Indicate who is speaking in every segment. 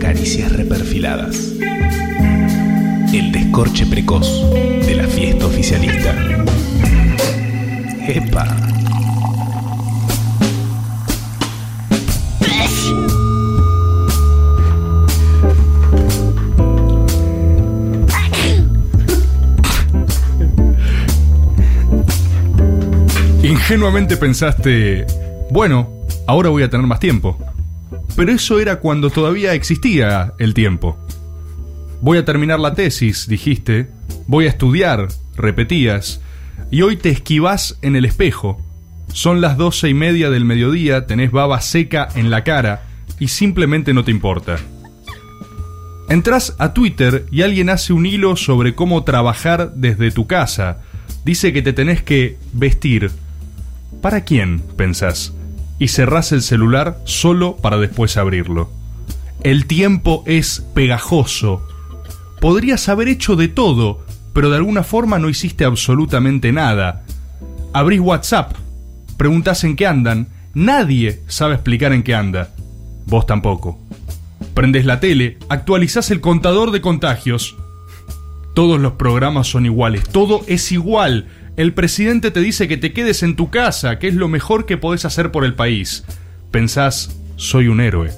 Speaker 1: caricias reperfiladas. El descorche precoz de la fiesta oficialista. ¡Epa!
Speaker 2: Ingenuamente pensaste, bueno, ahora voy a tener más tiempo. Pero eso era cuando todavía existía el tiempo. Voy a terminar la tesis, dijiste. Voy a estudiar, repetías. Y hoy te esquivás en el espejo. Son las doce y media del mediodía, tenés baba seca en la cara y simplemente no te importa. Entrás a Twitter y alguien hace un hilo sobre cómo trabajar desde tu casa. Dice que te tenés que vestir. ¿Para quién? pensás. Y cerrás el celular solo para después abrirlo. El tiempo es pegajoso. Podrías haber hecho de todo, pero de alguna forma no hiciste absolutamente nada. Abrís WhatsApp, preguntás en qué andan, nadie sabe explicar en qué anda. Vos tampoco. Prendés la tele, actualizás el contador de contagios. Todos los programas son iguales, todo es igual. El presidente te dice que te quedes en tu casa, que es lo mejor que podés hacer por el país. Pensás, soy un héroe.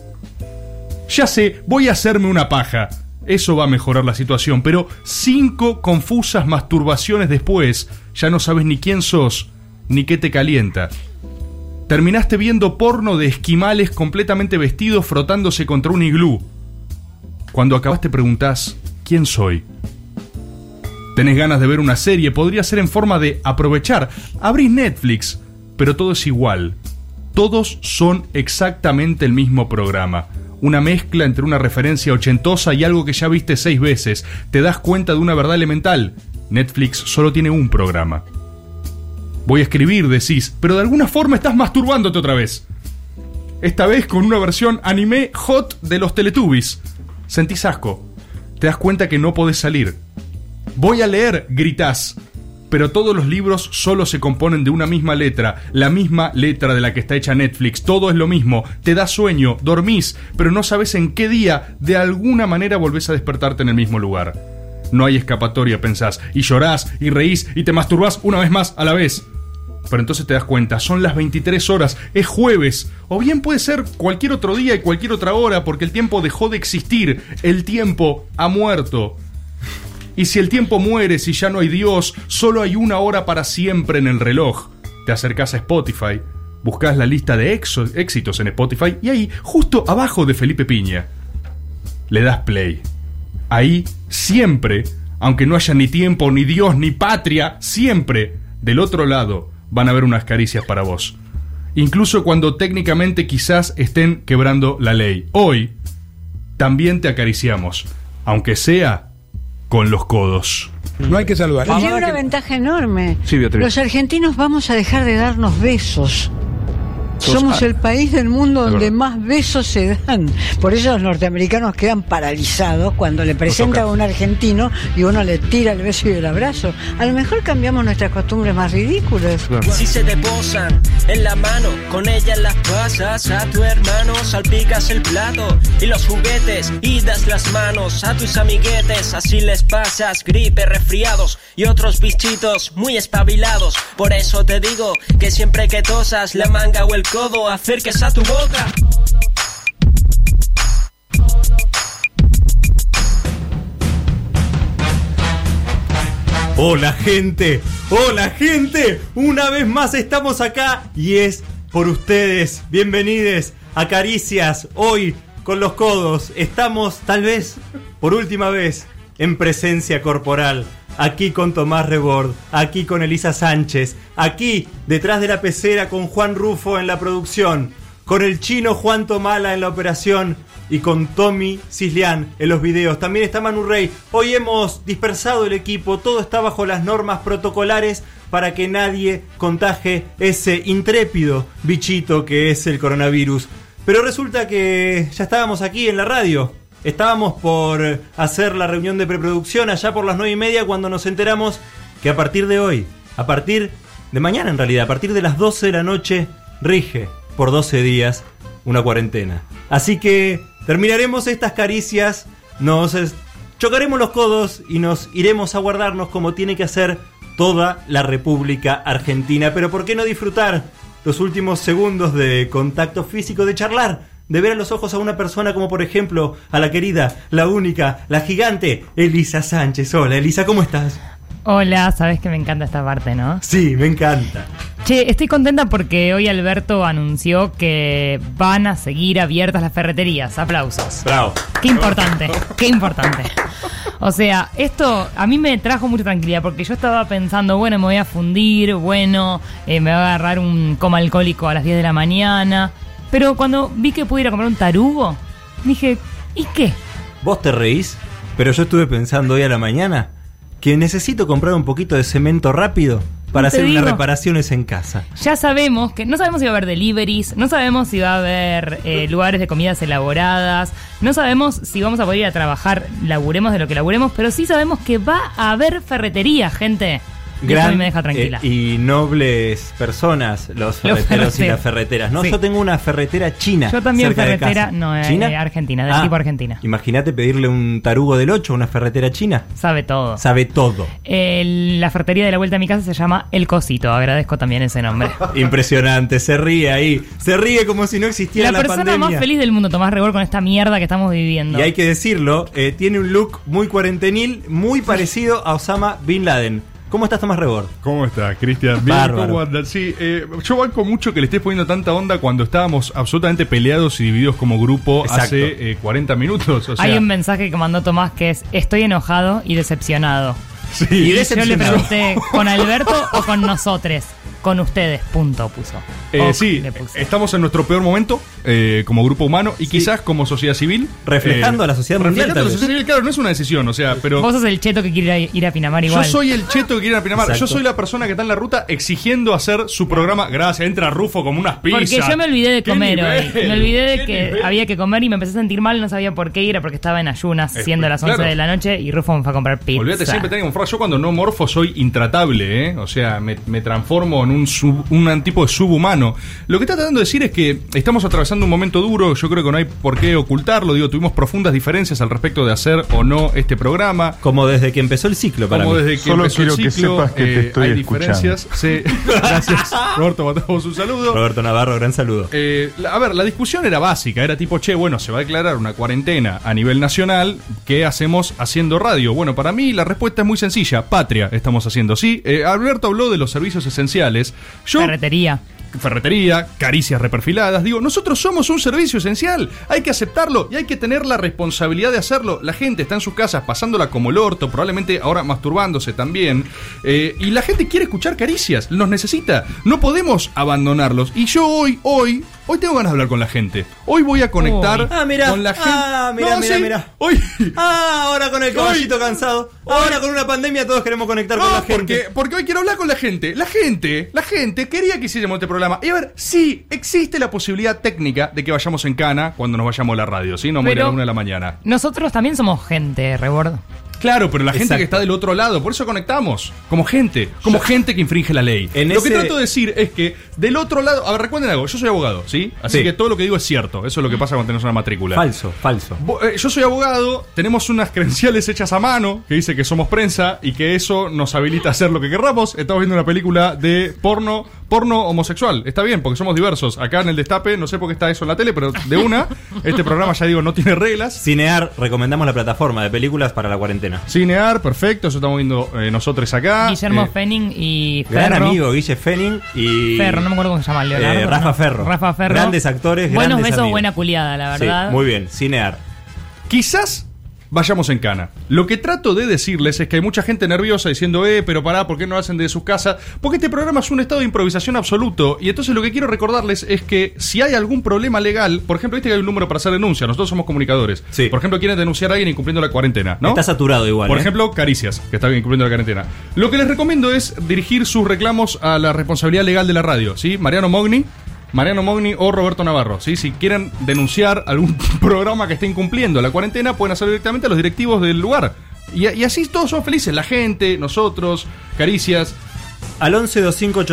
Speaker 2: Ya sé, voy a hacerme una paja. Eso va a mejorar la situación, pero cinco confusas masturbaciones después, ya no sabes ni quién sos, ni qué te calienta. Terminaste viendo porno de esquimales completamente vestidos frotándose contra un iglú. Cuando acabaste preguntás, ¿quién soy? Tenés ganas de ver una serie, podría ser en forma de aprovechar. Abrís Netflix, pero todo es igual. Todos son exactamente el mismo programa. Una mezcla entre una referencia ochentosa y algo que ya viste seis veces. Te das cuenta de una verdad elemental. Netflix solo tiene un programa. Voy a escribir, decís, pero de alguna forma estás masturbándote otra vez. Esta vez con una versión anime hot de los Teletubbies. Sentís asco. Te das cuenta que no podés salir. Voy a leer, gritás. Pero todos los libros solo se componen de una misma letra, la misma letra de la que está hecha Netflix. Todo es lo mismo. Te da sueño, dormís, pero no sabes en qué día, de alguna manera, volvés a despertarte en el mismo lugar. No hay escapatoria, pensás, y llorás, y reís, y te masturbás una vez más a la vez. Pero entonces te das cuenta, son las 23 horas, es jueves, o bien puede ser cualquier otro día y cualquier otra hora, porque el tiempo dejó de existir, el tiempo ha muerto. Y si el tiempo muere, si ya no hay Dios, solo hay una hora para siempre en el reloj. Te acercás a Spotify, buscas la lista de exo- éxitos en Spotify y ahí, justo abajo de Felipe Piña, le das play. Ahí, siempre, aunque no haya ni tiempo, ni Dios, ni patria, siempre, del otro lado, van a haber unas caricias para vos. Incluso cuando técnicamente quizás estén quebrando la ley. Hoy, también te acariciamos, aunque sea con los codos.
Speaker 3: No hay que saludar.
Speaker 4: Y tiene una ventaja enorme.
Speaker 5: Sí, Beatriz.
Speaker 4: Los argentinos vamos a dejar de darnos besos.
Speaker 5: Sos-
Speaker 4: Somos
Speaker 5: ah,
Speaker 4: el país del mundo
Speaker 5: es
Speaker 4: donde
Speaker 5: verdad.
Speaker 4: más besos se dan. Por eso los norteamericanos quedan paralizados cuando le presenta a un argentino y uno le tira el beso y el abrazo. A lo mejor cambiamos nuestras costumbres más ridículas.
Speaker 6: Si se te posan en la mano, con ellas las pasas a tu hermano, salpicas el plato y los juguetes y das las manos a tus amiguetes, así les pasas gripe, resfriados y otros bichitos muy espabilados. Por eso te digo que siempre que tosas la manga o el codo, acerques a tu boca.
Speaker 7: Hola gente, hola gente, una vez más estamos acá y es por ustedes, bienvenides a Caricias, hoy con los codos, estamos tal vez por última vez en presencia corporal, aquí con Tomás Rebord, aquí con Elisa Sánchez, aquí detrás de la pecera con Juan Rufo en la producción, con el chino Juan Tomala en la operación y con Tommy Cislián en los videos. También está Manu Rey. Hoy hemos dispersado el equipo, todo está bajo las normas protocolares para que nadie contagie ese intrépido bichito que es el coronavirus. Pero resulta que ya estábamos aquí en la radio. Estábamos por hacer la reunión de preproducción allá por las 9 y media cuando nos enteramos que a partir de hoy, a partir de mañana en realidad, a partir de las 12 de la noche, rige por 12 días una cuarentena. Así que Terminaremos estas caricias, nos es- chocaremos los codos y nos iremos a guardarnos como tiene que hacer toda la República Argentina. Pero ¿por qué no disfrutar los últimos segundos de contacto físico, de charlar, de ver a los ojos a una persona como por ejemplo a la querida, la única, la gigante, Elisa Sánchez? Hola Elisa, ¿cómo estás?
Speaker 8: Hola, sabes que me encanta esta parte, ¿no?
Speaker 7: Sí, me encanta.
Speaker 8: Che, estoy contenta porque hoy Alberto anunció que van a seguir abiertas las ferreterías. Aplausos.
Speaker 7: Bravo.
Speaker 8: Qué importante, qué importante. O sea, esto a mí me trajo mucha tranquilidad porque yo estaba pensando, bueno, me voy a fundir, bueno, eh, me voy a agarrar un coma alcohólico a las 10 de la mañana. Pero cuando vi que pude ir a comprar un tarugo, dije, ¿y qué?
Speaker 7: Vos te reís, pero yo estuve pensando hoy a la mañana que necesito comprar un poquito de cemento rápido para
Speaker 8: Te
Speaker 7: hacer unas
Speaker 8: digo.
Speaker 7: reparaciones en casa.
Speaker 8: Ya sabemos que no sabemos si va a haber deliveries, no sabemos si va a haber eh, lugares de comidas elaboradas, no sabemos si vamos a poder ir a trabajar, laburemos de lo que laburemos, pero sí sabemos que va a haber ferretería, gente. Y eso a mí me deja tranquila.
Speaker 7: eh, y nobles personas, los ferreteros y
Speaker 8: ferreteros.
Speaker 7: las ferreteras. No,
Speaker 8: Sí.
Speaker 7: yo tengo una ferretera china.
Speaker 8: Yo también
Speaker 7: cerca de
Speaker 8: ferretera,
Speaker 7: casa. Ah.
Speaker 8: no, eh, eh, argentina, del tipo argentina.
Speaker 7: Imagínate pedirle un tarugo del 8 a una ferretera china.
Speaker 8: Sabe todo.
Speaker 7: Sabe todo.
Speaker 8: El- la ferretería de la vuelta a mi casa se llama El Cosito, agradezco también ese nombre.
Speaker 7: Impresionante, se ríe ahí. Se ríe como si no existiera
Speaker 8: la,
Speaker 7: la,
Speaker 8: persona
Speaker 7: pandemia.
Speaker 8: más feliz del mundo, Tomás Rebor, con esta mierda que estamos viviendo.
Speaker 7: Y hay que decirlo, eh, tiene un look muy cuarentenil, muy parecido a Osama Bin Laden. ¿Cómo estás, Tomás Rebord?
Speaker 2: ¿Cómo está, Cristian? Bien,
Speaker 7: Bárbaro.
Speaker 2: ¿cómo andan? Sí, eh, yo banco mucho que le estés poniendo tanta onda cuando estábamos absolutamente peleados y divididos como grupo
Speaker 7: Exacto.
Speaker 2: hace eh, 40 minutos. O sea,
Speaker 8: Hay un mensaje que mandó Tomás que es, estoy enojado y decepcionado.
Speaker 2: sí.
Speaker 7: Y de-
Speaker 8: Yo le
Speaker 7: Decepcionado.
Speaker 8: pregunté, ¿con Alberto o con nosotros? Con ustedes, punto, puso.
Speaker 2: Eh,
Speaker 8: Ok,
Speaker 2: sí,
Speaker 8: le puse.
Speaker 2: estamos en nuestro peor momento eh, como grupo humano y quizás como sociedad civil. eh,
Speaker 7: Reflejando a la sociedad mundial,
Speaker 2: reflejando a la
Speaker 7: tal vez.
Speaker 2: sociedad civil, claro, no es una decisión, o sea, pero.
Speaker 8: Vos sos el cheto que quiere ir a, ir a Pinamar igual.
Speaker 2: Yo soy el cheto que quiere a Pinamar.
Speaker 7: Exacto.
Speaker 2: Yo soy la persona que está en la ruta exigiendo hacer su programa. Gracias, entra Rufo como unas
Speaker 8: Porque
Speaker 2: pizzas.
Speaker 8: yo me olvidé de
Speaker 2: ¡Qué
Speaker 8: comer hoy.
Speaker 2: nivel!
Speaker 8: Me olvidé de
Speaker 2: ¡Qué
Speaker 8: que
Speaker 2: nivel!
Speaker 8: había que comer y me empecé a sentir mal, no sabía por qué ir, era porque estaba en ayunas,
Speaker 2: Es-
Speaker 8: siendo las 11
Speaker 2: claro.
Speaker 8: de la noche y Rufo me fue a comprar pizza.
Speaker 2: Olvídate, siempre tenía un Yo cuando no morfo soy intratable, ¿eh? O sea, me, me transformo en un, sub- un tipo de subhumano. Lo que está tratando de decir es que estamos atravesando un momento duro. Yo creo que no hay por qué ocultarlo. Digo, tuvimos profundas diferencias al respecto de hacer o no este programa.
Speaker 7: Como desde que empezó el ciclo para
Speaker 2: Como
Speaker 7: mí.
Speaker 2: desde que
Speaker 9: Solo
Speaker 2: empezó el
Speaker 9: quiero que
Speaker 2: ciclo,
Speaker 9: sepas que te
Speaker 2: eh,
Speaker 9: estoy
Speaker 2: hay
Speaker 9: escuchando.
Speaker 2: diferencias. Sí. Gracias, Roberto Matamos, un saludo.
Speaker 7: Roberto Navarro, gran saludo.
Speaker 2: Eh, la- a ver, la discusión era básica, era tipo, che, bueno, se va a declarar una cuarentena a nivel nacional, ¿qué hacemos haciendo radio? Bueno, para mí la respuesta es muy sencilla, patria estamos haciendo, sí. Eh, Alberto habló de los servicios esenciales, yo...
Speaker 8: Ferretería.
Speaker 2: Ferretería, caricias reperfiladas, digo, nosotros somos un servicio esencial, hay que aceptarlo y hay que tener la responsabilidad de hacerlo. La gente está en sus casas pasándola como el orto, probablemente ahora masturbándose también, eh, y la gente quiere escuchar caricias, los necesita, no podemos abandonarlos. Y yo hoy, hoy, hoy tengo ganas de hablar con la gente, hoy voy a conectar
Speaker 8: Uy.
Speaker 7: Ah, mirá.
Speaker 2: con la gente.
Speaker 7: Ah, mirá, mirá, mirá.
Speaker 2: Hoy,
Speaker 7: Ah, ahora con el caballito cansado. Ahora con una pandemia todos queremos conectar con
Speaker 2: No,
Speaker 7: la gente.
Speaker 2: Porque, porque hoy quiero hablar con la gente. La gente, la gente quería que hiciéramos este programa. Y a ver, sí, existe la posibilidad técnica de que vayamos en cana cuando nos vayamos a la radio, ¿sí? No muere a
Speaker 8: Pero-
Speaker 2: la una de la mañana.
Speaker 8: Nosotros también somos gente, Rebord.
Speaker 2: Claro, pero la gente
Speaker 7: Exacto.
Speaker 2: que está del otro lado, por eso conectamos. Como gente, como gente que infringe la ley.
Speaker 7: En
Speaker 2: lo que
Speaker 7: ese-
Speaker 2: trato de decir es que del otro lado. A ver, recuerden algo, yo soy abogado, ¿sí? Así
Speaker 7: Sí.
Speaker 2: que todo lo que digo es cierto. Eso es lo que pasa cuando tenés una matrícula.
Speaker 7: Falso, falso.
Speaker 2: Bo- eh, Yo soy abogado, tenemos unas credenciales hechas a mano que dice que somos prensa y que eso nos habilita a hacer lo que querramos. Estamos viendo una película de porno, porno homosexual. Está bien, porque somos diversos. Acá en el Destape, no sé por qué está eso en la tele, pero de una, este programa ya digo, no tiene reglas.
Speaker 7: Cinear, recomendamos la plataforma de películas para la cuarentena.
Speaker 2: Cinear, perfecto, eso estamos viendo eh, nosotros acá.
Speaker 8: Guillermo
Speaker 2: Eh,
Speaker 8: Fenning y Ferro.
Speaker 7: Gran amigo Guille Fenning y.
Speaker 8: Ferro, no me acuerdo cómo se llama, Leonardo.
Speaker 7: Eh, Rafa
Speaker 8: ¿no?
Speaker 7: Ferro.
Speaker 8: Rafa Ferro.
Speaker 7: Grandes actores,
Speaker 8: Buenos
Speaker 7: grandes
Speaker 8: besos,
Speaker 7: amigos.
Speaker 8: buena culiada, la
Speaker 7: Sí,
Speaker 8: verdad.
Speaker 7: muy bien, cinear.
Speaker 2: Quizás vayamos en cana. Lo que trato de decirles es que hay mucha gente nerviosa diciendo, eh, pero pará, ¿por qué no lo hacen desde sus casas? Porque este programa es un estado de improvisación absoluto. Y entonces lo que quiero recordarles es que si hay algún problema legal, por ejemplo, viste que hay un número para hacer denuncia, nosotros somos comunicadores.
Speaker 7: Sí.
Speaker 2: Por ejemplo, quieren denunciar a alguien incumpliendo la cuarentena, ¿no?
Speaker 7: Está saturado igual.
Speaker 2: Por
Speaker 7: ¿eh?
Speaker 2: ejemplo, Caricias, que está incumpliendo la cuarentena. Lo que les recomiendo es dirigir sus reclamos a la responsabilidad legal de la radio, ¿sí? Mariano Mogni. Mariano Mogni o Roberto Navarro, ¿sí? Si quieren denunciar algún programa que esté incumpliendo la cuarentena, pueden hacerlo directamente a los directivos del lugar. Y, y así todos son felices, la gente, nosotros, Caricias.
Speaker 7: Al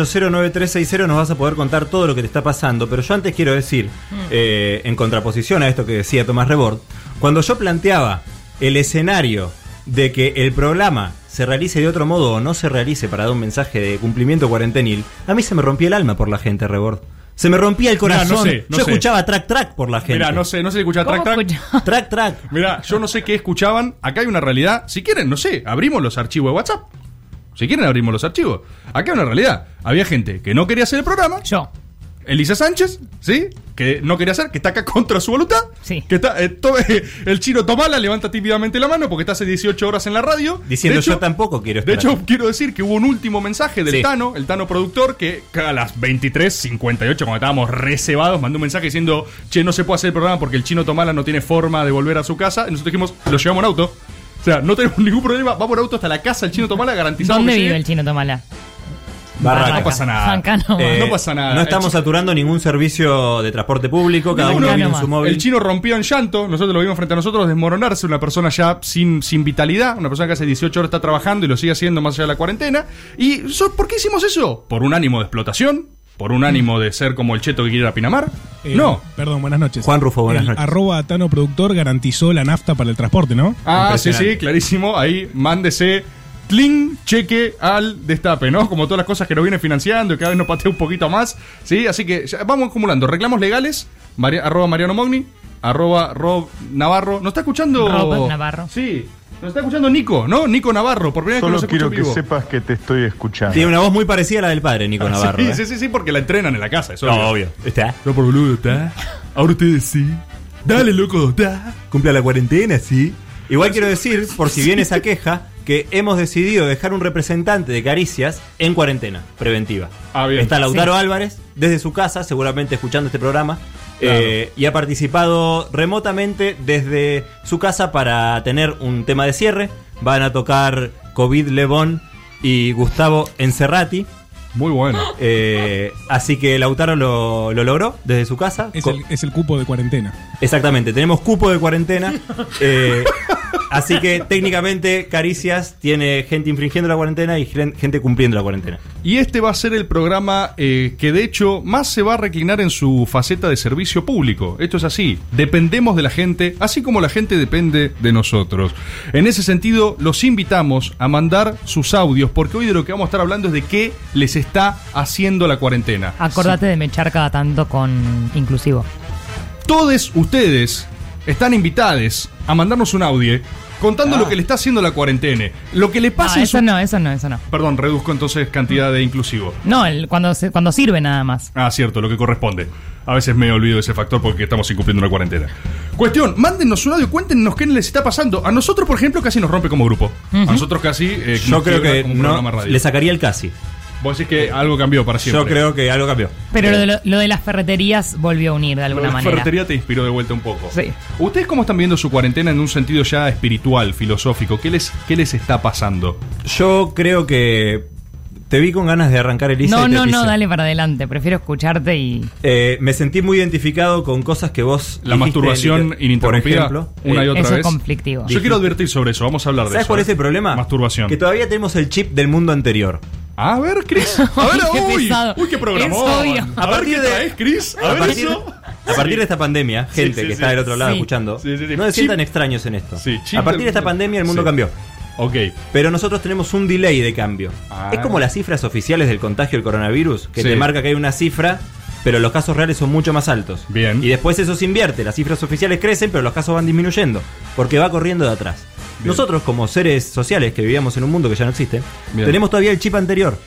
Speaker 7: 1125809360 nos vas a poder contar todo lo que te está pasando, pero yo antes quiero decir, eh, en contraposición a esto que decía Tomás Rebord, cuando yo planteaba el escenario de que el programa se realice de otro modo o no se realice para dar un mensaje de cumplimiento cuarentenil, a mí se me rompía el alma por la gente, Rebord. Se me rompía el
Speaker 2: Mirá,
Speaker 7: corazón.
Speaker 2: no sé, no
Speaker 7: yo
Speaker 2: sé.
Speaker 7: escuchaba track track por la gente.
Speaker 2: Mirá, no sé, no sé si escuchaba
Speaker 8: ¿Cómo
Speaker 2: track track.
Speaker 8: escucha?
Speaker 7: Track track.
Speaker 2: Mirá, yo no sé qué escuchaban. Acá hay una realidad. Si quieren, no sé, abrimos los archivos de WhatsApp. Si quieren, abrimos los archivos. Acá hay una realidad. Había gente que no quería hacer el programa.
Speaker 8: Yo.
Speaker 2: Elisa Sánchez, ¿sí? Que no quería hacer, que está acá contra su voluntad.
Speaker 8: Sí.
Speaker 2: Que está, eh, to- el chino Tomala levanta tímidamente la mano porque está hace 18 horas en la radio.
Speaker 7: Diciendo
Speaker 2: De hecho-
Speaker 7: yo tampoco quiero
Speaker 2: De
Speaker 7: estar
Speaker 2: hecho,
Speaker 7: aquí.
Speaker 2: quiero decir que hubo un último mensaje del
Speaker 7: Sí.
Speaker 2: Tano, el Tano productor, que a las 23.58, cuando estábamos reservados, mandó un mensaje diciendo, che, no se puede hacer el programa porque el chino Tomala no tiene forma de volver a su casa. Y nosotros dijimos, lo llevamos en auto. O sea, no tenemos ningún problema, vamos en auto hasta la casa, el chino Tomala garantizado.
Speaker 8: ¿Dónde
Speaker 2: que
Speaker 8: vive
Speaker 2: llegue.
Speaker 8: el chino Tomala?
Speaker 7: Barraca.
Speaker 2: No pasa nada.
Speaker 8: Bancano.
Speaker 2: Eh, no pasa nada.
Speaker 7: No estamos saturando ningún servicio de transporte público, cada
Speaker 2: No,
Speaker 7: uno
Speaker 2: no,
Speaker 7: viene
Speaker 8: no
Speaker 7: en su
Speaker 8: más.
Speaker 7: móvil.
Speaker 2: El chino rompió en llanto, nosotros lo vimos frente a nosotros desmoronarse, una persona ya sin, sin vitalidad, una persona que hace 18 horas está trabajando y lo sigue haciendo más allá de la cuarentena. ¿Y so- por qué hicimos eso? ¿Por un ánimo de explotación? ¿Por un ánimo de ser como el cheto que quiere ir a Pinamar?
Speaker 1: Eh,
Speaker 2: no.
Speaker 1: Perdón, buenas noches.
Speaker 7: Juan Rufo, buenas
Speaker 1: El
Speaker 7: noches.
Speaker 1: Arroba Tano Productor garantizó la nafta para el transporte, ¿no?
Speaker 2: Ah, sí,
Speaker 7: impresionante.
Speaker 2: sí, clarísimo. Ahí mándese tling, cheque al destape, ¿no? Como todas las cosas que nos viene financiando y cada vez nos patea un poquito más. Sí, así que ya vamos acumulando. Reclamos legales, Maria- arroba Mariano Mogni, arroba Rob Navarro. ¿Nos está escuchando?
Speaker 8: Rob Navarro.
Speaker 2: Sí. Nos está escuchando Nico, ¿no? Nico Navarro, por primera vez que
Speaker 10: Solo
Speaker 2: nos escucha
Speaker 10: quiero
Speaker 2: en
Speaker 10: que
Speaker 2: vivo. Ah,
Speaker 10: sepas que te estoy escuchando.
Speaker 7: Tiene una voz muy parecida a la del padre, Nico Navarro.
Speaker 2: sí,
Speaker 7: ¿eh?
Speaker 2: sí, sí, sí, porque la entrenan en la casa, eso
Speaker 7: No, obvio. Está.
Speaker 2: No por boludo, ¿está? Ahora ustedes sí. Dale, loco, ¿está?
Speaker 7: Cumple la cuarentena, sí. Igual quiero decir, por si viene esa queja, que hemos decidido dejar un representante de Caricias en cuarentena preventiva.
Speaker 2: Ah, bien.
Speaker 7: Está Lautaro Álvarez, desde su casa, seguramente escuchando este programa,
Speaker 2: Claro.
Speaker 7: eh, y ha participado remotamente desde su casa para tener un tema de cierre. Van a tocar COVID Lebón y Gustavo Encerrati.
Speaker 2: Muy bueno.
Speaker 7: eh, así que Lautaro lo, lo logró desde su casa.
Speaker 1: Es
Speaker 7: Co-
Speaker 1: el, es el cupo de cuarentena.
Speaker 7: Exactamente, tenemos cupo de cuarentena. eh, así que técnicamente Caricias tiene gente infringiendo la cuarentena y gen- gente cumpliendo la cuarentena.
Speaker 2: Y este va a ser el programa eh, que de hecho más se va a reclinar en su faceta de servicio público. Esto es así, dependemos de la gente, así como la gente depende de nosotros. En ese sentido, los invitamos a mandar sus audios, porque hoy de lo que vamos a estar hablando es de qué les está haciendo la cuarentena.
Speaker 8: Acordate de mechar cada tanto con inclusivo.
Speaker 2: Todos ustedes están invitados a mandarnos un audio contando lo que le está haciendo la cuarentena, lo que le
Speaker 8: Ah. No,
Speaker 2: pasa en
Speaker 8: eso
Speaker 2: su-
Speaker 8: no, eso no, eso no.
Speaker 2: Perdón, reduzco entonces cantidad de inclusivo.
Speaker 8: No, el- cuando, se- cuando sirve nada más.
Speaker 2: Ah, cierto, lo que corresponde. A veces me olvido de ese factor porque estamos incumpliendo una cuarentena. Cuestión, mándennos un audio, cuéntenos qué les está pasando. A nosotros, por ejemplo, casi nos rompe como grupo. A nosotros casi... eh,
Speaker 7: Yo
Speaker 2: nos
Speaker 7: creo
Speaker 2: quiebra
Speaker 7: que
Speaker 2: como un programa
Speaker 7: no
Speaker 2: radio.
Speaker 7: le sacaría el casi.
Speaker 2: Vos decís que algo cambió para siempre.
Speaker 7: Yo creo que algo cambió.
Speaker 8: Pero
Speaker 7: Eh,
Speaker 8: lo de, lo- lo de las ferreterías volvió a unir de
Speaker 2: Lo de
Speaker 8: alguna
Speaker 2: la
Speaker 8: manera.
Speaker 2: ferretería te inspiró de vuelta un poco.
Speaker 8: Sí.
Speaker 2: ¿Ustedes cómo están viendo su cuarentena en un sentido ya espiritual, filosófico? ¿Qué les, qué les está pasando?
Speaker 7: Yo creo que te vi con ganas de arrancar el
Speaker 8: No, no, no, dale para adelante. Prefiero escucharte y.
Speaker 7: eh, me sentí muy identificado con cosas que vos.
Speaker 2: La
Speaker 7: dijiste,
Speaker 2: masturbación
Speaker 7: Lili,
Speaker 2: ininterrumpida
Speaker 7: Por ejemplo,
Speaker 2: una y
Speaker 7: eh,
Speaker 2: otra
Speaker 8: Eso es
Speaker 2: vez.
Speaker 8: conflictivo.
Speaker 2: Yo quiero advertir sobre eso, vamos a hablar de
Speaker 7: ¿Sabes
Speaker 2: eso.
Speaker 7: cuál
Speaker 2: ¿eh?
Speaker 7: es el problema?
Speaker 2: Masturbación.
Speaker 7: Que todavía tenemos el chip del mundo anterior.
Speaker 2: A ver, Chris. A ver,
Speaker 8: Ay, qué
Speaker 2: uy,
Speaker 8: pesado.
Speaker 2: uy, qué programó.
Speaker 8: Es obvio.
Speaker 2: A, ver qué traes, Chris. A, ver
Speaker 7: partir,
Speaker 2: eso.
Speaker 7: a partir de esta pandemia, gente
Speaker 2: sí,
Speaker 7: que
Speaker 2: sí.
Speaker 7: está del otro lado
Speaker 8: Sí.
Speaker 7: escuchando,
Speaker 2: Sí, sí, sí.
Speaker 7: no se
Speaker 2: Chip-
Speaker 7: sientan extraños en esto.
Speaker 2: Sí, chip
Speaker 7: a partir
Speaker 2: del-
Speaker 7: de esta pandemia el mundo
Speaker 2: Sí.
Speaker 7: cambió.
Speaker 2: Ok.
Speaker 7: Pero nosotros tenemos un delay de cambio.
Speaker 2: Ah.
Speaker 7: Es como las cifras oficiales del contagio del coronavirus, que
Speaker 2: Sí.
Speaker 7: te marca que hay una cifra, pero los casos reales son mucho más altos.
Speaker 2: Bien.
Speaker 7: Y después eso se invierte, las cifras oficiales crecen, pero los casos van disminuyendo, porque va corriendo de atrás.
Speaker 2: Bien.
Speaker 7: Nosotros como seres sociales que vivíamos en un mundo que ya no existe,
Speaker 2: Bien.
Speaker 7: tenemos todavía el chip anterior.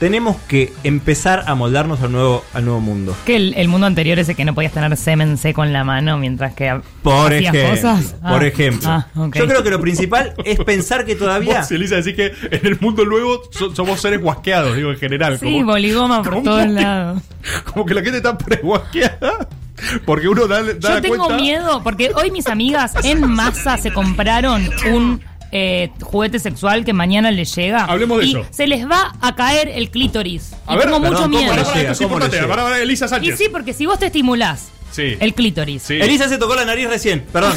Speaker 7: Tenemos que empezar a moldarnos al nuevo, al nuevo mundo.
Speaker 8: Que el, el mundo anterior ese que no podías tener semen seco en la mano mientras que
Speaker 7: Por
Speaker 8: hacías
Speaker 7: ejemplo.
Speaker 8: cosas. Ah,
Speaker 7: por ejemplo.
Speaker 8: ah, ok.
Speaker 7: Yo creo que lo principal es pensar que todavía.
Speaker 2: Vos, Elisa, decís que en el mundo nuevo so- somos seres guasqueados, digo, en general.
Speaker 8: Sí,
Speaker 2: como,
Speaker 8: boligoma por
Speaker 2: ¿Cómo
Speaker 8: todos
Speaker 2: que-
Speaker 8: lados.
Speaker 2: como que la gente está preguasqueada. Porque uno da, da
Speaker 8: Yo tengo
Speaker 2: cuenta.
Speaker 8: miedo porque hoy mis amigas en masa se compraron un eh, juguete sexual que mañana les llega.
Speaker 2: Hablemos de
Speaker 8: y
Speaker 2: eso.
Speaker 8: Se les va a caer el clítoris.
Speaker 2: A
Speaker 8: y
Speaker 2: ver,
Speaker 8: tengo mucho
Speaker 7: perdón, ¿cómo
Speaker 8: miedo.
Speaker 2: Pará, pará,
Speaker 7: llega?
Speaker 2: esto es
Speaker 7: ¿Cómo le
Speaker 2: importante.
Speaker 7: llega?
Speaker 2: Pará, pará, Elisa
Speaker 8: Y
Speaker 2: Sánchez.
Speaker 8: sí, porque si vos te estimulás
Speaker 2: Sí.
Speaker 8: el clítoris. El
Speaker 2: Sí.
Speaker 8: clítoris.
Speaker 2: Sí.
Speaker 7: Elisa se tocó la nariz recién. Perdón.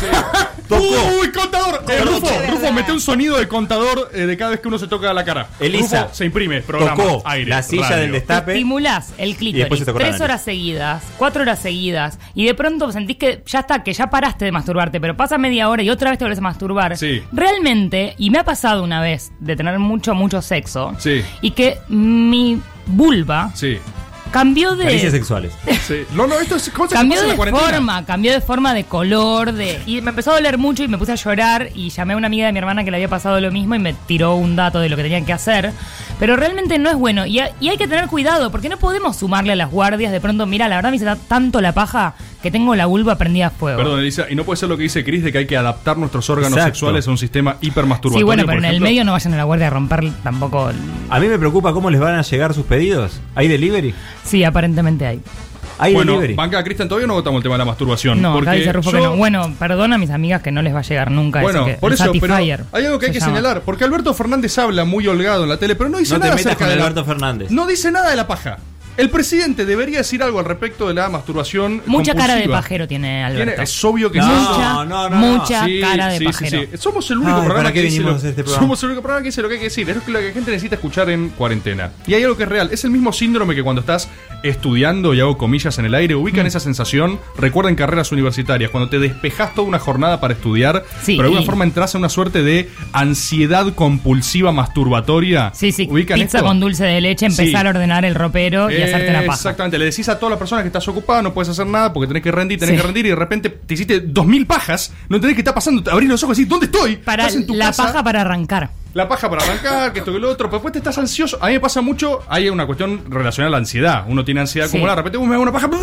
Speaker 7: Tocó.
Speaker 2: ¡Uy, contador! Eh,
Speaker 11: concha
Speaker 2: Rufo,
Speaker 11: de
Speaker 2: Rufo,
Speaker 11: verdad.
Speaker 2: mete un sonido de contador eh, de cada vez que uno se toca la cara.
Speaker 7: Elisa,
Speaker 2: Rufo, se imprime, programa,
Speaker 7: Tocó
Speaker 2: aire,
Speaker 7: la silla
Speaker 2: radio.
Speaker 7: del destape.
Speaker 8: Estimulás el
Speaker 7: Y después
Speaker 8: clítoris
Speaker 7: se te corta la
Speaker 8: tres
Speaker 7: nariz.
Speaker 8: horas seguidas, cuatro horas seguidas, y de pronto sentís que ya está, que ya paraste de masturbarte, pero pasa media hora y otra vez te volvés a masturbar.
Speaker 2: Sí.
Speaker 8: Realmente, y me ha pasado una vez de tener mucho, mucho sexo,
Speaker 2: Sí.
Speaker 8: y que mi vulva
Speaker 2: Sí,
Speaker 8: cambió de.
Speaker 7: Caricias sexuales.
Speaker 2: sí. No, no, esto es cosa que
Speaker 8: Cambió
Speaker 2: pasa en
Speaker 8: de
Speaker 2: la cuarentena.
Speaker 8: forma, cambió de forma, de color, de. Y me empezó a doler mucho y me puse a llorar y llamé a una amiga de mi hermana que le había pasado lo mismo y me tiró un dato de lo que tenían que hacer. Pero realmente no es bueno. Y, ha- y hay que tener cuidado, porque no podemos sumarle a las guardias de pronto, mira, la verdad me hice ta- tanto la paja que tengo la vulva prendida a fuego.
Speaker 2: Perdón, Elisa, y no puede ser lo que dice Cris de que hay que adaptar nuestros órganos
Speaker 7: Exacto.
Speaker 2: sexuales a un sistema hipermasturbatorio.
Speaker 8: sí, bueno,
Speaker 2: por
Speaker 8: pero en el
Speaker 2: ejemplo.
Speaker 8: medio no vayan a la guardia a romper tampoco. el-
Speaker 7: A mí me preocupa cómo les van a llegar sus pedidos. ¿Hay delivery?
Speaker 8: Sí, aparentemente hay.
Speaker 7: ¿Hay
Speaker 2: bueno,
Speaker 7: delivery?
Speaker 2: banca, Cristian, todavía no agotamos el tema de la masturbación.
Speaker 8: No, acá
Speaker 2: porque
Speaker 8: dice Rufo que
Speaker 2: yo-
Speaker 8: no. Bueno, perdona a mis amigas que no les va a llegar nunca.
Speaker 2: Bueno,
Speaker 8: eso que-
Speaker 2: por
Speaker 8: el
Speaker 2: eso, pero hay
Speaker 8: Satisfyer
Speaker 2: algo que hay
Speaker 8: se
Speaker 2: que
Speaker 8: llama.
Speaker 2: señalar, porque Alberto Fernández habla muy holgado en la tele, pero no dice
Speaker 7: No te
Speaker 2: nada
Speaker 7: metas
Speaker 2: acerca
Speaker 7: con
Speaker 2: de la-
Speaker 7: Alberto Fernández.
Speaker 2: No dice nada de la paja. El presidente debería decir algo al respecto de la masturbación.
Speaker 8: Mucha cara de
Speaker 2: compulsiva.
Speaker 8: pajero tiene Alberto.
Speaker 2: Tiene- es obvio que
Speaker 7: No,
Speaker 2: sí.
Speaker 8: mucha,
Speaker 7: no, no,
Speaker 8: mucha
Speaker 2: Sí,
Speaker 8: cara de
Speaker 2: sí, sí,
Speaker 8: pajero.
Speaker 2: sí. Somos el único
Speaker 7: Ay,
Speaker 2: programa
Speaker 7: ¿para qué
Speaker 2: que dice
Speaker 7: vinimos
Speaker 2: lo-
Speaker 7: a este programa?
Speaker 2: Somos el único programa que dice lo que hay que decir. Es lo que la gente necesita escuchar en cuarentena. Y hay algo que es real. Es el mismo síndrome que cuando estás estudiando y hago comillas en el aire.
Speaker 8: Mm.
Speaker 2: Ubican esa sensación. Recuerden carreras universitarias. Cuando te despejas toda una jornada para estudiar,
Speaker 8: Sí,
Speaker 2: pero de alguna
Speaker 8: y-
Speaker 2: forma entras a una suerte de ansiedad compulsiva masturbatoria.
Speaker 8: Sí, sí,
Speaker 2: ¿Ubican
Speaker 8: pizza
Speaker 2: esto?
Speaker 8: con dulce de leche, empezar
Speaker 2: Sí.
Speaker 8: a ordenar el ropero y hacerte la paja.
Speaker 2: Eh, Exactamente, le decís a todas las personas que estás ocupada, no puedes hacer nada porque tenés que rendir, tenés
Speaker 8: Sí.
Speaker 2: que rendir y de repente te hiciste dos mil pajas, no entendés qué está pasando, te abrís los ojos y decís, ¿dónde estoy?
Speaker 8: Para
Speaker 2: Estás en tu
Speaker 8: la
Speaker 2: casa,
Speaker 8: paja para arrancar.
Speaker 2: La paja para arrancar, que esto que lo otro, pero después te estás ansioso. A mí me pasa mucho, hay una cuestión relacionada a la ansiedad. Uno tiene ansiedad
Speaker 8: Sí.
Speaker 2: acumulada, de repente "Uy, me hago una paja, ¡bla!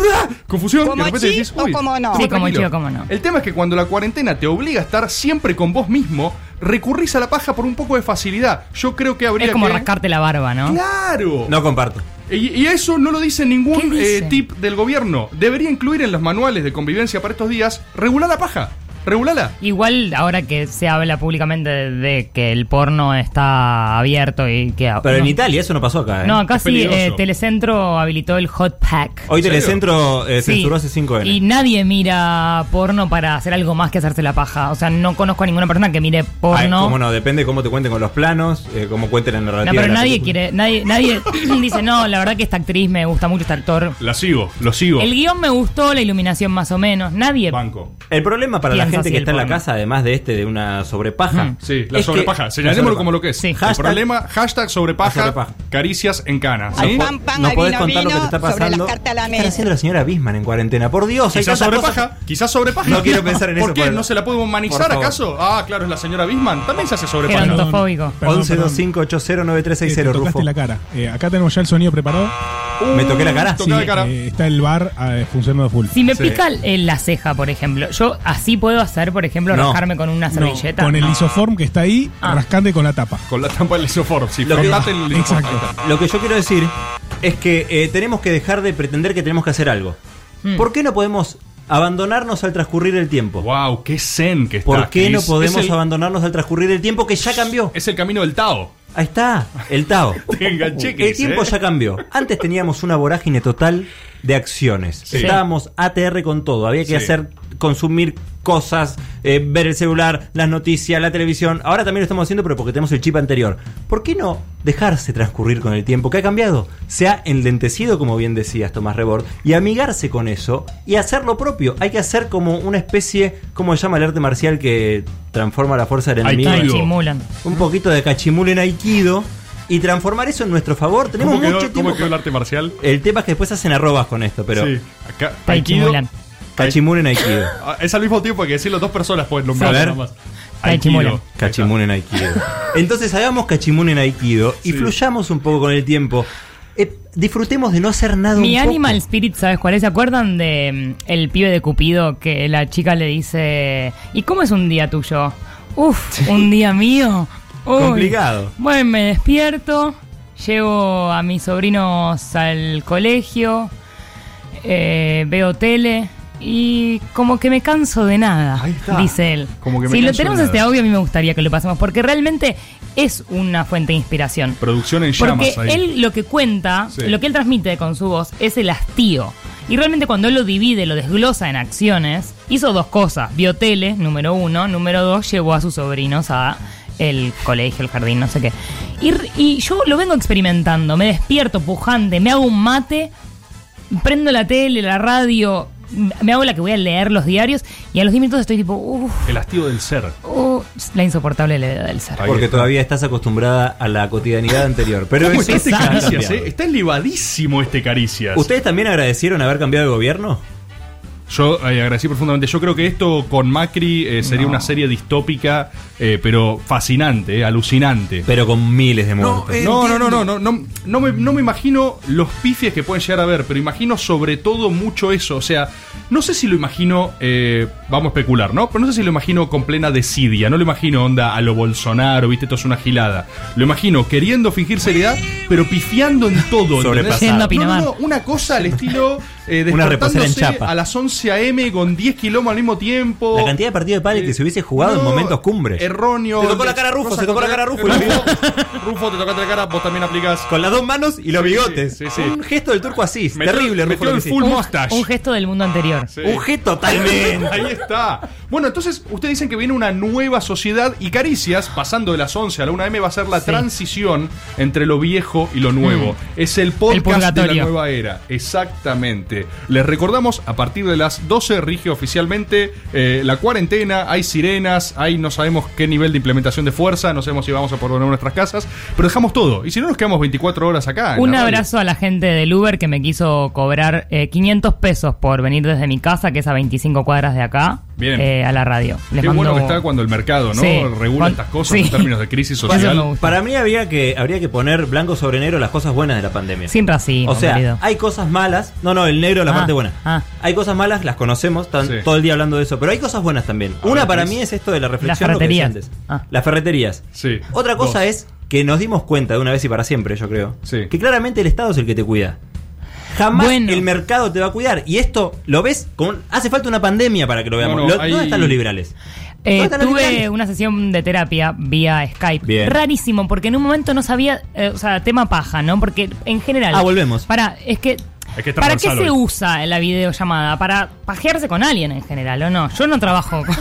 Speaker 2: confusión, y
Speaker 12: ¿Como
Speaker 2: de repente
Speaker 12: sí
Speaker 2: decís,
Speaker 12: o
Speaker 2: "Uy,
Speaker 12: como no?"
Speaker 2: estoy
Speaker 8: Sí, como
Speaker 2: tranquilo".
Speaker 8: sí o como no.
Speaker 2: El tema es que cuando la cuarentena te obliga a estar siempre con vos mismo, recurrís a la paja por un poco de facilidad. Yo creo que habría
Speaker 8: Es como
Speaker 2: que-
Speaker 8: rascarte la barba, ¿no?
Speaker 2: Claro.
Speaker 7: No comparto.
Speaker 2: Y, y eso no lo dice ningún
Speaker 8: ¿Qué dice?
Speaker 2: eh, tip del gobierno. Debería incluir en los manuales de convivencia para estos días regular la paja. Regulala.
Speaker 8: Igual ahora que se habla públicamente de, de que el porno está abierto y que...
Speaker 7: Pero
Speaker 8: no,
Speaker 7: en Italia eso no pasó acá. ¿eh?
Speaker 8: No,
Speaker 2: Es
Speaker 8: acá sí, eh,
Speaker 2: peligroso.
Speaker 8: Telecentro habilitó el hot pack.
Speaker 7: Hoy
Speaker 2: ¿En serio?
Speaker 7: Telecentro eh,
Speaker 8: Sí.
Speaker 7: censuró hace 5
Speaker 8: Y
Speaker 7: n
Speaker 8: nadie mira porno para hacer algo más que hacerse la paja. O sea, no conozco a ninguna persona que mire porno.
Speaker 7: cómo no, depende cómo te cuenten con los planos, eh, cómo cuenten la narrativa.
Speaker 8: No, pero
Speaker 7: de la
Speaker 8: nadie
Speaker 7: película.
Speaker 8: quiere, nadie, nadie dice, no, la verdad que esta actriz me gusta mucho, este actor.
Speaker 2: La sigo, lo sigo.
Speaker 8: El guión me gustó, la iluminación más o menos. Nadie.
Speaker 2: Banco.
Speaker 7: El problema para la
Speaker 8: Piensa
Speaker 7: gente
Speaker 8: así
Speaker 7: que
Speaker 8: el
Speaker 7: está en la
Speaker 8: porno.
Speaker 7: casa, además de este de una sobrepaja.
Speaker 8: Mm.
Speaker 2: Sí, la
Speaker 7: es que-
Speaker 2: sobrepaja.
Speaker 7: la
Speaker 2: Señalémoslo
Speaker 7: sobrepaja.
Speaker 2: como lo que es.
Speaker 8: Sí.
Speaker 2: El
Speaker 7: Hashtag-
Speaker 2: problema, hashtag sobrepaja,
Speaker 7: La sobrepaja.
Speaker 2: caricias en cana. ¿sí?
Speaker 12: Al pan, pan,
Speaker 7: no
Speaker 12: al
Speaker 7: podés
Speaker 12: vino,
Speaker 7: contar lo que te
Speaker 12: vino,
Speaker 7: está
Speaker 12: sobre las
Speaker 7: pasando.
Speaker 12: cartas a la
Speaker 7: ¿Qué está
Speaker 12: mesa?
Speaker 7: haciendo la señora Bisman en cuarentena? Por Dios, hay
Speaker 2: Quizás
Speaker 7: tantas
Speaker 2: sobrepaja,
Speaker 7: cosas-
Speaker 2: quizás sobrepaja.
Speaker 7: No quiero pensar en eso,
Speaker 2: ¿Por qué?
Speaker 7: Pablo.
Speaker 2: ¿No se la puede
Speaker 7: Por
Speaker 2: humanizar
Speaker 7: favor.
Speaker 2: acaso? Ah, claro, es la señora Bisman. También se hace sobrepaja.
Speaker 8: Geronto. Gerontofóbico.
Speaker 1: Perdón,
Speaker 7: 1125809360,
Speaker 1: perdón. Eh, te tocaste
Speaker 7: Rufo. Uh,
Speaker 1: la cara. Eh, acá tenemos ya el sonido preparado.
Speaker 7: Me toqué la cara.
Speaker 2: Tocá la cara.
Speaker 1: eh, está el bar eh, funcionando a full.
Speaker 8: Si me
Speaker 2: Sí.
Speaker 8: pica eh, la ceja, por ejemplo, yo así puedo hacer, por ejemplo,
Speaker 7: No.
Speaker 8: rajarme con una
Speaker 1: No,
Speaker 8: servilleta.
Speaker 1: con el
Speaker 8: No.
Speaker 1: isoform que está ahí,
Speaker 8: Ah.
Speaker 1: rascante con la tapa.
Speaker 2: Con la trampa del isoforo. Sí,
Speaker 7: Lo que-
Speaker 2: cortate el isoforo.
Speaker 1: Exacto.
Speaker 2: Ahí está.
Speaker 7: Lo que yo quiero decir es que eh, tenemos que dejar de pretender que tenemos que hacer algo. ¿Por qué no podemos abandonarnos al transcurrir el tiempo?
Speaker 2: Wow, qué zen que está.
Speaker 7: ¿Por qué no
Speaker 2: Cris.
Speaker 7: podemos
Speaker 2: Es el-
Speaker 7: abandonarnos al transcurrir el tiempo que ya cambió?
Speaker 2: Es el camino del Tao.
Speaker 7: Ahí está, el Tao.
Speaker 2: Te enganché,
Speaker 7: el
Speaker 2: Cris,
Speaker 7: tiempo
Speaker 2: ¿eh?
Speaker 7: ya cambió. Antes teníamos una vorágine total de acciones. Estábamos ATR con todo. Había que
Speaker 2: Sí.
Speaker 7: hacer, consumir cosas, eh, ver el celular, las noticias, la televisión. Ahora también lo estamos haciendo, pero porque tenemos el chip anterior. ¿Por qué no dejarse transcurrir con el tiempo? que ha cambiado? Se ha enlentecido, como bien decías, Tomás Rebord, y amigarse con eso y hacer lo propio. Hay que hacer como una especie, ¿cómo se llama el arte marcial que transforma la fuerza del enemigo?
Speaker 8: No,
Speaker 2: Aikido.
Speaker 8: chimulan.
Speaker 7: un
Speaker 2: Mm.
Speaker 7: poquito de cachimul en aikido y transformar eso en nuestro favor. Tenemos
Speaker 2: ¿Cómo quedó,
Speaker 7: mucho
Speaker 2: cómo
Speaker 7: tiempo.
Speaker 2: quedó el arte marcial?
Speaker 7: El tema es que después hacen arrobas con esto, pero
Speaker 2: sí. Acá, Aikido.
Speaker 8: Taichimulan.
Speaker 7: cachimul en aikido.
Speaker 2: Ah, Es al mismo tiempo hay que decirlo dos personas pueden nombrar
Speaker 7: A ver.
Speaker 2: nada más.
Speaker 8: Taichimulan.
Speaker 2: Aikido.
Speaker 7: Cachimul en aikido. Entonces hagamos cachimul en aikido y
Speaker 2: Sí.
Speaker 7: fluyamos un poco con el tiempo. Eh, disfrutemos de no hacer nada un
Speaker 8: Mi
Speaker 7: poco.
Speaker 8: Animal Spirit, ¿sabes cuál es? ¿Se acuerdan de mm, el pibe de Cupido que la chica le dice, ¿y cómo es un día tuyo? Uf, un día mío. Uy.
Speaker 7: Complicado.
Speaker 8: Bueno, me despierto, llevo a mis sobrinos al colegio, eh, veo tele y como que me canso de nada,
Speaker 2: Ahí está.
Speaker 8: dice él.
Speaker 2: Como que me
Speaker 8: si lo
Speaker 2: canso de
Speaker 8: tenemos
Speaker 2: nada.
Speaker 8: este audio, a mí me gustaría que lo pasemos porque realmente es una fuente de inspiración.
Speaker 2: Producción en llamas
Speaker 8: Porque
Speaker 2: ahí.
Speaker 8: él lo que cuenta,
Speaker 2: Sí.
Speaker 8: lo que él transmite con su voz es el hastío. Y realmente cuando él lo divide, lo desglosa en acciones, hizo dos cosas. Vio tele, número uno. Número dos, llevó a sus sobrinos a el colegio, el jardín, no sé qué. Y, r- y yo lo vengo experimentando. Me despierto pujante, me hago un mate, prendo la tele, la radio, m- me hago la que voy a leer los diarios y a los 10 minutos estoy tipo, uff,
Speaker 2: El hastío del ser.
Speaker 8: la insoportable levedad del ser.
Speaker 2: Ahí
Speaker 7: Porque
Speaker 2: está.
Speaker 7: todavía estás acostumbrada a la cotidianidad anterior. Pero
Speaker 2: ¿Cómo está
Speaker 7: eso
Speaker 2: este
Speaker 7: ya ha
Speaker 2: caricias,
Speaker 7: cambiado.
Speaker 2: eh? Está elevadísimo este caricias.
Speaker 7: ¿Ustedes también agradecieron haber cambiado de gobierno?
Speaker 2: Yo eh, agradecí profundamente. Yo creo que esto con Macri eh, sería una serie distópica, eh, pero fascinante, eh, alucinante.
Speaker 7: Pero con miles de muertos.
Speaker 2: No, eh, no, no, no, no, no, no me, no me imagino los pifies que pueden llegar a ver, pero imagino sobre todo mucho eso. O sea, no sé si lo imagino, eh, vamos a especular, ¿no? Pero no sé si lo imagino con plena desidia, no lo imagino onda a lo Bolsonaro, viste, esto es una gilada. Lo imagino queriendo fingir seriedad, pero pifiando en todo. ¿entendés?
Speaker 7: Sobrepasado.
Speaker 8: Yendo
Speaker 2: No,
Speaker 8: a Pinamar.
Speaker 2: no, no, una cosa al estilo eh,
Speaker 7: Una reposera en
Speaker 2: despertándose
Speaker 7: chapa.
Speaker 2: a las 11 a.m. con 10 kilómetros al mismo tiempo.
Speaker 7: La cantidad de partidos de pádel que se hubiese jugado en
Speaker 2: No,
Speaker 7: momentos cumbres.
Speaker 2: Erróneo.
Speaker 7: Te tocó la cara a Rufo,
Speaker 2: Cosas
Speaker 7: se tocó la
Speaker 2: contra-
Speaker 7: cara a Rufo.
Speaker 2: Rufo, Rufo, te tocaste la cara, vos también aplicás.
Speaker 7: Con las dos manos y los
Speaker 2: Sí, sí,
Speaker 7: bigotes.
Speaker 2: sí, sí.
Speaker 7: Un gesto del turco así.
Speaker 2: Metió-
Speaker 7: terrible, Rufo,
Speaker 2: metió
Speaker 7: lo que
Speaker 2: el
Speaker 7: hiciste.
Speaker 2: full
Speaker 8: Un-
Speaker 2: mustache.
Speaker 8: Un gesto del mundo anterior.
Speaker 2: Ah, Sí.
Speaker 7: Un gesto totalmente.
Speaker 2: Ahí está. Bueno, entonces ustedes dicen que viene una nueva sociedad y Caricias, pasando de las 11 a la 1M, va a ser la transición entre lo viejo y lo nuevo. Es el podcast de la
Speaker 8: purgatorio.
Speaker 2: nueva era. Exactamente. Les recordamos, a partir de las 12 rige oficialmente eh, la cuarentena, hay sirenas, hay no sabemos qué nivel de implementación de fuerza, no sabemos si vamos a poder volver a nuestras casas, pero dejamos todo. Y si no, nos quedamos 24 horas acá. en
Speaker 8: Un
Speaker 2: la radio.
Speaker 8: abrazo a la gente del Uber que me quiso cobrar eh, 500 pesos por venir desde mi casa, que es a 25 cuadras de acá,
Speaker 2: Bien.
Speaker 8: eh, a la radio. Les
Speaker 2: Qué
Speaker 8: mando-
Speaker 2: bueno que está cuando el mercado, ¿no?
Speaker 8: Sí.
Speaker 2: Regula
Speaker 8: Cuan-
Speaker 2: estas cosas
Speaker 8: sí.
Speaker 2: en términos de crisis
Speaker 8: Eso me
Speaker 2: social.
Speaker 8: gusta.
Speaker 7: Para mí había que, habría que poner blanco sobre negro las cosas buenas de la pandemia.
Speaker 8: Sin racismo,
Speaker 7: O sea,
Speaker 8: querido.
Speaker 7: hay cosas malas. No, no, el negro es la
Speaker 8: Ah,
Speaker 7: parte buena.
Speaker 8: ah.
Speaker 7: Hay cosas malas, las conocemos, están
Speaker 2: Sí.
Speaker 7: todo el día hablando de eso. Pero hay cosas buenas también.
Speaker 2: ver,
Speaker 7: Una para
Speaker 2: Cris.
Speaker 7: mí es esto de la reflexión.
Speaker 8: Las
Speaker 7: lo que decía
Speaker 8: ferreterías.
Speaker 7: antes.
Speaker 8: Ah.
Speaker 7: Las ferreterías.
Speaker 2: Sí.
Speaker 7: Otra cosa
Speaker 2: Dos.
Speaker 7: es que nos dimos cuenta de una vez y para siempre, yo creo,
Speaker 2: Sí.
Speaker 7: que claramente el Estado es el que te cuida. Jamás
Speaker 8: Bueno.
Speaker 7: el mercado te va a cuidar. Y esto lo ves como. Hace falta una pandemia para que lo veamos.
Speaker 2: No, no,
Speaker 7: Lo-
Speaker 2: hay-
Speaker 7: ¿Dónde están los liberales?
Speaker 8: Eh,
Speaker 7: ¿Dónde están los liberales?
Speaker 8: tuve una sesión de terapia vía Skype.
Speaker 7: Bien.
Speaker 8: Rarísimo, porque en un momento no sabía, eh, o sea, tema paja, ¿no? Porque en general.
Speaker 7: Ah, volvemos.
Speaker 8: Para, es que.
Speaker 2: Es que es
Speaker 8: ¿Para qué
Speaker 2: transversal
Speaker 8: se
Speaker 2: hoy.
Speaker 8: usa la videollamada? Para pajearse con alguien en general, ¿o no? Yo no trabajo. con-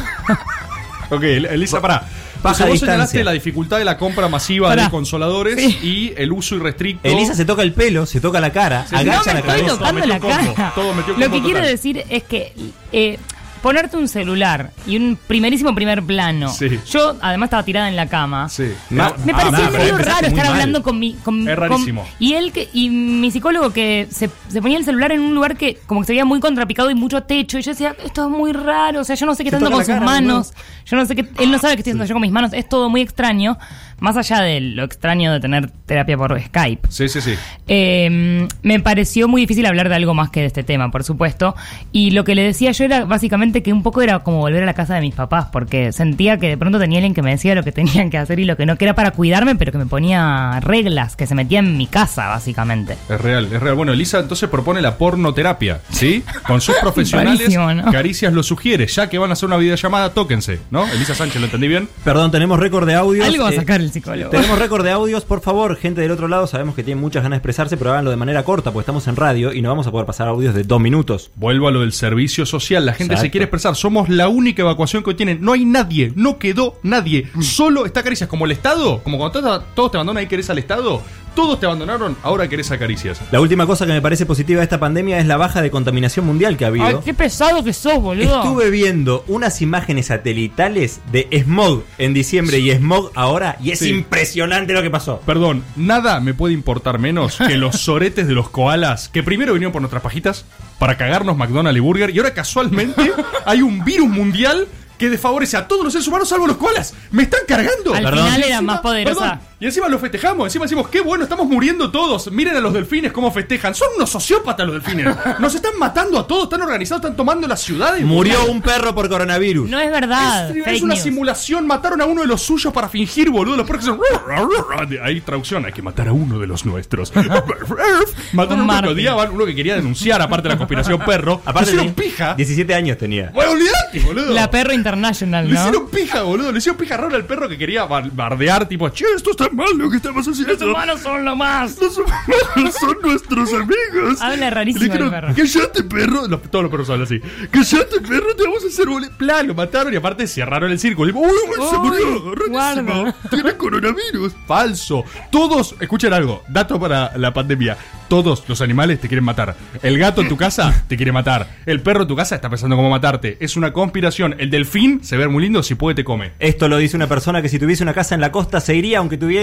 Speaker 2: Ok, Elisa, pará.
Speaker 7: Baja
Speaker 2: Entonces, vos
Speaker 7: distancia.
Speaker 2: señalaste la dificultad de la compra masiva
Speaker 8: Pará.
Speaker 2: de consoladores y el uso irrestricto.
Speaker 7: Elisa se toca el pelo, se toca la cara,
Speaker 2: Sí, sí.
Speaker 7: agacha
Speaker 8: no me
Speaker 7: la
Speaker 8: estoy
Speaker 7: cabeza.
Speaker 8: tocando
Speaker 2: Todo
Speaker 8: la
Speaker 2: metió combo,
Speaker 8: cara.
Speaker 2: todo metió
Speaker 8: Lo
Speaker 2: combo
Speaker 8: que quiero
Speaker 2: total.
Speaker 8: decir es que eh, ponerte un celular y un primerísimo primer plano.
Speaker 2: Sí.
Speaker 8: Yo además estaba tirada en la cama.
Speaker 2: Sí.
Speaker 7: Ma-
Speaker 8: Me
Speaker 7: Ah,
Speaker 8: parecía
Speaker 7: nada,
Speaker 8: medio
Speaker 7: empezaste
Speaker 8: raro
Speaker 7: muy
Speaker 8: estar
Speaker 7: mal.
Speaker 8: hablando con mi. Con,
Speaker 2: Es
Speaker 8: con-
Speaker 2: rarísimo.
Speaker 8: y él que, y mi psicólogo que se, se ponía el celular en un lugar que como que se veía muy contrapicado y mucho techo. Y yo decía, esto es muy raro. O sea, yo no sé qué está
Speaker 7: Se
Speaker 8: haciendo
Speaker 7: toca
Speaker 8: con
Speaker 7: la
Speaker 8: sus
Speaker 7: cara,
Speaker 8: manos. Yo no sé qué. Él no sabe qué estoy haciendo yo con mis manos. Es todo muy extraño. Más allá de lo extraño de tener terapia por Skype.
Speaker 2: Sí, sí, sí.
Speaker 8: Eh, me pareció muy difícil hablar de algo más que de este tema, por supuesto. Y lo que le decía yo era básicamente que un poco era como volver a la casa de mis papás, porque sentía que de pronto tenía alguien que me decía lo que tenían que hacer y lo que no, que era para cuidarme, pero que me ponía reglas, que se metía en mi casa, básicamente.
Speaker 2: Es real, es real. Bueno, Elisa entonces propone la pornoterapia, ¿sí? Con sus profesionales,
Speaker 8: Rarísimo, ¿no?
Speaker 2: Caricias lo sugiere. Ya que van a hacer una videollamada, tóquense, ¿no? Elisa Sánchez, ¿lo entendí bien?
Speaker 7: Perdón, tenemos récord de audios.
Speaker 8: Algo va a
Speaker 7: Eh,
Speaker 8: sacar el psicólogo.
Speaker 7: Tenemos récord de audios, por favor, gente del otro lado, sabemos que tienen muchas ganas de expresarse, pero háganlo de manera corta, porque estamos en radio y no vamos a poder pasar audios de dos minutos.
Speaker 2: Vuelvo a lo del servicio social. La gente se
Speaker 7: Exacto.
Speaker 2: quiere expresar. Somos la única evacuación que hoy tienen. No hay nadie. No quedó nadie.
Speaker 7: Mm.
Speaker 2: Solo está Caricias. Como el Estado. Como cuando todos- todos te abandonan y querés al Estado. Todos te abandonaron. Ahora querés a Caricias.
Speaker 7: La última cosa que me parece positiva de esta pandemia es la baja de contaminación mundial que ha habido.
Speaker 8: Ay, qué pesado que sos, boludo.
Speaker 7: Estuve viendo unas imágenes satelitales de smog en diciembre y smog ahora, y es
Speaker 2: Sí.
Speaker 7: impresionante lo que pasó.
Speaker 2: Perdón, nada me puede importar menos que los soretes de los koalas que primero vinieron por nuestras pajitas para cagarnos McDonald's y Burger y ahora casualmente hay un virus mundial que desfavorece a todos los seres humanos salvo los koalas. ¡Me están cargando!
Speaker 8: Al
Speaker 7: Perdón.
Speaker 8: final era
Speaker 2: Encima-
Speaker 8: más poderosa.
Speaker 2: perdón, y encima lo festejamos, encima decimos, qué bueno, estamos muriendo todos. Miren a los delfines cómo festejan. Son unos sociópatas los delfines. Nos están matando a todos, están organizados, están tomando las ciudades.
Speaker 7: Murió un perro por coronavirus.
Speaker 8: No es verdad.
Speaker 2: Es, es
Speaker 8: fake
Speaker 2: una
Speaker 8: news.
Speaker 2: simulación, mataron a uno de los suyos para fingir, boludo. Los perros que son- Hay traducción, hay que matar a uno de los nuestros. mataron a uno que
Speaker 8: Martín.
Speaker 2: odiaban, uno que quería denunciar, aparte de la conspiración perro.
Speaker 7: Aparte
Speaker 2: Aparte hicieron
Speaker 7: tenía-
Speaker 2: pija.
Speaker 7: 17 años tenía.
Speaker 2: Bueno, olvidate, Illuminati, boludo.
Speaker 8: La perro international,
Speaker 2: Le hicieron
Speaker 8: ¿no?
Speaker 2: pija, boludo. Le hicieron pija raro al perro que quería bar- bardear, tipo, che, esto está mal lo que estamos haciendo.
Speaker 8: Los humanos son lo más.
Speaker 2: Los humanos son nuestros amigos.
Speaker 8: Habla rarísimo
Speaker 2: Le dijeron,
Speaker 8: el perro.
Speaker 2: Callate, perro. Los- todos los perros hablan así. Callate, perro, te vamos a hacer boludo. Plá, lo mataron y aparte cerraron el círculo. Tipo, uy, uy, se
Speaker 8: Uy,
Speaker 2: murió. Rarísimo.
Speaker 8: guarda.
Speaker 2: Tiene coronavirus. Falso. Todos, escuchen algo. Dato para la pandemia. Todos los animales te quieren matar. El gato en tu casa te quiere matar. El perro en tu casa está pensando cómo matarte. Es una conspiración. El delfín se ve muy lindo. Si puede, te come.
Speaker 7: Esto lo dice una persona que si tuviese una casa en la costa se iría aunque tuviera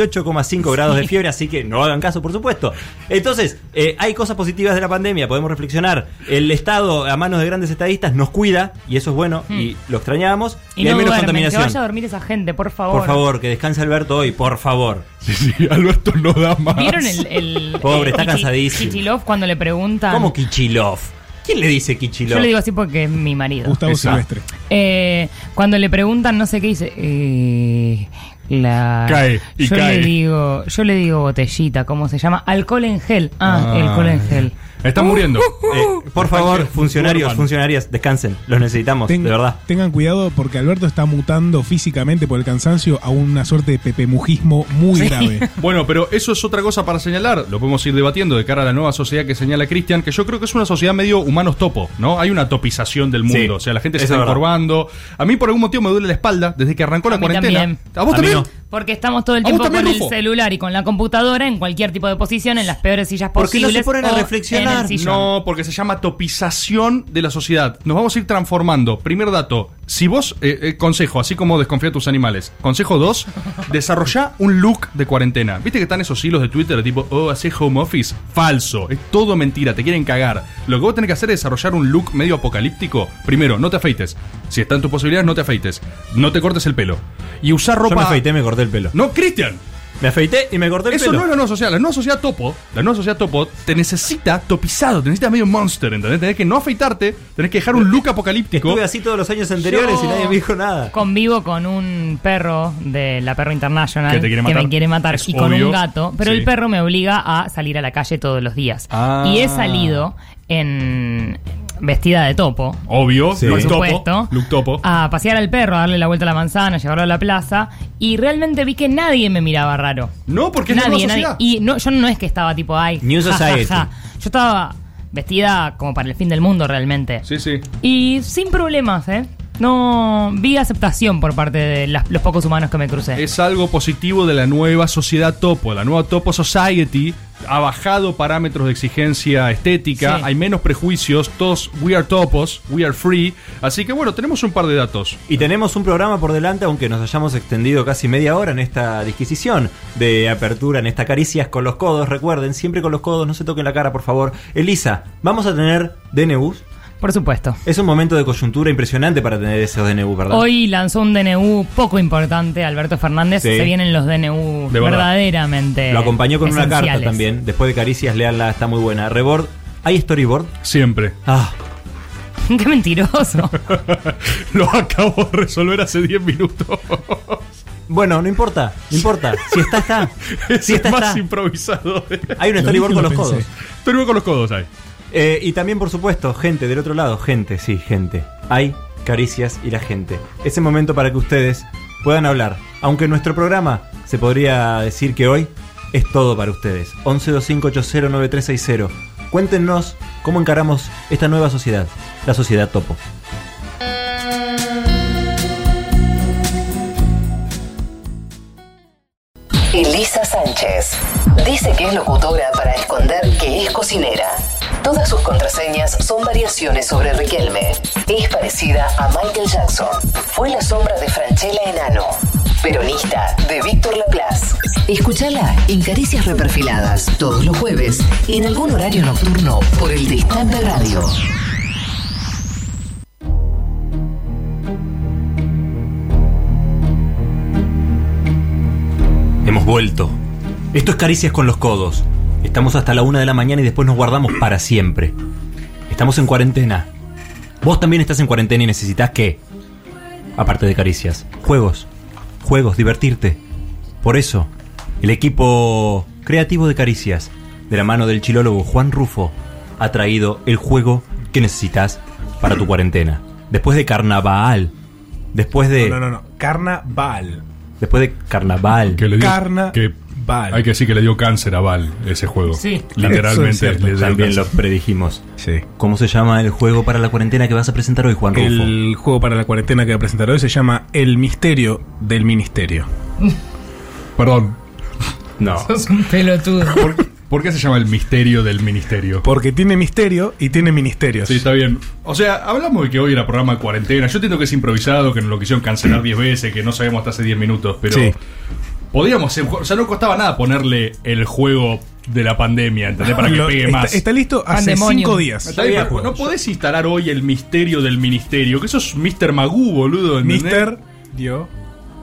Speaker 7: 38,5 grados de fiebre, así que no hagan caso, por supuesto. Entonces, eh, hay cosas positivas de la pandemia, podemos reflexionar. El Estado, a manos de grandes estadistas, nos cuida, y eso es bueno, y lo extrañamos, y,
Speaker 8: Hmm. Y, no
Speaker 7: hay menos
Speaker 8: duermen, que
Speaker 7: contaminación.
Speaker 8: vaya a dormir esa gente, por favor.
Speaker 7: por favor, que descanse Alberto hoy, por favor.
Speaker 2: Sí, sí, Alberto no da más.
Speaker 8: ¿Vieron el, el-
Speaker 7: Pobre,
Speaker 8: eh,
Speaker 7: está
Speaker 8: Kichi-
Speaker 7: cansadísimo.
Speaker 8: Kichilov cuando le preguntan.
Speaker 7: ¿Cómo Kichilov? ¿Quién le dice Kichilov?
Speaker 8: Yo le digo así porque es mi marido.
Speaker 1: Gustavo
Speaker 2: Esa.
Speaker 1: Silvestre.
Speaker 8: Eh, cuando le preguntan no sé qué dice. eh, la...
Speaker 2: Cae, y
Speaker 8: yo
Speaker 2: cae.
Speaker 8: le digo, yo le digo botellita, ¿cómo se llama? Alcohol en gel. Ah, Uh,
Speaker 2: Ah.
Speaker 8: alcohol en gel.
Speaker 2: Está muriendo.
Speaker 7: Eh, por favor, funcionarios,
Speaker 2: Duerman.
Speaker 7: funcionarias, descansen, los necesitamos,
Speaker 1: Ten-
Speaker 7: de verdad.
Speaker 1: Tengan cuidado porque Alberto está mutando físicamente por el cansancio a una suerte de pepemujismo muy grave.
Speaker 2: Bueno, pero eso es otra cosa para señalar. Lo podemos ir debatiendo de cara a la nueva sociedad que señala Cristian, que yo creo que es una sociedad medio humanos topo, ¿no? Hay una topización del mundo.
Speaker 7: Sí,
Speaker 2: o sea, la gente se
Speaker 7: eso
Speaker 2: está
Speaker 7: es verdad.
Speaker 2: encorvando. A mí por algún motivo me duele la espalda desde que arrancó la
Speaker 8: mí
Speaker 2: cuarentena.
Speaker 8: también.
Speaker 2: ¿A vos
Speaker 7: A mí
Speaker 2: también?
Speaker 7: no.
Speaker 8: Porque estamos todo el
Speaker 2: ¿A vos
Speaker 8: tiempo
Speaker 2: también,
Speaker 8: con el
Speaker 2: Rufo?
Speaker 8: celular y con la computadora en cualquier tipo de posición, en las peores sillas
Speaker 7: Porque no
Speaker 8: posibles.
Speaker 7: se ponen a
Speaker 8: o
Speaker 7: reflexionar.
Speaker 8: en el sillón.
Speaker 2: No, porque se llama topización de la sociedad. Nos vamos a ir transformando. Primer dato, si vos, eh, eh, consejo, así como desconfía de tus animales. Consejo 2, desarrollá un look de cuarentena. ¿Viste que están esos hilos de Twitter tipo, oh, haces home office? Falso, es todo mentira, te quieren cagar. Lo que vos tenés que hacer es desarrollar un look medio apocalíptico. Primero, no te afeites. Si está en tus posibilidades, no te afeites. No te cortes el pelo. Y usar ropa...
Speaker 7: Yo me afeité, me corté el pelo.
Speaker 2: No, Cristian.
Speaker 7: Me afeité y me corté el
Speaker 2: Eso
Speaker 7: pelo.
Speaker 2: no es la nueva sociedad. La nueva sociedad topo, la nueva sociedad topo, te necesita topizado, te necesita medio monster, ¿entendés? Tenés que no afeitarte, tenés que dejar un look apocalíptico.
Speaker 7: Estuve así todos los años anteriores y
Speaker 8: Yo
Speaker 7: nadie me dijo nada.
Speaker 8: Convivo con un perro de la Perro International
Speaker 2: Que te quiere matar.
Speaker 8: me quiere matar
Speaker 2: Es
Speaker 8: y con
Speaker 2: obvio.
Speaker 8: un gato, pero
Speaker 2: Sí.
Speaker 8: el perro me obliga a salir a la calle todos los días.
Speaker 2: Ah.
Speaker 8: Y he salido en vestida de topo.
Speaker 2: Obvio,
Speaker 7: Sí.
Speaker 2: look
Speaker 7: Por
Speaker 2: topo.
Speaker 8: supuesto,
Speaker 2: Look topo.
Speaker 8: a pasear al perro, a darle la vuelta a la manzana, llevarlo a la plaza y realmente vi que nadie me miraba raro.
Speaker 2: No, porque es la
Speaker 8: nadie,
Speaker 2: nueva
Speaker 8: nadie.
Speaker 2: sociedad.
Speaker 8: Y no, yo no es que estaba tipo, ay,
Speaker 7: New
Speaker 8: ja, ja,
Speaker 7: Society.
Speaker 8: ja. Yo estaba vestida como para el fin del mundo realmente.
Speaker 2: Sí, sí.
Speaker 8: Y sin problemas, ¿eh? No vi aceptación por parte de las- los pocos humanos que me crucé.
Speaker 2: Es algo positivo de la nueva sociedad topo, la nueva topo society. Ha bajado parámetros de exigencia estética,
Speaker 8: Sí.
Speaker 2: hay menos prejuicios, todos we are topos, we are free. Así que bueno, tenemos un par de datos.
Speaker 7: Y tenemos un programa por delante, aunque nos hayamos extendido casi media hora en esta disquisición de apertura, en esta caricias con los codos. Recuerden, siempre con los codos, no se toquen la cara, por favor. Elisa, vamos a tener DNUs.
Speaker 8: Por supuesto.
Speaker 7: Es un momento de coyuntura impresionante para tener esos DNU, ¿verdad?
Speaker 8: Hoy lanzó un DNU poco importante, Alberto Fernández.
Speaker 7: Sí.
Speaker 8: Se vienen los DNU
Speaker 2: De verdad.
Speaker 8: verdaderamente.
Speaker 7: Lo acompañó con una carta
Speaker 8: Eh, esenciales.
Speaker 7: también. Después de caricias, leanla, está muy buena. Rebord, ¿hay storyboard?
Speaker 2: Siempre.
Speaker 7: Ah,
Speaker 8: Qué mentiroso.
Speaker 2: Lo acabo de resolver hace 10 minutos.
Speaker 7: bueno, no importa, no importa. Si está, está.
Speaker 2: Es
Speaker 7: Si
Speaker 2: el
Speaker 7: está,
Speaker 2: más
Speaker 7: está.
Speaker 2: improvisado. de-
Speaker 7: Hay un
Speaker 1: Lo
Speaker 7: storyboard
Speaker 1: dije
Speaker 7: con
Speaker 1: y
Speaker 7: los
Speaker 1: lo
Speaker 7: codos.
Speaker 1: pensé.
Speaker 2: Estoy con los codos ahí.
Speaker 7: Eh, y también, por supuesto, gente del otro lado, gente, sí, gente. Hay caricias y la gente. Ese momento para que ustedes puedan hablar. Aunque nuestro programa se podría decir que hoy es todo para ustedes. 1125809360. Cuéntenos cómo encaramos esta nueva sociedad, la sociedad topo.
Speaker 13: Elisa Sánchez. Dice que es locutora para esconder que es cocinera. Todas sus contraseñas son variaciones sobre Riquelme. Es parecida a Michael Jackson. Fue la sombra de Franchella Enano. Peronista de Víctor Laplace. Escúchala en Caricias Reperfiladas todos los jueves y en algún horario nocturno por el Distante Radio.
Speaker 7: Hemos vuelto. Esto es Caricias con los Codos. Estamos hasta la una de la mañana y después nos guardamos para siempre. Estamos en cuarentena. Vos también estás en cuarentena y necesitas que, aparte de caricias, juegos, juegos, divertirte. Por eso, el equipo creativo de Caricias, de la mano del chilólogo Juan Rufo, ha traído el juego que necesitas para tu cuarentena. Después de carnaval. Después de.
Speaker 1: No, no, no. Carnaval.
Speaker 7: Después de carnaval.
Speaker 2: Que le dio-
Speaker 1: Carna-
Speaker 2: que
Speaker 1: Val.
Speaker 2: Hay que decir que le dio cáncer a Val ese juego.
Speaker 8: Sí.
Speaker 2: Literalmente.
Speaker 1: Eso es cierto.
Speaker 2: le dio
Speaker 7: También
Speaker 2: cáncer.
Speaker 7: lo predijimos.
Speaker 1: Sí.
Speaker 7: ¿Cómo se llama el juego para la cuarentena que vas a presentar hoy, Juan Rufo?
Speaker 1: El juego para la cuarentena que va a presentar hoy se llama El misterio del ministerio.
Speaker 2: Perdón.
Speaker 7: No.
Speaker 8: Sos un pelotudo.
Speaker 2: ¿Por, por qué se llama el misterio del ministerio?
Speaker 1: Porque tiene misterio y tiene ministerios.
Speaker 2: Sí, está bien. O sea, hablamos de que hoy era programa de cuarentena. Yo entiendo que es improvisado, que nos lo quisieron cancelar 10 veces, que no sabemos hasta hace 10 minutos, pero
Speaker 1: Sí.
Speaker 2: podíamos, hacer- o sea, no costaba nada ponerle el juego de la pandemia, ¿entendés? Para que
Speaker 1: Lo-
Speaker 2: pegue
Speaker 1: está,
Speaker 2: más.
Speaker 1: está listo hace
Speaker 8: Pandemonium.
Speaker 1: cinco días.
Speaker 2: Está bien, pero no podés instalar hoy el misterio del ministerio, que eso es Mr. Magoo, boludo. ¿entendés?
Speaker 1: Mister dio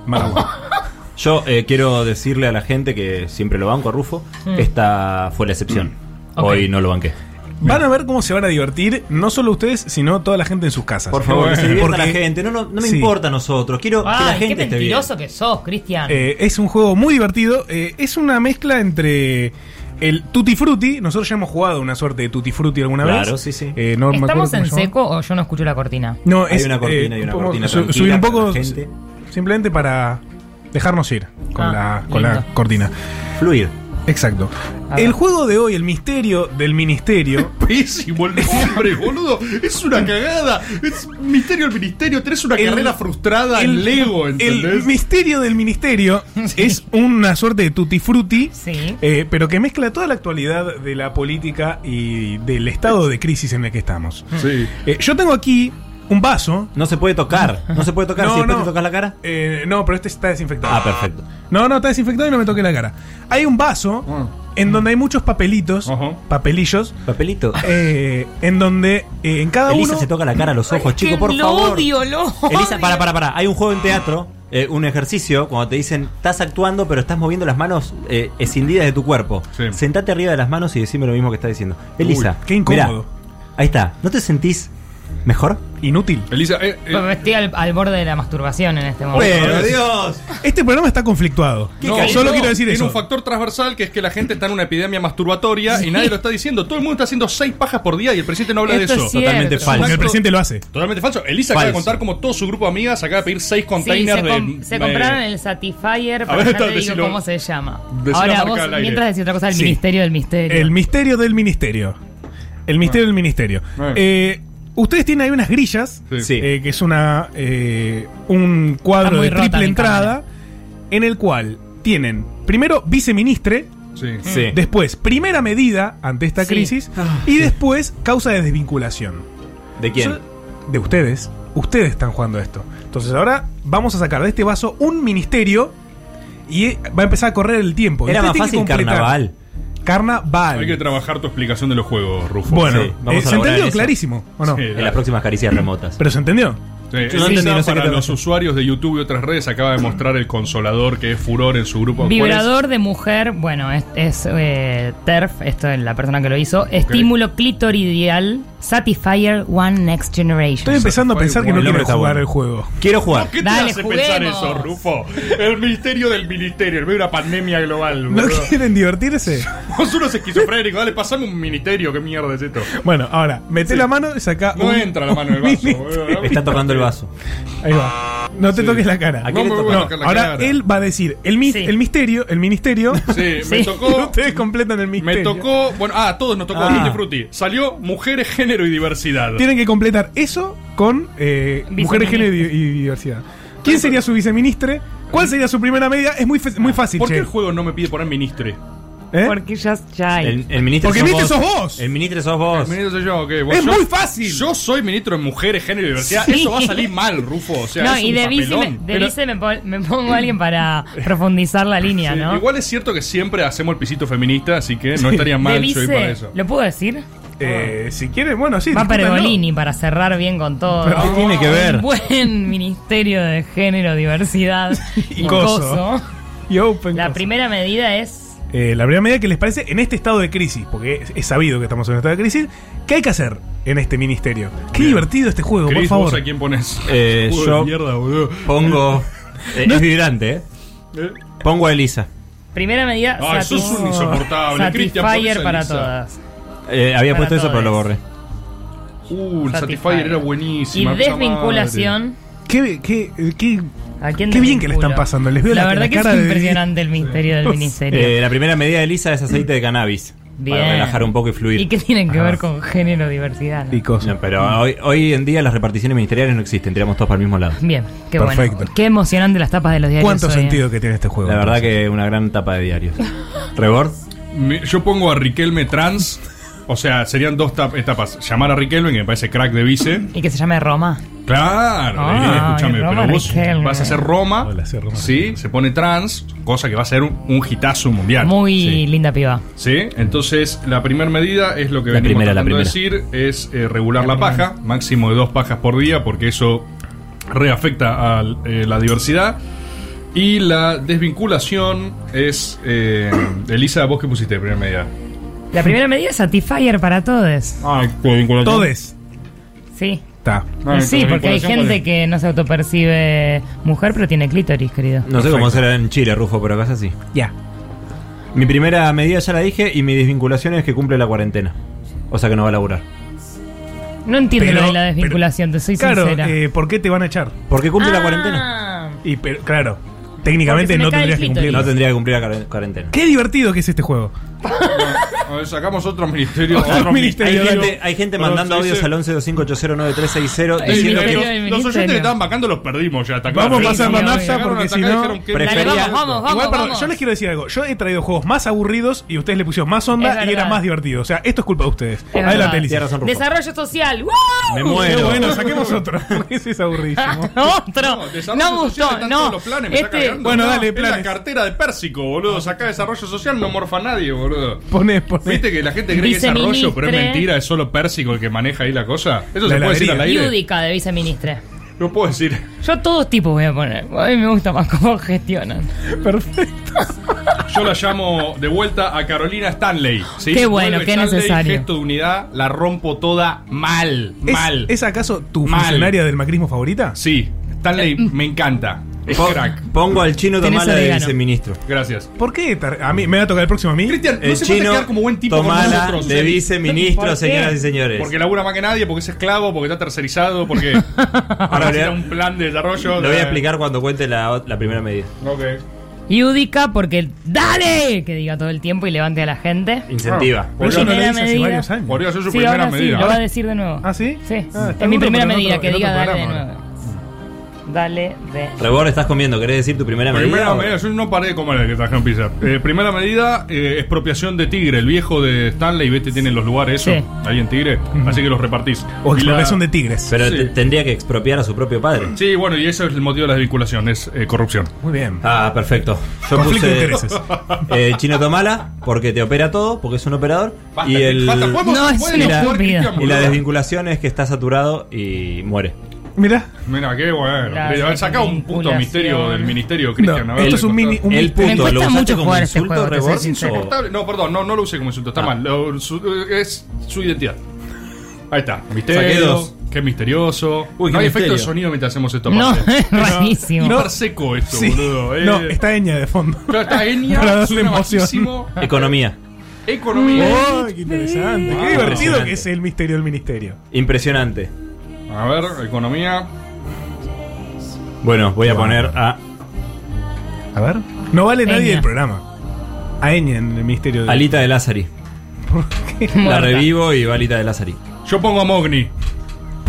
Speaker 1: Magua.
Speaker 7: Yo eh, quiero decirle a la gente que siempre lo banco a Rufo. Esta fue la excepción.
Speaker 8: Mm. Ok.
Speaker 7: Hoy no lo banqué.
Speaker 1: Van a ver cómo se van a divertir, no solo ustedes, sino toda la gente en sus casas.
Speaker 7: Por favor, que se
Speaker 1: Porque,
Speaker 7: divierta la gente. No, no, no me
Speaker 1: Sí.
Speaker 7: importa a nosotros. Quiero que la
Speaker 8: Ay, qué
Speaker 7: gente esté bien.
Speaker 8: mentiroso que sos, Cristian.
Speaker 1: eh, es un juego muy divertido. eh, es una mezcla entre el Tutti Frutti. Nosotros ya hemos jugado una suerte de Tutti Frutti alguna vez.
Speaker 7: Claro, sí, sí.
Speaker 1: Eh, no me acuerdo
Speaker 8: ¿Estamos
Speaker 1: cómo
Speaker 8: en
Speaker 1: se llama.
Speaker 8: seco o yo no escucho la cortina?
Speaker 1: No,
Speaker 7: Hay
Speaker 1: es, eh,
Speaker 7: una cortina, hay una
Speaker 1: como
Speaker 7: cortina
Speaker 1: su-
Speaker 7: tranquila
Speaker 1: Subir un
Speaker 7: para
Speaker 1: poco
Speaker 7: la gente.
Speaker 1: simplemente para dejarnos ir con,
Speaker 8: Ah,
Speaker 1: la, con la
Speaker 8: lindo. Ah.
Speaker 1: cortina.
Speaker 7: Fluir.
Speaker 1: Exacto.
Speaker 8: A ver.
Speaker 1: El juego de hoy, el misterio del ministerio.
Speaker 2: Pésimo el nombre, boludo. Es una cagada. Es misterio del ministerio. Tenés una
Speaker 1: El-
Speaker 2: carrera frustrada en Lego,
Speaker 1: el
Speaker 2: ¿entendés?
Speaker 1: misterio del ministerio es una suerte de tutti frutti,
Speaker 8: Sí.
Speaker 1: eh, pero que mezcla toda la actualidad de la política y del estado de crisis en el que estamos.
Speaker 8: Mm.
Speaker 2: sí.
Speaker 1: Eh, yo tengo aquí un vaso.
Speaker 7: No se puede tocar. No se puede tocar. si después te tocas la cara.
Speaker 1: Eh, no, pero este está desinfectado.
Speaker 7: Ah, perfecto.
Speaker 1: No, no, está desinfectado y no me toqué la cara. Hay un vaso
Speaker 7: Ah.
Speaker 1: en donde hay muchos papelitos,
Speaker 2: Ajá.
Speaker 1: papelillos,
Speaker 7: Papelito.
Speaker 1: eh, en donde eh, en cada
Speaker 7: Elisa
Speaker 1: uno...
Speaker 7: se toca la cara, los ojos,
Speaker 8: Ay,
Speaker 7: chico,
Speaker 8: que
Speaker 7: por
Speaker 8: lo
Speaker 7: favor.
Speaker 8: odio, lo odio.
Speaker 7: Elisa, para, para, para. Hay un juego en teatro, eh, un ejercicio, cuando te dicen, estás actuando, pero estás moviendo las manos eh, escindidas de tu cuerpo.
Speaker 2: Sí.
Speaker 7: Sentate arriba de las manos y decime lo mismo que estás diciendo. Elisa,
Speaker 1: qué incómodo.
Speaker 7: mirá, ahí está. ¿No te sentís mejor?
Speaker 1: Inútil.
Speaker 2: Elisa, eh, eh,
Speaker 8: Pero Estoy al, al borde de la masturbación en este momento.
Speaker 14: Pero Dios.
Speaker 1: Este programa está conflictuado.
Speaker 2: no,
Speaker 1: solo
Speaker 2: no,
Speaker 1: quiero decir
Speaker 2: tiene
Speaker 1: eso.
Speaker 2: un factor transversal que es que la gente está en una epidemia masturbatoria y nadie lo está diciendo. Todo el mundo está haciendo seis pajas por día y el presidente no habla
Speaker 8: Esto
Speaker 2: de eso.
Speaker 8: es cierto.
Speaker 7: Totalmente falso.
Speaker 1: Porque el presidente lo hace.
Speaker 2: Totalmente falso. Elisa acaba de
Speaker 7: Falso.
Speaker 2: contar como todo su grupo de amigas acaba de pedir seis
Speaker 8: Sí,
Speaker 2: containers
Speaker 8: se, com-
Speaker 2: de.
Speaker 8: se
Speaker 2: eh,
Speaker 8: compraron el Satisfyer, pero ya
Speaker 2: ver,
Speaker 8: te
Speaker 2: está,
Speaker 8: digo
Speaker 2: decilo.
Speaker 8: cómo se llama.
Speaker 2: Decí la
Speaker 8: Ahora
Speaker 2: marca
Speaker 8: vos,
Speaker 2: al aire.
Speaker 8: mientras decís otra cosa, el
Speaker 1: Sí.
Speaker 8: Ministerio del Misterio.
Speaker 1: El misterio del ministerio. El
Speaker 7: Ah.
Speaker 1: misterio del ministerio.
Speaker 2: Bueno.
Speaker 1: Eh, ustedes tienen ahí unas grillas,
Speaker 2: Sí.
Speaker 7: Sí.
Speaker 1: eh, que es una eh, un cuadro
Speaker 8: Está muy
Speaker 1: de
Speaker 8: rota
Speaker 1: triple
Speaker 8: mi
Speaker 1: entrada, en el cual tienen primero viceministre,
Speaker 2: Sí.
Speaker 7: Sí.
Speaker 1: Mm. después primera medida ante esta
Speaker 8: Sí. Ah.
Speaker 1: crisis y después causa de desvinculación.
Speaker 7: ¿De quién?
Speaker 1: Yo- de ustedes. Ustedes están jugando esto. Entonces ahora vamos a sacar de este vaso un ministerio y eh, va a empezar a correr el tiempo.
Speaker 7: Era
Speaker 1: Ustedes
Speaker 7: más
Speaker 1: tienen que
Speaker 7: fácil
Speaker 1: completar.
Speaker 7: carnaval.
Speaker 1: Carnaval.
Speaker 2: Hay que trabajar tu explicación de los juegos, Rufo.
Speaker 1: Bueno,
Speaker 7: Sí, vamos a
Speaker 1: eh, se
Speaker 7: elaborar
Speaker 1: entendió
Speaker 7: eso.
Speaker 1: clarísimo, ¿o no?
Speaker 2: Sí.
Speaker 7: En las próximas caricias remotas.
Speaker 1: Pero se entendió.
Speaker 2: Sí,
Speaker 7: Yo no
Speaker 2: Elisa,
Speaker 7: entendí, no sé qué
Speaker 2: para
Speaker 7: te
Speaker 2: los
Speaker 7: pasa.
Speaker 2: usuarios de YouTube y otras redes acaba de mostrar el consolador que es furor en su grupo.
Speaker 8: Vibrador de mujer, bueno, es, es, eh, TERF, esto es la persona que lo hizo. Estímulo clitoridial, Satisfyer One Next
Speaker 1: Estoy
Speaker 8: Generation.
Speaker 1: empezando a pensar que no
Speaker 7: El hombre
Speaker 1: quiero
Speaker 7: está
Speaker 1: jugar
Speaker 7: bueno.
Speaker 1: el juego.
Speaker 7: Quiero jugar.
Speaker 2: ¿Qué te
Speaker 8: Dale,
Speaker 2: hace pensar
Speaker 8: juguemos.
Speaker 2: eso, Rufo? El ministerio del ministerio, en medio de una pandemia global.
Speaker 1: ¿No
Speaker 2: boludo.
Speaker 1: quieren divertirse?
Speaker 2: Vos unos esquizofrénicos, dale, pasame un ministerio, qué mierda es esto.
Speaker 1: Bueno, ahora, mete la mano y saca.
Speaker 2: No
Speaker 1: un-
Speaker 2: entra la mano en el vaso,
Speaker 1: mini-
Speaker 2: boludo.
Speaker 7: Me está tocando el vaso.
Speaker 1: Ahí va. No te
Speaker 2: Sí.
Speaker 1: toques la cara.
Speaker 7: ¿A quién
Speaker 2: No me
Speaker 7: le toca?
Speaker 2: voy a
Speaker 1: No,
Speaker 2: tocar la
Speaker 1: ahora
Speaker 2: cara.
Speaker 1: él va a decir el, mis-
Speaker 8: Sí.
Speaker 1: el misterio, el ministerio.
Speaker 2: Sí, me
Speaker 8: Sí.
Speaker 2: tocó.
Speaker 1: Ustedes completan el
Speaker 2: Me
Speaker 1: misterio.
Speaker 2: tocó. Bueno, ah, a todos nos tocó
Speaker 7: Ah.
Speaker 2: Tutti Frutti. Salió mujeres, género y diversidad.
Speaker 1: Tienen que completar eso con eh, mujeres, género y, y diversidad. ¿Quién sería su viceministre? ¿Cuál sería su primera medida? Es muy, fe- muy fácil,
Speaker 2: ¿Por qué
Speaker 1: che.
Speaker 2: el juego no me pide poner ministre?
Speaker 1: ¿Eh?
Speaker 8: Porque ya, ya hay.
Speaker 7: El, el ministro
Speaker 1: Porque
Speaker 7: sos,
Speaker 1: vos.
Speaker 7: vos.
Speaker 1: sos vos.
Speaker 7: El ministro sos vos.
Speaker 2: Ministro soy yo, ok. vos-
Speaker 1: Es
Speaker 2: yo-
Speaker 1: muy fácil.
Speaker 2: Yo soy ministro de mujeres, género y diversidad.
Speaker 8: Sí.
Speaker 2: Eso va a salir mal, Rufo. O sea,
Speaker 8: no,
Speaker 2: es
Speaker 8: y
Speaker 2: un
Speaker 8: de vice, me,
Speaker 2: papelón.
Speaker 8: de vice me, pon- me pongo a alguien para profundizar la línea,
Speaker 2: Sí,
Speaker 8: ¿no?
Speaker 2: Igual es cierto que siempre hacemos el pisito feminista, así que no estaría mal
Speaker 8: de
Speaker 2: yo ir para
Speaker 8: vice,
Speaker 2: eso.
Speaker 8: ¿lo puedo decir?
Speaker 1: Eh, si quieren, bueno, sí.
Speaker 8: Va
Speaker 1: discútanlo.
Speaker 8: Pergolini para cerrar bien con todo.
Speaker 1: Pero ¿qué
Speaker 8: ¿no?
Speaker 1: tiene que ver?
Speaker 8: Un buen Ministerio de Género, Diversidad
Speaker 1: Y
Speaker 8: y,
Speaker 1: coso.
Speaker 8: coso.
Speaker 1: Y open
Speaker 8: La
Speaker 1: close.
Speaker 8: primera medida es.
Speaker 1: Eh, la primera medida que les parece en este estado de crisis, porque es, es sabido que estamos en un estado de crisis, ¿qué hay que hacer en este ministerio? Qué divertido este juego, por
Speaker 2: Cris,
Speaker 1: favor.
Speaker 2: ¿vos a quién pones?
Speaker 7: Eh,
Speaker 2: Juego de
Speaker 7: yo
Speaker 2: mierda, boludo.
Speaker 7: pongo. eh, es vibrante, eh.
Speaker 2: Eh.
Speaker 7: Pongo a Elisa.
Speaker 8: Primera medida.
Speaker 2: Ay,
Speaker 8: satis-
Speaker 2: sos Ah, un insoportable, Cristian, por
Speaker 8: Satisfyer
Speaker 2: esa
Speaker 8: para
Speaker 2: Elisa.
Speaker 8: todas.
Speaker 7: Eh, había
Speaker 8: Para
Speaker 7: puesto eso, pero lo
Speaker 8: todos.
Speaker 7: borré.
Speaker 2: Uh, el
Speaker 8: Satisfyer.
Speaker 2: Satisfyer era
Speaker 8: Y
Speaker 2: buenísimo. la puta
Speaker 1: eh.
Speaker 8: desvinculación.
Speaker 1: Qué, qué, eh, qué-
Speaker 8: ¿A quién
Speaker 1: qué bien que
Speaker 8: desvincula?
Speaker 1: le están pasando. Les veo la,
Speaker 8: La verdad
Speaker 1: la
Speaker 8: que es
Speaker 1: cara de-
Speaker 8: impresionante el misterio del ministerio.
Speaker 7: Eh, la primera medida de Lisa es aceite de cannabis.
Speaker 8: Bien.
Speaker 7: Para relajar un poco y fluir.
Speaker 8: ¿Y qué tienen que
Speaker 1: Ah.
Speaker 8: ver con género, diversidad? no?
Speaker 1: Y cosas.
Speaker 7: No, pero hoy, hoy en día las reparticiones ministeriales no existen, tiramos todos para el mismo lado.
Speaker 8: Bien, qué
Speaker 1: Perfecto.
Speaker 8: bueno. Qué emocionante las tapas de los diarios.
Speaker 1: ¿Cuánto
Speaker 8: hoy, eh.
Speaker 1: sentido que tiene este juego?
Speaker 7: La verdad
Speaker 1: entonces?
Speaker 7: que una gran tapa de diarios. ¿Rebord?
Speaker 2: Me- Yo pongo a Riquelme trans. O sea, serían dos tap- etapas. Llamar a Riquelme, que me parece crack de vice.
Speaker 8: Y que se llame Roma.
Speaker 2: Claro,
Speaker 8: Ah,
Speaker 2: eh, escúchame,
Speaker 8: Roma
Speaker 2: pero vos
Speaker 8: Riquelme.
Speaker 2: vas a ser Roma.
Speaker 1: Hola, soy Roma
Speaker 2: Sí, se pone trans, cosa que va a ser un, un hitazo mundial.
Speaker 8: Muy
Speaker 2: Sí.
Speaker 8: linda piba.
Speaker 2: Sí, entonces la primera medida es lo que
Speaker 7: La
Speaker 2: venimos
Speaker 7: primera, la
Speaker 2: tratando de
Speaker 7: primera.
Speaker 2: decir, es eh, regular
Speaker 8: La
Speaker 2: la,
Speaker 8: primera.
Speaker 2: paja, máximo de dos pajas por día, porque eso reafecta a eh, la diversidad. Y la desvinculación es... eh, Elisa, ¿vos qué pusiste de primera medida?
Speaker 8: La primera medida es Satisfyer para todos.
Speaker 2: Ah, desvinculación.
Speaker 1: Todes.
Speaker 8: Sí.
Speaker 1: Está.
Speaker 2: Ah,
Speaker 8: sí, porque hay
Speaker 2: desvinculación, ¿cuál
Speaker 8: gente
Speaker 2: es?
Speaker 8: que no se autopercibe mujer, pero tiene clítoris, querido.
Speaker 7: No sé cómo será en Chile, Rufo, pero acá es así.
Speaker 1: Ya.
Speaker 7: Mi primera medida ya la dije y mi desvinculación es que cumple la cuarentena. O sea que no va a laburar.
Speaker 8: No entiendo
Speaker 1: Pero-
Speaker 8: lo de la desvinculación, te soy
Speaker 1: Claro,
Speaker 8: sincera.
Speaker 1: eh, ¿por qué te van a echar?
Speaker 7: Porque cumple
Speaker 8: Ah.
Speaker 7: la cuarentena.
Speaker 1: Y pero, claro,
Speaker 8: Porque se
Speaker 1: técnicamente
Speaker 8: me
Speaker 1: no
Speaker 8: cae el
Speaker 1: tendrías que
Speaker 8: clítoris.
Speaker 1: cumplirlo.
Speaker 7: No tendría que cumplir la cuaren- cuarentena.
Speaker 1: Qué divertido que es este juego.
Speaker 2: A ver, sacamos otro ministerio.
Speaker 1: Otro ministerio.
Speaker 7: Hay
Speaker 1: Pero-
Speaker 7: gente, hay gente
Speaker 2: Pero
Speaker 7: mandando
Speaker 2: se
Speaker 7: audios
Speaker 2: dice-
Speaker 7: al 1125809360
Speaker 8: El
Speaker 7: diciendo
Speaker 8: ministerio
Speaker 7: que
Speaker 8: del
Speaker 2: los oyentes
Speaker 8: ministerio.
Speaker 2: de Tamba Cando los perdimos ya. está claro.
Speaker 1: Vamos
Speaker 8: a pasar la
Speaker 2: Sí,
Speaker 8: mafia
Speaker 2: llegaron
Speaker 1: porque
Speaker 2: hasta
Speaker 1: si
Speaker 2: acá y
Speaker 1: no-
Speaker 2: dijeron que-
Speaker 8: Dale,
Speaker 7: Prefería-
Speaker 8: vamos, vamos, vamos.
Speaker 1: Igual, perdón,
Speaker 8: vamos.
Speaker 1: yo les quiero decir algo. Yo he traído juegos más aburridos y ustedes le pusieron más
Speaker 8: Es
Speaker 1: onda
Speaker 8: verdad.
Speaker 1: y era más divertido. O sea, esto es culpa de ustedes.
Speaker 8: verdad.
Speaker 1: Adelante,
Speaker 7: Tienes
Speaker 1: Elisa.
Speaker 7: razón, Rufo.
Speaker 8: Desarrollo social. ¡Wow!
Speaker 7: Me
Speaker 1: Qué
Speaker 7: muero.
Speaker 1: bueno, saquemos otro. Porque ese es aburridísimo.
Speaker 8: Otro. No,
Speaker 2: desarrollo
Speaker 8: me
Speaker 2: social,
Speaker 8: gustó.
Speaker 2: están
Speaker 8: No.
Speaker 2: todos los planes, me está
Speaker 8: este,
Speaker 2: cagando.
Speaker 1: Bueno, dale,
Speaker 2: Es
Speaker 1: planes.
Speaker 2: la cartera de Pérsico, boludo. Sacá desarrollo social, no morfa nadie, boludo.
Speaker 1: Poné, poné.
Speaker 2: Viste que la gente cree que es
Speaker 8: Viceministre.
Speaker 2: arroyo, pero es mentira, es solo Pérsico el que maneja ahí la cosa. Eso
Speaker 1: La
Speaker 2: se puede decir al
Speaker 1: heladería.
Speaker 2: aire.
Speaker 8: Yúdica de viceministra.
Speaker 2: No puedo decir.
Speaker 8: Yo todos tipos voy a poner. A mí me gusta más cómo gestionan.
Speaker 1: Perfecto.
Speaker 2: Yo la llamo de vuelta a Carolina Stanley. ¿sí?
Speaker 8: Qué bueno,
Speaker 2: Vuelve
Speaker 8: qué
Speaker 2: Stanley,
Speaker 8: necesario.
Speaker 2: Gesto de unidad, la rompo toda mal,
Speaker 1: ¿Es,
Speaker 2: mal.
Speaker 1: ¿Es acaso tu
Speaker 2: Mal.
Speaker 1: funcionaria del macrismo favorita?
Speaker 2: Sí, Stanley me encanta. Es
Speaker 7: Po-
Speaker 2: crack.
Speaker 7: Pongo al chino
Speaker 8: Eh, mm. Tenés
Speaker 7: Tomala de
Speaker 8: orégano.
Speaker 7: viceministro.
Speaker 2: Gracias.
Speaker 1: ¿Por qué? tar- A mí me va a tocar el próximo a mí.
Speaker 2: Cristian, no
Speaker 7: El
Speaker 2: se puede
Speaker 7: chino
Speaker 2: quedar como buen tipo con
Speaker 7: Tomala
Speaker 2: nosotros,
Speaker 7: de
Speaker 2: ¿eh?
Speaker 7: viceministro,
Speaker 8: ¿Por qué?
Speaker 7: señoras y señores.
Speaker 2: Porque labura más que nadie, porque es esclavo, porque está tercerizado, porque ahora
Speaker 7: le-
Speaker 2: necesita un plan de desarrollo.
Speaker 7: Lo voy a explicar cuando cuente la, la primera medida.
Speaker 2: Ok.
Speaker 8: Yúdica porque ¡Dale! Que diga todo el tiempo y levante a la gente.
Speaker 7: Incentiva.
Speaker 1: Pero eso no lo
Speaker 8: Primera
Speaker 1: hice hace
Speaker 8: medida.
Speaker 1: varios años.
Speaker 2: Ah, Podría ser su
Speaker 8: Sí,
Speaker 2: primera
Speaker 8: ahora sí,
Speaker 2: medida.
Speaker 8: lo va a decir de nuevo.
Speaker 1: ¿Ah, sí?
Speaker 8: Sí.
Speaker 1: Ah, está
Speaker 8: es mi
Speaker 1: bueno,
Speaker 8: primera
Speaker 1: pero en
Speaker 8: medida
Speaker 1: otro-
Speaker 8: que
Speaker 1: en
Speaker 8: diga
Speaker 1: otro
Speaker 8: dale de
Speaker 1: programa
Speaker 8: nuevo. Dale de.
Speaker 7: Rebor, estás comiendo, ¿querés decir tu primera medida?
Speaker 2: Primera
Speaker 7: o-
Speaker 2: medida, yo no paré de comer el que trajeron pizza. Eh, primera medida, eh, expropiación de Tigre. El viejo de Stanley, vete, tiene los lugares eso,
Speaker 8: Sí.
Speaker 2: ahí en Tigre. Así que los repartís.
Speaker 1: O
Speaker 2: Y la-
Speaker 1: exploración de tigres.
Speaker 7: Pero
Speaker 2: Sí.
Speaker 7: te- tendría que expropiar a su propio padre.
Speaker 2: Sí, bueno, y eso es el motivo de la desvinculación, es eh, corrupción.
Speaker 1: Muy bien.
Speaker 7: Ah, perfecto. Yo
Speaker 1: Conflicto de
Speaker 7: puse
Speaker 1: intereses.
Speaker 7: eh, Chino Tomala porque te opera todo, porque es un operador.
Speaker 2: Basta,
Speaker 7: y, el,
Speaker 2: basta, ¿podemos-
Speaker 8: No, es
Speaker 2: pueden
Speaker 8: una
Speaker 2: jugar,
Speaker 8: estúpida.
Speaker 2: Cristian,
Speaker 7: y la
Speaker 2: boludo?
Speaker 7: desvinculación es que está saturado y muere.
Speaker 1: Mira,
Speaker 2: Mira, qué bueno.
Speaker 8: La
Speaker 2: Cristian. A ver, Saca un puto
Speaker 8: desvinculación.
Speaker 2: misterio del ministerio, Cristian.
Speaker 1: No,
Speaker 2: a ver,
Speaker 1: esto
Speaker 2: le
Speaker 1: es un
Speaker 2: costó.
Speaker 1: mini- un-
Speaker 7: El punto,
Speaker 8: cuesta
Speaker 7: ¿lo usaste
Speaker 8: mucho
Speaker 7: como
Speaker 8: jugar este
Speaker 7: insulto,
Speaker 8: juego, te soy
Speaker 7: Rebor?
Speaker 8: sincero.
Speaker 7: O-
Speaker 2: Insoportable. No, perdón, no, no lo usé como insulto, está
Speaker 7: Ah.
Speaker 2: mal. Lo- su- es su identidad. Ahí está.
Speaker 7: Saqué
Speaker 2: Misterio.
Speaker 7: dos.
Speaker 2: Qué misterioso.
Speaker 7: Uy, qué
Speaker 2: no hay
Speaker 7: misterio.
Speaker 2: efecto de sonido mientras hacemos esto.
Speaker 8: No,
Speaker 2: aparte.
Speaker 8: es rarísimo.
Speaker 2: No, está seco esto,
Speaker 1: Sí.
Speaker 2: boludo. eh.
Speaker 1: No, está Eña de fondo.
Speaker 2: Claro, está
Speaker 1: Para darle
Speaker 2: Enya, suena
Speaker 1: emoción.
Speaker 2: bajísimo.
Speaker 7: Economía.
Speaker 2: Economía.
Speaker 1: ¡Oh, qué interesante!
Speaker 7: Ah,
Speaker 1: ¡Qué divertido
Speaker 7: impresionante.
Speaker 1: que es el misterio del ministerio!
Speaker 7: Impresionante.
Speaker 2: A ver, economía.
Speaker 7: Bueno, voy a poner a
Speaker 1: A ver. No vale nadie
Speaker 8: Eña.
Speaker 1: del programa. A Eña en el misterio del
Speaker 7: Alita de Lázari. La
Speaker 8: Muerta.
Speaker 7: revivo y va Alita de Lázari.
Speaker 2: Yo pongo a Mogni.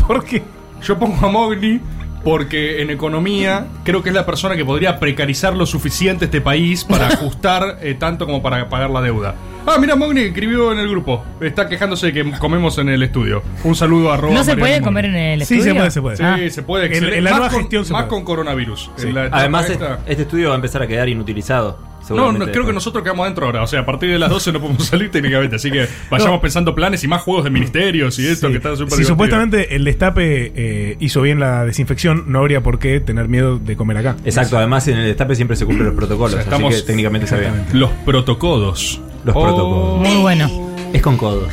Speaker 1: ¿Por qué?
Speaker 2: Yo pongo a Mogni porque en economía creo que es la persona que podría precarizar lo suficiente este país para ajustar eh, tanto como para pagar la deuda. Ah, mira, Mogni escribió en el grupo. Está quejándose de que comemos en el estudio. Un saludo a Roa
Speaker 8: ¿No se
Speaker 2: Mariano
Speaker 8: puede
Speaker 2: Mogni.
Speaker 8: comer en el
Speaker 1: Sí,
Speaker 8: estudio?
Speaker 1: se puede, se puede.
Speaker 2: Sí,
Speaker 8: Ah.
Speaker 2: se puede.
Speaker 1: En-
Speaker 2: excelente.
Speaker 1: en la
Speaker 2: Más
Speaker 1: nueva
Speaker 2: con-
Speaker 1: gestión se
Speaker 2: Más
Speaker 1: puede.
Speaker 2: con coronavirus.
Speaker 1: Sí.
Speaker 2: En la etapa
Speaker 7: Además, es-
Speaker 2: esta-
Speaker 7: este estudio va a empezar a quedar inutilizado.
Speaker 2: No,
Speaker 7: seguramente
Speaker 2: no, creo que
Speaker 7: después.
Speaker 2: nosotros quedamos adentro ahora. O sea, a partir de las 12 no podemos salir técnicamente. Así que vayamos
Speaker 1: No.
Speaker 2: pensando planes y más juegos de ministerios y esto
Speaker 1: Sí.
Speaker 2: que está súper
Speaker 1: si
Speaker 2: divertido.
Speaker 1: supuestamente el destape eh, hizo bien la desinfección, no habría por qué tener miedo de comer acá.
Speaker 7: Exacto, además en el destape siempre se cumplen los protocolos,
Speaker 2: O sea, estamos-
Speaker 7: así que técnicamente se ve.
Speaker 2: Los protocodos.
Speaker 7: Los
Speaker 2: Oh.
Speaker 7: protocolos.
Speaker 8: Muy bueno.
Speaker 7: Es con codos.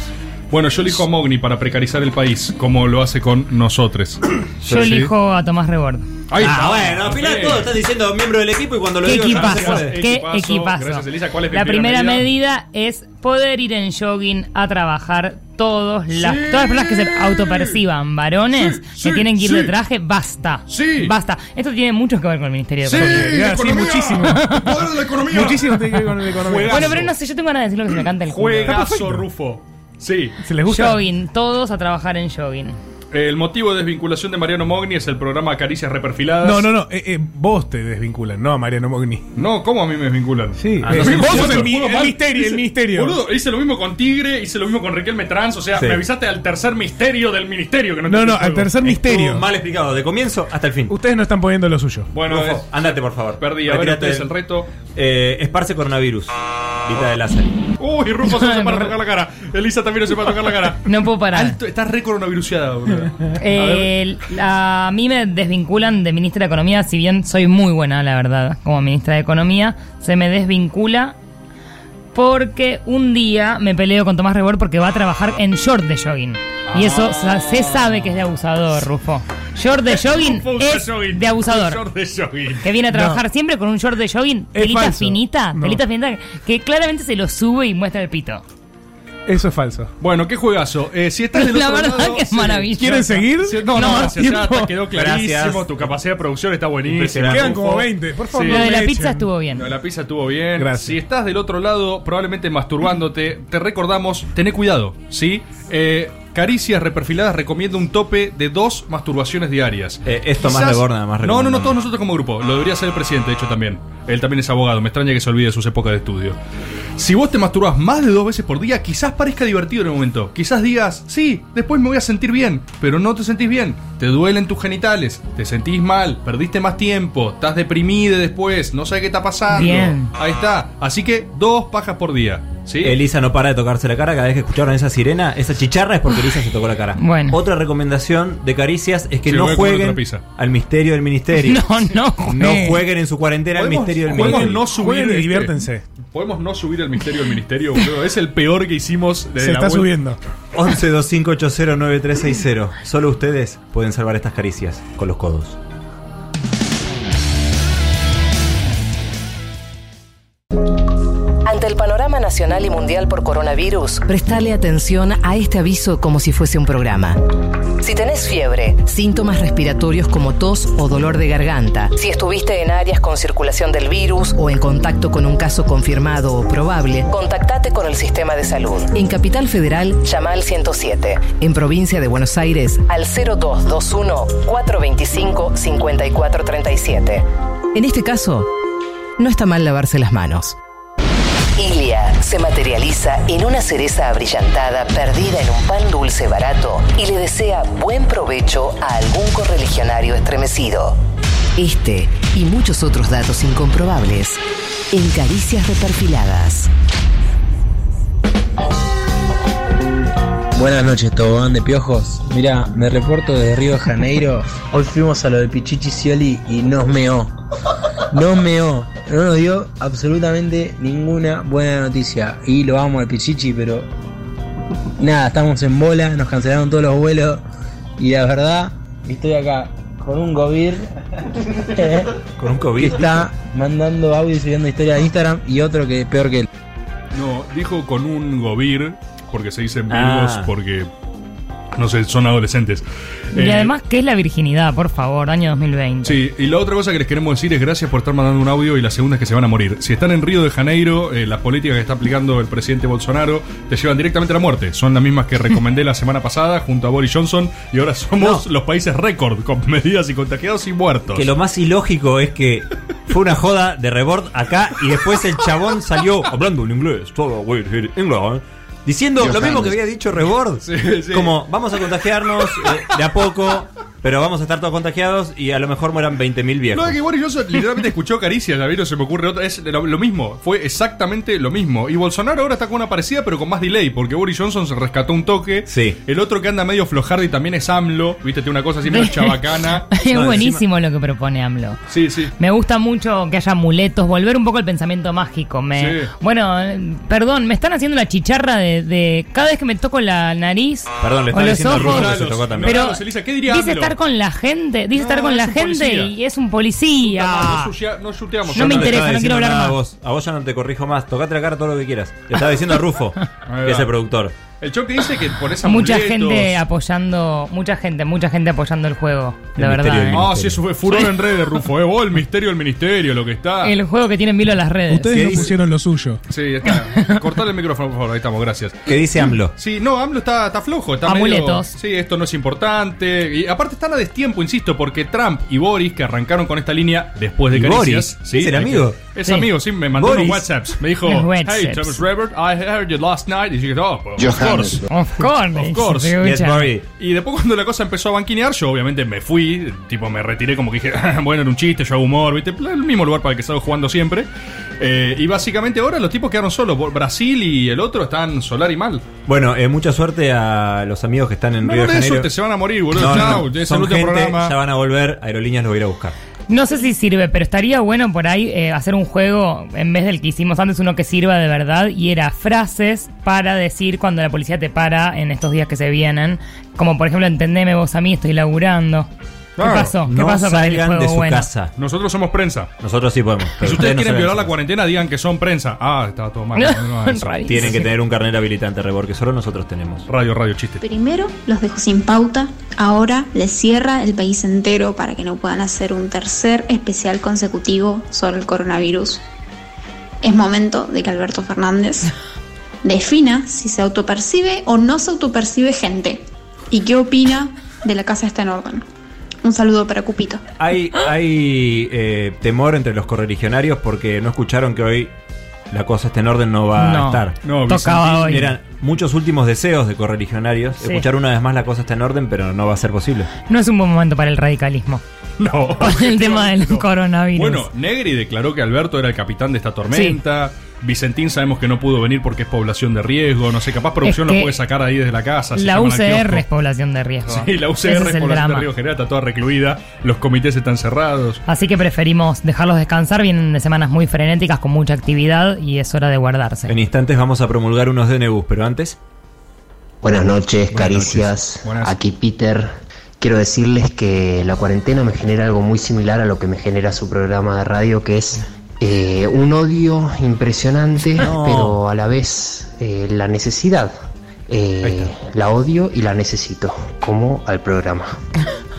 Speaker 2: Bueno, yo elijo a Mogni para precarizar el país, como lo hace con nosotros.
Speaker 8: Yo elijo a Tomás Rebord.
Speaker 2: Ahí
Speaker 14: ah,
Speaker 2: está.
Speaker 14: bueno, al final
Speaker 2: Sí.
Speaker 14: todos están diciendo miembro del equipo y cuando lo
Speaker 8: ¿Qué
Speaker 14: digo ya no se
Speaker 8: equipazo?
Speaker 14: puede.
Speaker 8: ¿Qué
Speaker 2: Equipazo.
Speaker 8: equipazo?
Speaker 2: Gracias, Elisa. ¿Cuál es mi
Speaker 8: la
Speaker 2: primera
Speaker 8: primera medida? es poder ir en jogging a trabajar. Todos las,
Speaker 2: Sí.
Speaker 8: Todas las personas que se autoperciban varones
Speaker 2: Sí,
Speaker 8: que
Speaker 2: sí,
Speaker 8: tienen que ir
Speaker 2: sí.
Speaker 8: de traje, basta.
Speaker 2: Sí.
Speaker 8: Basta. Esto tiene mucho que ver con el Ministerio de
Speaker 2: Sí,
Speaker 8: Deportes.
Speaker 2: la
Speaker 1: Sí,
Speaker 2: economía.
Speaker 1: muchísimo.
Speaker 2: El poder de la economía.
Speaker 1: Muchísimo tiene que ver con la economía.
Speaker 2: Juegazo.
Speaker 8: Bueno, pero no sé, yo tengo ganas de decir lo que se me canta el culo.
Speaker 2: Juegazo, Rufo. Sí.
Speaker 1: ¿Se les gusta?
Speaker 8: Jogging, todos a trabajar en jogging.
Speaker 2: El motivo de desvinculación de Mariano Mogni es el programa Caricias Reperfiladas.
Speaker 1: No, no, no. eh, eh, vos te desvinculan, no a Mariano Mogni.
Speaker 2: No, ¿cómo a mí me desvinculan?
Speaker 1: Sí. Eh,
Speaker 2: Ah, no sé,
Speaker 1: Vos
Speaker 2: yo
Speaker 1: sos
Speaker 2: te
Speaker 1: el
Speaker 2: lo
Speaker 1: mi-
Speaker 2: juro
Speaker 1: el
Speaker 2: mal.
Speaker 1: misterio, el
Speaker 2: Hice-
Speaker 1: misterio.
Speaker 2: Boludo, hice lo mismo con Tigre, hice lo mismo con Riquelme Trans, o sea,
Speaker 7: Sí.
Speaker 2: me avisaste al tercer misterio del ministerio que no
Speaker 1: No,
Speaker 2: entendí
Speaker 1: no,
Speaker 2: el
Speaker 1: al
Speaker 2: juego.
Speaker 1: tercer misterio.
Speaker 14: Estuvo Mal explicado, de comienzo hasta el fin.
Speaker 1: Ustedes no están poniendo lo suyo.
Speaker 2: Bueno, eh.
Speaker 14: Rufo,
Speaker 2: es-
Speaker 14: andate por favor.
Speaker 2: perdí, a ver
Speaker 14: Retírate
Speaker 2: ustedes
Speaker 14: del-
Speaker 2: el reto.
Speaker 14: Eh, esparce coronavirus. Vita de láser.
Speaker 2: Uy, Rufo se hace para tocar la cara. Elisa también se para tocar la cara.
Speaker 8: No puedo parar.
Speaker 2: Alto, estás re coronaviruseada, boludo.
Speaker 8: Eh, la- a mí me desvinculan de ministra de Economía, si bien soy muy buena, la verdad, como ministra de Economía, se me desvincula porque un día me peleo con Tomás Rebor porque va a trabajar en short de jogging. Y
Speaker 1: Ah.
Speaker 8: eso sa- se sabe que es de abusador, Rufo. Short de jogging
Speaker 2: Rufo usa
Speaker 8: es
Speaker 2: jogging.
Speaker 8: de abusador.
Speaker 2: Short de jogging.
Speaker 8: Que viene a trabajar siempre con un short de jogging,
Speaker 1: Es
Speaker 8: pelita
Speaker 1: falso.
Speaker 8: finita,
Speaker 1: No.
Speaker 8: pelita finita, que claramente se lo sube y muestra el pito.
Speaker 1: Eso es falso.
Speaker 2: Bueno, qué juegazo. Eh, si estás del
Speaker 8: La
Speaker 2: otro
Speaker 8: verdad
Speaker 2: lado,
Speaker 8: que es
Speaker 2: sí.
Speaker 8: maravilloso.
Speaker 1: ¿Quieren seguir?
Speaker 2: Sí, No, no,
Speaker 8: No,
Speaker 2: gracias. Ya
Speaker 1: tiempo.
Speaker 2: está, quedó clarísimo.
Speaker 14: Gracias.
Speaker 2: Tu capacidad de producción está buenísima.
Speaker 14: Impresionante.
Speaker 1: Quedan
Speaker 2: Rufo.
Speaker 1: como 20. Por favor,
Speaker 2: Sí.
Speaker 1: no
Speaker 8: Lo de la
Speaker 1: me
Speaker 8: pizza
Speaker 1: echen.
Speaker 8: estuvo bien.
Speaker 2: No, la pizza estuvo bien.
Speaker 1: Gracias.
Speaker 2: Si estás del otro lado, probablemente masturbándote, te recordamos, tené cuidado, ¿sí? Eh, Caricias reperfiladas recomienda un tope de dos masturbaciones diarias.
Speaker 7: Eh, es Tomás de Borda, además,
Speaker 2: No, no, no,
Speaker 7: recomendamos.
Speaker 2: todos nosotros como grupo. Lo debería ser el presidente, de hecho, también. Él también es abogado. Me extraña que se olvide de sus épocas de estudio. Si vos te masturbas más de dos veces por día, quizás parezca divertido en el momento. Quizás digas, sí, después me voy a sentir bien, pero no te sentís bien. Te duelen tus genitales, te sentís mal, perdiste más tiempo, estás deprimido después, no sé qué está pasando.
Speaker 8: Bien.
Speaker 2: Ahí está. Así que dos pajas por día. ¿Sí?
Speaker 7: Elisa no para de tocarse la cara. Cada vez que escucharon esa sirena, esa chicharra es porque Elisa se tocó la cara.
Speaker 8: Bueno.
Speaker 7: Otra recomendación de caricias es que
Speaker 2: Sí,
Speaker 7: no
Speaker 2: voy a comer
Speaker 7: jueguen
Speaker 2: otra pizza.
Speaker 7: al misterio del ministerio.
Speaker 8: No, no.
Speaker 7: No jueguen en su cuarentena al
Speaker 2: ¿Podemos-
Speaker 7: misterio del
Speaker 2: podemos
Speaker 7: ministerio.
Speaker 2: no subir
Speaker 1: Jueguen y
Speaker 2: este-
Speaker 1: diviértense.
Speaker 2: Podemos no subir el misterio del ministerio, boludo. Es el peor que hicimos desde
Speaker 1: Se
Speaker 2: la
Speaker 1: está
Speaker 2: vuelta-
Speaker 1: subiendo.
Speaker 7: 1125809360. Solo ustedes pueden salvar estas caricias con los codos.
Speaker 13: Ante el panorama nacional y mundial por coronavirus,
Speaker 15: Prestale atención a este aviso como si fuese un programa.
Speaker 13: si tenés fiebre,
Speaker 15: Síntomas respiratorios como tos o dolor de garganta,
Speaker 13: si estuviste en áreas con circulación del virus,
Speaker 15: o en contacto con un caso confirmado o probable.
Speaker 13: contactate con el sistema de salud.
Speaker 15: En Capital Federal,
Speaker 13: Llama al 107
Speaker 15: en Provincia de Buenos Aires,
Speaker 13: al 0221 425 5437.
Speaker 15: en este caso, no está mal lavarse las manos.
Speaker 13: Ilia se materializa en una cereza abrillantada perdida en un pan dulce barato y le desea buen provecho a algún correligionario estremecido.
Speaker 15: Este y muchos otros datos incomprobables en Caricias Reperfiladas.
Speaker 16: Buenas noches, Tobogán de Piojos. Mira, me reporto desde Río de Janeiro. Hoy fuimos a lo de Pichichi Scioli y nos meó. Nos meó. No nos dio absolutamente ninguna buena noticia. Y lo amo al Pichichi, pero. Nada, estamos en bola, nos cancelaron todos los vuelos. Y la verdad, estoy acá con un Govir eh,
Speaker 7: Con un
Speaker 16: que
Speaker 7: COVID.
Speaker 16: está mandando audio y subiendo historias de Instagram y otro que es peor que él.
Speaker 2: No, dijo con un gobir, porque se dicen virgos,
Speaker 7: Ah.
Speaker 2: porque, no sé, son adolescentes.
Speaker 8: Y
Speaker 2: Eh,
Speaker 8: además, ¿qué es la virginidad, por favor? Año 2020.
Speaker 2: Sí, y la otra cosa que les queremos decir es gracias por estar mandando un audio y la segunda es que se van a morir. Si están en Río de Janeiro, eh, las políticas que está aplicando el presidente Bolsonaro te llevan directamente a la muerte. Son las mismas que recomendé la semana pasada junto a Boris Johnson y ahora somos los países récord con medidas y contagiados y muertos.
Speaker 7: Que lo más ilógico es que fue una joda de rebord acá y después el chabón salió hablando en inglés, todo, güey, en inglés, ¿eh? diciendo
Speaker 16: Dios
Speaker 7: lo mismo
Speaker 16: santo.
Speaker 7: que había dicho rebord.
Speaker 2: Sí, sí.
Speaker 7: Como vamos a contagiarnos eh, de a poco, pero vamos a estar todos contagiados y a lo mejor mueran 20.000
Speaker 2: No,
Speaker 7: viejos.
Speaker 2: es que Boris Johnson literalmente escuchó caricias, a mí no se me ocurre otra. Es lo, lo mismo, fue exactamente lo mismo. Y Bolsonaro ahora está con una parecida, pero con más delay, porque Boris Johnson se rescató un toque.
Speaker 7: Sí.
Speaker 2: El otro que anda medio flojardo y también es AMLO, viste, tiene una cosa así medio chabacana.
Speaker 8: es
Speaker 7: No,
Speaker 8: buenísimo lo que propone AMLO.
Speaker 2: Sí, sí.
Speaker 8: Me gusta mucho que haya amuletos, volver un poco al pensamiento mágico. Me,
Speaker 2: Sí.
Speaker 8: Bueno, eh, perdón, me están haciendo la chicharra de, de- cada vez que me toco la nariz.
Speaker 7: Ah. Perdón, le
Speaker 8: o
Speaker 7: estaba
Speaker 8: los
Speaker 7: diciendo a Rufo
Speaker 8: ojos.
Speaker 7: que se tocó también.
Speaker 8: Pero
Speaker 2: Claro, Elisa, ¿qué diría
Speaker 8: dice,
Speaker 2: AMLO?
Speaker 8: está estar con la gente, dice
Speaker 2: No,
Speaker 8: estar con
Speaker 2: es
Speaker 8: la
Speaker 2: un
Speaker 8: gente
Speaker 2: policía.
Speaker 8: y es un policía.
Speaker 2: Ah, No, sucia- no chuteamos.
Speaker 8: Ah. No me
Speaker 7: te
Speaker 8: interesa,
Speaker 7: estaba
Speaker 8: no quiero
Speaker 7: diciendo
Speaker 8: hablar
Speaker 7: nada A
Speaker 8: más.
Speaker 7: vos, a vos ya no te corrijo más. Tocate la cara todo lo que quieras. Le estaba diciendo a Rufo, que es el productor.
Speaker 2: El Choque dice que por esa
Speaker 8: Mucha gente apoyando, mucha gente, mucha gente apoyando el juego, la verdad. ¿eh?
Speaker 2: Ah, sí, eso fue furor en redes, Rufo. Eh, vos, el misterio del ministerio, lo que está.
Speaker 8: El juego que tiene en vilo las redes.
Speaker 2: ¿Qué
Speaker 1: Ustedes no
Speaker 2: dice?
Speaker 1: pusieron lo suyo.
Speaker 2: Sí, está. Cortale el micrófono, por favor. Ahí estamos, gracias.
Speaker 7: ¿Qué dice AMLO?
Speaker 2: Sí, no, AMLO está, está flojo. Está
Speaker 8: Amuletos.
Speaker 2: Medio, sí, esto no es importante. Y aparte están a destiempo, insisto, porque Trump y Boris, que arrancaron con esta línea después de
Speaker 7: ¿Y
Speaker 2: Caricias.
Speaker 7: Boris?
Speaker 2: sí,
Speaker 7: ¿Es el
Speaker 2: hay que-
Speaker 7: amigo?
Speaker 2: Es
Speaker 7: Sí.
Speaker 2: amigo, sí. Me mandó
Speaker 7: Boris.
Speaker 2: unos WhatsApps. Me dijo,
Speaker 8: Los
Speaker 2: hey,
Speaker 8: WhatsApps.
Speaker 2: Travis Robert, I heard you last night. Y yo dije, oh, well, of
Speaker 7: Johannes.
Speaker 2: course.
Speaker 8: Of course.
Speaker 2: Of course.
Speaker 8: Se escucha.
Speaker 2: Y después cuando la cosa empezó a banquinear, yo obviamente me fui, tipo me retiré como que dije, bueno, era un chiste, yo hago humor, ¿viste? El mismo lugar para el que estaba jugando siempre. Eh, y básicamente ahora los tipos quedaron solos. Bo- Brasil y el otro están solar y mal.
Speaker 7: Bueno, eh, mucha suerte a los amigos que están en
Speaker 2: No,
Speaker 7: Río
Speaker 2: no le
Speaker 7: de
Speaker 2: des
Speaker 7: Janeiro.
Speaker 2: suerte, se van a morir, boludo.
Speaker 7: No, no,
Speaker 2: Chau,
Speaker 7: no.
Speaker 2: es el
Speaker 7: Son
Speaker 2: último
Speaker 7: gente,
Speaker 2: programa.
Speaker 7: Ya van a volver, Aerolíneas los va a ir a buscar.
Speaker 8: No sé si sirve, pero estaría bueno por ahí eh, hacer un juego en vez del que hicimos antes, uno que sirva de verdad y era frases para decir cuando la policía te para en estos días que se vienen. Como por ejemplo, entendeme vos a mí, estoy laburando.
Speaker 2: Claro,
Speaker 8: ¿Qué pasó? ¿Qué
Speaker 7: no
Speaker 8: pasó para el
Speaker 7: salgan
Speaker 8: juego
Speaker 7: de su
Speaker 8: bueno?
Speaker 7: casa.
Speaker 2: Nosotros somos prensa.
Speaker 7: Nosotros sí podemos. pero
Speaker 2: si ustedes
Speaker 7: no
Speaker 2: quieren violar
Speaker 7: salgan de
Speaker 2: la
Speaker 7: su casa.
Speaker 2: cuarentena, digan que son prensa. Ah, estaba todo mal. No, no, eso.
Speaker 7: Tienen que tener un carnet habilitante, Rebor, que solo nosotros tenemos.
Speaker 2: Radio, radio, chiste.
Speaker 17: Primero los dejó sin pauta, ahora les cierra el país entero para que no puedan hacer un tercer especial consecutivo sobre el coronavirus. Es momento de que Alberto Fernández defina si se autopercibe o no se autopercibe gente y qué opina de la casa está en orden. Un saludo para Cupito.
Speaker 7: Hay, hay eh, temor entre los correligionarios porque no escucharon que hoy la cosa está en orden, no va
Speaker 8: No,
Speaker 7: a estar.
Speaker 2: no,
Speaker 8: Tocaba hoy.
Speaker 7: Eran muchos últimos deseos de correligionarios.
Speaker 8: Sí.
Speaker 7: Escuchar una vez más la cosa está en orden, pero no va a ser posible.
Speaker 8: No es un buen momento para el radicalismo.
Speaker 2: No.
Speaker 8: Con el tema del coronavirus.
Speaker 2: Bueno, Negri declaró que Alberto era el capitán de esta tormenta. Vicentín sabemos que no pudo venir porque es población de riesgo. No sé, capaz producción
Speaker 8: Es que
Speaker 2: lo puede sacar ahí desde la casa. se
Speaker 8: la
Speaker 2: llaman al
Speaker 8: UCR es
Speaker 2: kiosco.
Speaker 8: población de riesgo.
Speaker 2: Sí, la
Speaker 8: Ese
Speaker 2: UCR es
Speaker 8: es el
Speaker 2: población de
Speaker 8: drama.
Speaker 2: riesgo general, está toda recluida. Los comités están cerrados.
Speaker 8: Así que preferimos dejarlos descansar. Vienen de semanas muy frenéticas con mucha actividad y es hora de guardarse.
Speaker 7: En instantes vamos a promulgar unos DNUs, pero antes.
Speaker 18: Buenas noches, caricias. Aquí Peter. Quiero decirles que la cuarentena me genera algo muy similar a lo que me genera su programa de radio, que es eh, un odio impresionante,
Speaker 7: No.
Speaker 18: pero a la vez eh, la necesidad. Eh, la odio y la necesito, como al programa.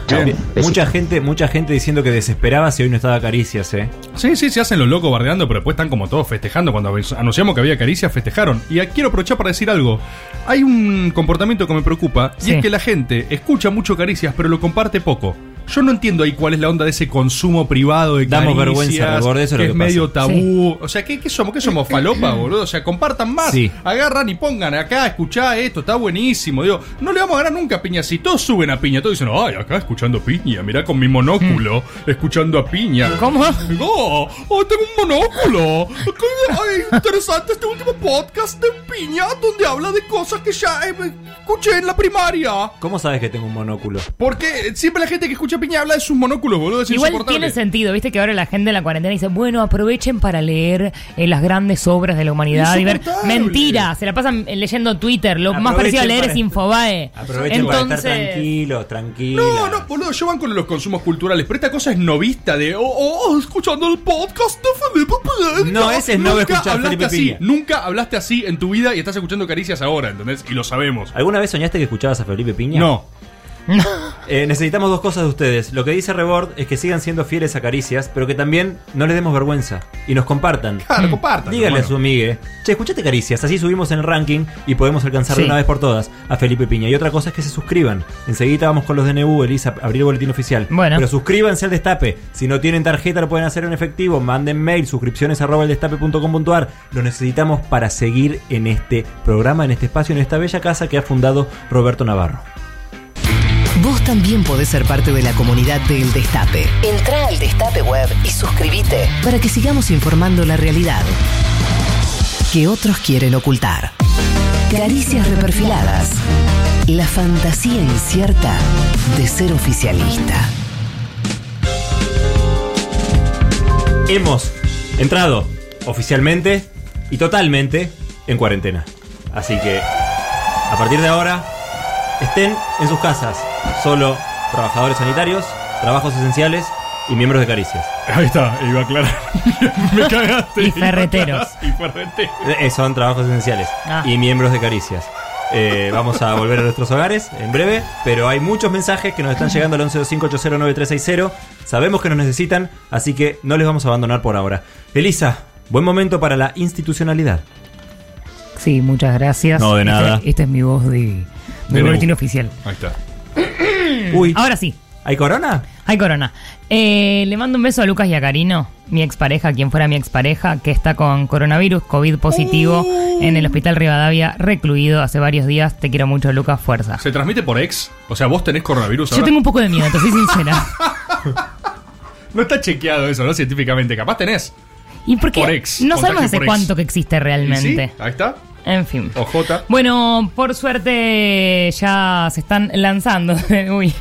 Speaker 18: Chao.
Speaker 7: Bien.
Speaker 18: Besitos.
Speaker 7: Mucha gente, mucha gente diciendo que desesperaba si hoy no estaba Caricias, ¿eh?
Speaker 2: Sí, sí, se hacen los locos bardeando, pero después están como todos festejando. Cuando anunciamos que había caricias, festejaron. Y quiero aprovechar para decir algo. Hay un comportamiento que me preocupa, y
Speaker 8: Sí.
Speaker 2: es que la gente escucha mucho caricias, pero lo comparte poco. Yo no entiendo ahí cuál es la onda de ese consumo privado de
Speaker 7: Damos
Speaker 2: caricias.
Speaker 7: vergüenza, Rebord, eso es lo
Speaker 2: que es
Speaker 7: que pasa. Eh,
Speaker 2: medio tabú. O sea, ¿qué, qué somos? ¿Qué somos? Falopa, boludo. O sea, compartan más.
Speaker 7: Sí.
Speaker 2: Agarran y pongan acá, escuchá esto, está buenísimo. Digo, no le vamos a ganar nunca a piña. Si todos suben a piña, todos dicen, ay, acá escuchando piña, mirá con mi monóculo, escuchando a piña.
Speaker 8: Hmm. ¿Cómo?
Speaker 2: No, oh, tengo un monóculo. Qué- ay, interesante este último podcast de Piña donde habla de cosas que ya eh, escuché en la primaria.
Speaker 7: ¿Cómo sabes que tengo un monóculo?
Speaker 2: Porque siempre la gente que escucha Piña habla de sus monóculos, boludo. Es
Speaker 8: Igual
Speaker 2: insoportable.
Speaker 8: tiene sentido, viste que ahora la gente en la cuarentena dice, bueno, aprovechen para leer eh, las grandes obras de la humanidad y ver
Speaker 2: Insoportable.
Speaker 8: mentira, se la pasan eh, leyendo Twitter, lo más
Speaker 7: Aprovechen
Speaker 8: parecido a leer
Speaker 7: para-
Speaker 8: es Infobae.
Speaker 7: Aprovechen para estar tranquilos, tranquilos.
Speaker 2: No, no, boludo, yo van con los consumos culturales, pero esta cosa es novista de, oh, oh, escuchando el podcast de Felipe Piña.
Speaker 7: No, ese es no
Speaker 2: Nunca
Speaker 7: escuchar
Speaker 2: hablaste
Speaker 7: Felipe
Speaker 2: así,
Speaker 7: Piña.
Speaker 2: Nunca hablaste así en tu vida y estás escuchando caricias ahora, ¿entendés? Y lo sabemos.
Speaker 7: ¿Alguna vez soñaste que escuchabas a Felipe Piña?
Speaker 2: No.
Speaker 7: Eh, necesitamos dos cosas de ustedes. Lo que dice Rebord es que sigan siendo fieles a Caricias, pero que también no les demos vergüenza y nos compartan.
Speaker 2: Claro, compartan.
Speaker 7: Díganle
Speaker 2: bueno.
Speaker 7: a su amigue, che, escuchate Caricias, así subimos en el ranking y podemos alcanzar de
Speaker 8: Sí.
Speaker 7: una vez por todas a Felipe Piña. Y otra cosa es que se suscriban. Enseguida vamos con los DNU, Elisa, abrir el boletín oficial.
Speaker 8: Bueno.
Speaker 7: Pero suscríbanse al Destape. Si no tienen tarjeta, lo pueden hacer en efectivo. Manden mail, suscripciones arroba eldestape.com.ar. Lo necesitamos para seguir en este programa, en este espacio, en esta bella casa que ha fundado Roberto Navarro.
Speaker 15: Vos también podés ser parte de la comunidad del Destape.
Speaker 13: Entra al Destape Web y suscríbete.
Speaker 15: Para que sigamos informando la realidad que otros quieren ocultar. Caricias reperfiladas. La fantasía incierta de ser oficialista.
Speaker 7: hemos entrado oficialmente y totalmente en cuarentena. Así que a partir de ahora estén en sus casas, solo trabajadores sanitarios, trabajos esenciales y miembros de caricias.
Speaker 2: Ahí está, iba a aclarar. Me cagaste.
Speaker 8: Y ferreteros.
Speaker 2: Y ferreteros.
Speaker 7: Eh, son trabajos esenciales
Speaker 8: Ah.
Speaker 7: y miembros de caricias. Eh, vamos a volver a nuestros hogares en breve, pero hay muchos mensajes que nos están llegando al 1125809360. Sabemos que nos necesitan, así que no les vamos a abandonar por ahora. Elisa, buen momento para la institucionalidad.
Speaker 8: Sí, muchas gracias.
Speaker 7: No, de
Speaker 8: Este-
Speaker 7: nada.
Speaker 8: Esta, es mi voz de, de
Speaker 7: De
Speaker 8: boletín
Speaker 7: debut.
Speaker 8: oficial.
Speaker 2: Ahí está.
Speaker 7: Mm. Uy.
Speaker 8: Ahora sí.
Speaker 7: ¿Hay corona?
Speaker 8: Hay corona. Eh, le mando un beso a Lucas y a Karino, mi expareja, quien fuera mi expareja, que está con coronavirus, COVID positivo, en el hospital Rivadavia, recluido hace varios días. Te quiero mucho, Lucas, fuerza.
Speaker 2: ¿Se transmite por ex? O sea, vos tenés coronavirus
Speaker 8: Yo
Speaker 2: ahora.
Speaker 8: tengo un poco de miedo, te soy sincera.
Speaker 2: No está chequeado eso, ¿no? Científicamente. Capaz tenés.
Speaker 8: ¿Y por qué?
Speaker 2: Por ex,
Speaker 8: No sabemos
Speaker 2: contagio
Speaker 8: hace
Speaker 2: por ex.
Speaker 8: cuánto que existe realmente.
Speaker 2: ¿Y sí? Ahí está.
Speaker 8: En fin.
Speaker 2: OJ.
Speaker 8: Bueno, por suerte ya se están lanzando. Uy,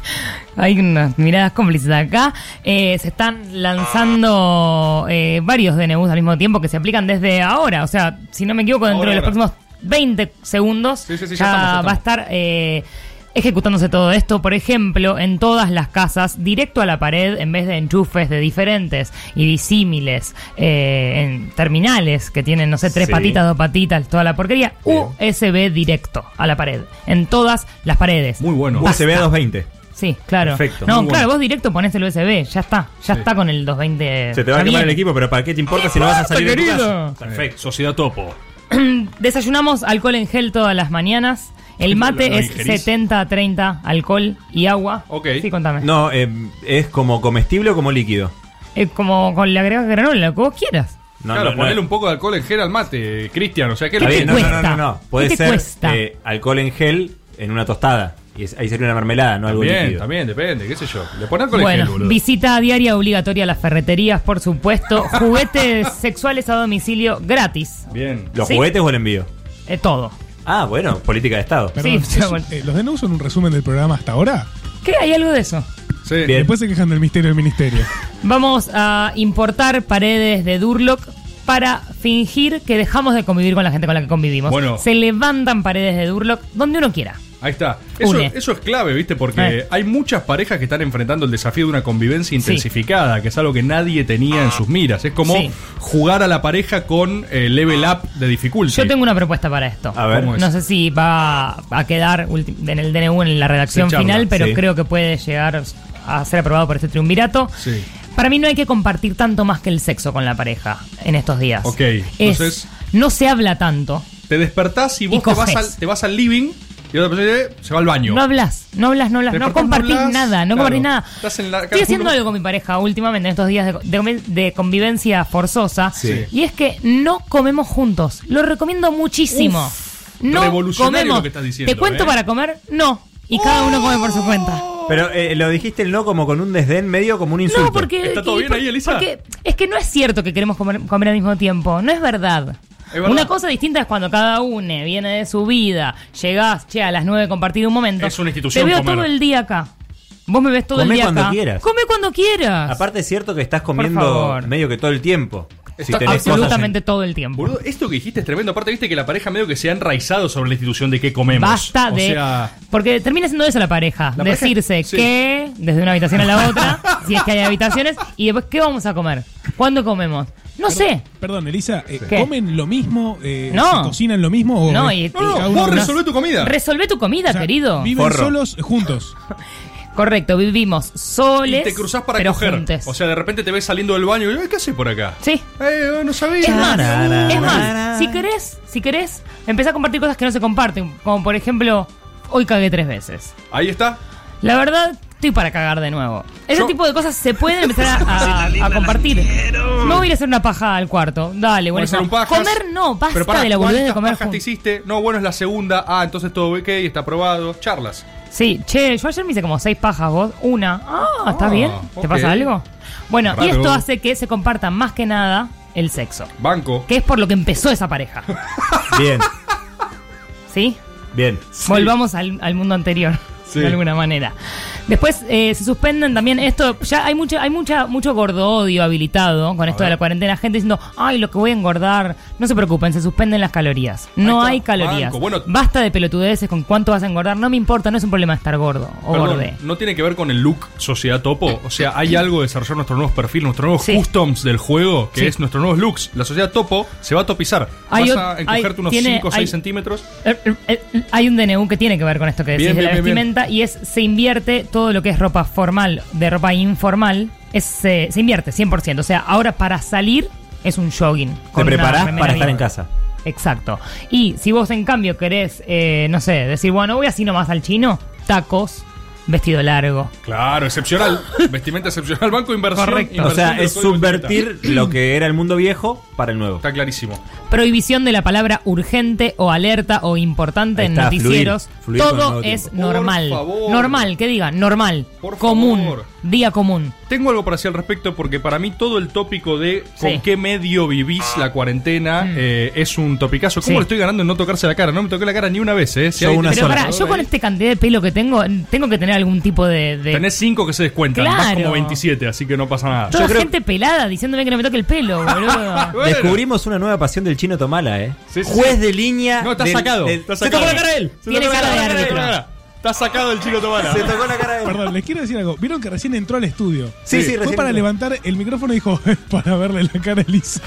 Speaker 8: hay unas miradas cómplices acá. Eh, se están lanzando eh, varios DNUs al mismo tiempo que se aplican desde ahora. O sea, si no me equivoco, dentro
Speaker 5: Ahora,
Speaker 8: de los
Speaker 5: ahora.
Speaker 8: próximos 20 segundos
Speaker 5: sí,
Speaker 8: ya,
Speaker 5: ya estamos, ya estamos.
Speaker 8: va a estar. eh, Ejecutándose todo esto, por ejemplo, en todas las casas, directo a la pared, en vez de enchufes de diferentes y disímiles, eh, en terminales que tienen, no sé, tres
Speaker 5: Sí.
Speaker 8: patitas, dos patitas, toda la porquería, USB directo a la pared, en todas las paredes. Muy
Speaker 7: bueno. USB a 220.
Speaker 8: Sí, claro.
Speaker 7: Perfecto.
Speaker 8: No,
Speaker 7: Muy
Speaker 8: claro,
Speaker 7: bueno.
Speaker 8: vos directo ponés el USB, ya está, ya está con el 220.
Speaker 7: Se te va a
Speaker 8: ya
Speaker 7: quemar el
Speaker 8: viene.
Speaker 7: equipo, pero ¿para qué te importa si no vas a salir de tu casa?
Speaker 2: Perfecto. Sociedad Topo.
Speaker 8: Desayunamos alcohol en gel todas las mañanas. El mate
Speaker 7: ¿Lo- lo
Speaker 8: es
Speaker 7: ingerís?
Speaker 8: 70-30 alcohol y agua. Ok. Sí, contame.
Speaker 7: No, eh, ¿es como comestible o como líquido?
Speaker 8: Es como con la agregas granola, lo que vos quieras.
Speaker 7: No,
Speaker 2: claro,
Speaker 7: no, no.
Speaker 2: ponele un poco de alcohol en gel al mate, Cristian. O sea, que
Speaker 7: Está
Speaker 2: la-
Speaker 7: bien, no, no, no, no, no. Puede
Speaker 2: ¿Qué te
Speaker 7: ser
Speaker 2: cuesta?
Speaker 7: eh, alcohol en gel en una tostada. Y es- ahí sería una mermelada, no algo
Speaker 2: También,
Speaker 7: líquido.
Speaker 2: también, depende, qué sé yo. Le ponen alcohol en gel,
Speaker 8: Bueno,
Speaker 2: boludo.
Speaker 8: visita diaria obligatoria a las ferreterías, por supuesto. Juguetes sexuales a domicilio gratis.
Speaker 2: Bien.
Speaker 7: ¿Los
Speaker 8: Sí.
Speaker 7: juguetes o el envío?
Speaker 8: Eh, todo.
Speaker 7: Ah, bueno, política de Estado.
Speaker 8: Perdón, Sí,
Speaker 1: ¿es- eh, ¿Los DNU son un resumen del programa hasta ahora?
Speaker 8: ¿Qué? ¿Hay algo de eso?
Speaker 1: Después se quejan del misterio del ministerio.
Speaker 8: Vamos a importar paredes de Durlock para fingir que dejamos de convivir con la gente con la que convivimos.
Speaker 2: Bueno.
Speaker 8: Se levantan paredes de Durlock donde uno quiera.
Speaker 2: Ahí está. Eso,
Speaker 8: Une.
Speaker 2: eso es clave, ¿viste? Porque
Speaker 8: Eh.
Speaker 2: hay muchas parejas que están enfrentando el desafío de una convivencia intensificada, que es algo que nadie tenía en sus miras. Es como
Speaker 8: Ah. Sí.
Speaker 2: jugar a la pareja con eh, level up de dificultad.
Speaker 8: Yo tengo una propuesta para esto.
Speaker 2: A ver. ¿Cómo es?
Speaker 8: No sé si va a quedar ulti- en el DNU en la redacción
Speaker 2: Se charla,
Speaker 8: final, pero
Speaker 2: sí.
Speaker 8: creo que puede llegar a ser aprobado por este triunvirato.
Speaker 2: Sí.
Speaker 8: Para mí no hay que compartir tanto más que el sexo con la pareja en estos días.
Speaker 2: Ok,
Speaker 8: Es,
Speaker 2: entonces-
Speaker 8: no se habla tanto.
Speaker 2: Te despertás y vos te vas,
Speaker 8: coges.
Speaker 2: al, te vas al living y la otra persona eh, se va al baño.
Speaker 8: No hablas, no hablas, no hablas,
Speaker 2: Te
Speaker 8: no
Speaker 2: despertás,
Speaker 8: compartís
Speaker 2: hablas,
Speaker 8: nada, no
Speaker 2: claro.
Speaker 8: compartís nada.
Speaker 2: Estás en la-
Speaker 8: Estoy haciendo algo con mi pareja últimamente en estos días de, de comi- de convivencia forzosa.
Speaker 2: Sí.
Speaker 8: Y es que no comemos juntos. Lo recomiendo muchísimo. no
Speaker 7: revolucionario
Speaker 8: comemos.
Speaker 7: lo que estás diciendo,
Speaker 8: Te cuento
Speaker 7: ¿eh?
Speaker 8: para comer, no. Y cada uno come por su cuenta.
Speaker 7: Pero eh, lo dijiste el no como con un desdén medio, como un insulto.
Speaker 8: No, porque. que- por- Porque es que no es cierto que queremos comer, comer al mismo tiempo. No es verdad.
Speaker 7: Es verdad.
Speaker 8: Una cosa distinta es cuando cada uno viene de su vida, llegás, che, a las 9 compartido un momento.
Speaker 7: Es una institución
Speaker 8: Te veo
Speaker 7: comer.
Speaker 8: todo el día acá. Vos me ves todo el
Speaker 7: Comé
Speaker 8: día
Speaker 7: cuando
Speaker 8: acá.
Speaker 7: quieras.
Speaker 8: Come cuando quieras.
Speaker 7: Aparte es cierto que estás comiendo
Speaker 8: favor.
Speaker 7: medio que todo el tiempo. Si
Speaker 2: Está
Speaker 7: tenés cosas eh.
Speaker 8: Absolutamente todo el tiempo.
Speaker 2: Boludo, esto que dijiste es tremendo. Aparte, viste que la pareja medio que se ha enraizado sobre la institución de qué comemos.
Speaker 8: Basta
Speaker 2: O
Speaker 8: de.
Speaker 2: sea,
Speaker 8: Porque termina siendo eso la pareja.
Speaker 2: La pareja-
Speaker 8: decirse
Speaker 2: sí.
Speaker 8: que desde una habitación a la otra, si es que hay habitaciones, y después, ¿qué vamos a comer? ¿Cuándo comemos? No sé.
Speaker 1: Perdón, Elisa, eh,
Speaker 8: ¿Qué?
Speaker 1: ¿comen lo mismo? Eh,
Speaker 8: No.
Speaker 1: ¿se ¿Cocinan lo mismo? O
Speaker 8: No,
Speaker 1: eh,
Speaker 8: y,
Speaker 1: cada uno hace-
Speaker 8: Resolvé tu comida,
Speaker 1: O sea,
Speaker 8: querido.
Speaker 1: Viven solos juntos.
Speaker 8: Correcto, vivimos soles.
Speaker 2: y te cruzás para
Speaker 8: pero
Speaker 2: coger.
Speaker 8: juntes.
Speaker 2: O sea, de repente te ves saliendo del baño y, "Ay, ¿qué haces por acá?
Speaker 8: Sí.
Speaker 2: no sabía.
Speaker 8: Es más,
Speaker 2: Na, na,
Speaker 8: es
Speaker 2: na,
Speaker 8: más si querés, si querés, empezá a compartir cosas que no se comparten. Como por ejemplo, hoy cagué tres veces.
Speaker 2: Ahí está.
Speaker 8: La verdad, estoy para cagar de nuevo. Ese
Speaker 2: Yo-
Speaker 8: tipo de cosas se pueden empezar a, a- a compartir. No voy a ir a hacer una paja al cuarto. Dale,
Speaker 2: Voy
Speaker 8: bueno.
Speaker 2: a hacer
Speaker 8: no.
Speaker 2: un pajas.
Speaker 8: Comer no, basta
Speaker 2: Pero pará,
Speaker 8: de la boludez de
Speaker 2: ¿cuántas
Speaker 8: comer
Speaker 2: pajas te
Speaker 8: juntos.
Speaker 2: hiciste? No, bueno, es la segunda. Ah, entonces todo ok, está aprobado. Charlas.
Speaker 8: Sí, che, yo ayer me hice como seis pajas vos, una. Ah, ¿estás
Speaker 2: Ah,
Speaker 8: bien? ¿Te
Speaker 2: ok.
Speaker 8: pasa algo? Bueno, y
Speaker 2: Raro.
Speaker 8: esto hace que se comparta más que nada el sexo.
Speaker 2: Banco.
Speaker 8: Que es por lo que empezó esa pareja.
Speaker 7: Bien,
Speaker 8: ¿Sí?
Speaker 7: bien.
Speaker 8: Volvamos al, al mundo anterior,
Speaker 7: Sí.
Speaker 8: de alguna manera. Después eh, se suspenden también esto. Ya hay mucha, hay mucha, mucho gordo odio habilitado con esto de la cuarentena. Gente diciendo, ay, lo que voy a engordar. No se preocupen, se suspenden las calorías. No hay calorías.
Speaker 2: banco. Bueno-
Speaker 8: Basta de pelotudeces con cuánto vas a engordar. No me importa, no es un problema estar gordo o
Speaker 2: Perdón,
Speaker 8: gordé.
Speaker 2: no tiene que ver con el look sociedad topo. O sea, hay algo de desarrollar nuestros nuevos perfiles, nuestros nuevos customs del juego, que
Speaker 8: Sí.
Speaker 2: es nuestros nuevos looks. La sociedad topo se va a topizar.
Speaker 8: Hay
Speaker 2: Vas
Speaker 8: ot-
Speaker 2: a
Speaker 8: hay-
Speaker 2: encogerte unos
Speaker 8: tiene-
Speaker 2: 5 o 6
Speaker 8: hay-
Speaker 2: centímetros.
Speaker 8: Eh, eh, eh, Hay un DNU que tiene que ver con esto que decís
Speaker 2: Bien,
Speaker 8: de la
Speaker 2: bien, bien, bien.
Speaker 8: vestimenta y es se invierte todo lo que es ropa formal de ropa informal, es, eh, se invierte 100%. O sea, ahora para salir es un jogging.
Speaker 7: Te
Speaker 8: con una
Speaker 7: preparás
Speaker 8: remera
Speaker 7: para estar en
Speaker 8: bien.
Speaker 7: casa.
Speaker 8: Exacto. Y si vos en cambio querés, eh, no sé, decir, bueno, voy así nomás al chino, tacos, vestido largo.
Speaker 2: Claro, excepcional. Vestimenta excepcional, banco inversión.
Speaker 7: O
Speaker 2: inversión
Speaker 7: sea,
Speaker 2: del
Speaker 7: es
Speaker 2: código
Speaker 7: subvertir
Speaker 2: etiqueta.
Speaker 7: lo que era el mundo viejo para el nuevo. Está
Speaker 2: clarísimo.
Speaker 8: Prohibición de la palabra urgente o alerta o importante
Speaker 7: Ahí
Speaker 8: en
Speaker 7: está,
Speaker 8: noticieros.
Speaker 7: fluir, fluir con el
Speaker 8: Todo
Speaker 7: nuevo
Speaker 8: es
Speaker 7: tiempo.
Speaker 8: normal.
Speaker 2: Por favor.
Speaker 8: Normal, que diga, normal.
Speaker 2: Por
Speaker 8: común.
Speaker 2: favor.
Speaker 8: Día común.
Speaker 2: Tengo algo para decir al respecto porque para mí todo el tópico de con
Speaker 8: Sí. Mm.
Speaker 2: qué medio vivís la cuarentena eh, es un topicazo. ¿Cómo
Speaker 8: Sí.
Speaker 2: le estoy ganando en no tocarse la cara? No me toqué la cara ni una vez, ¿eh? Si hay-
Speaker 8: Pero pará, yo con esta cantidad de pelo que tengo, tengo que tener algún tipo de. de-
Speaker 2: Tenés 5 que se descuentan, más
Speaker 8: Claro.
Speaker 2: como 27, así que no pasa nada.
Speaker 8: Toda gente pelada diciéndome que no me toque el pelo, boludo.
Speaker 7: Descubrimos una nueva pasión del chino Tomala, ¿eh?
Speaker 2: sí,
Speaker 7: Juez
Speaker 2: sí.
Speaker 7: de línea.
Speaker 2: No, está
Speaker 7: del-
Speaker 2: sacado.
Speaker 7: del-
Speaker 2: Está
Speaker 7: Se
Speaker 2: sacado.
Speaker 7: tocó la cara él.
Speaker 2: Se tocó la cara él, se tocó la cara. Está sacado el chico Tomala.
Speaker 7: Se tocó la cara de él.
Speaker 1: Perdón, les quiero decir algo. Vieron que recién entró al estudio.
Speaker 7: Sí, sí,
Speaker 1: Fue
Speaker 7: recién
Speaker 1: para
Speaker 7: entró.
Speaker 1: levantar el micrófono y dijo, para verle la cara a Elisa.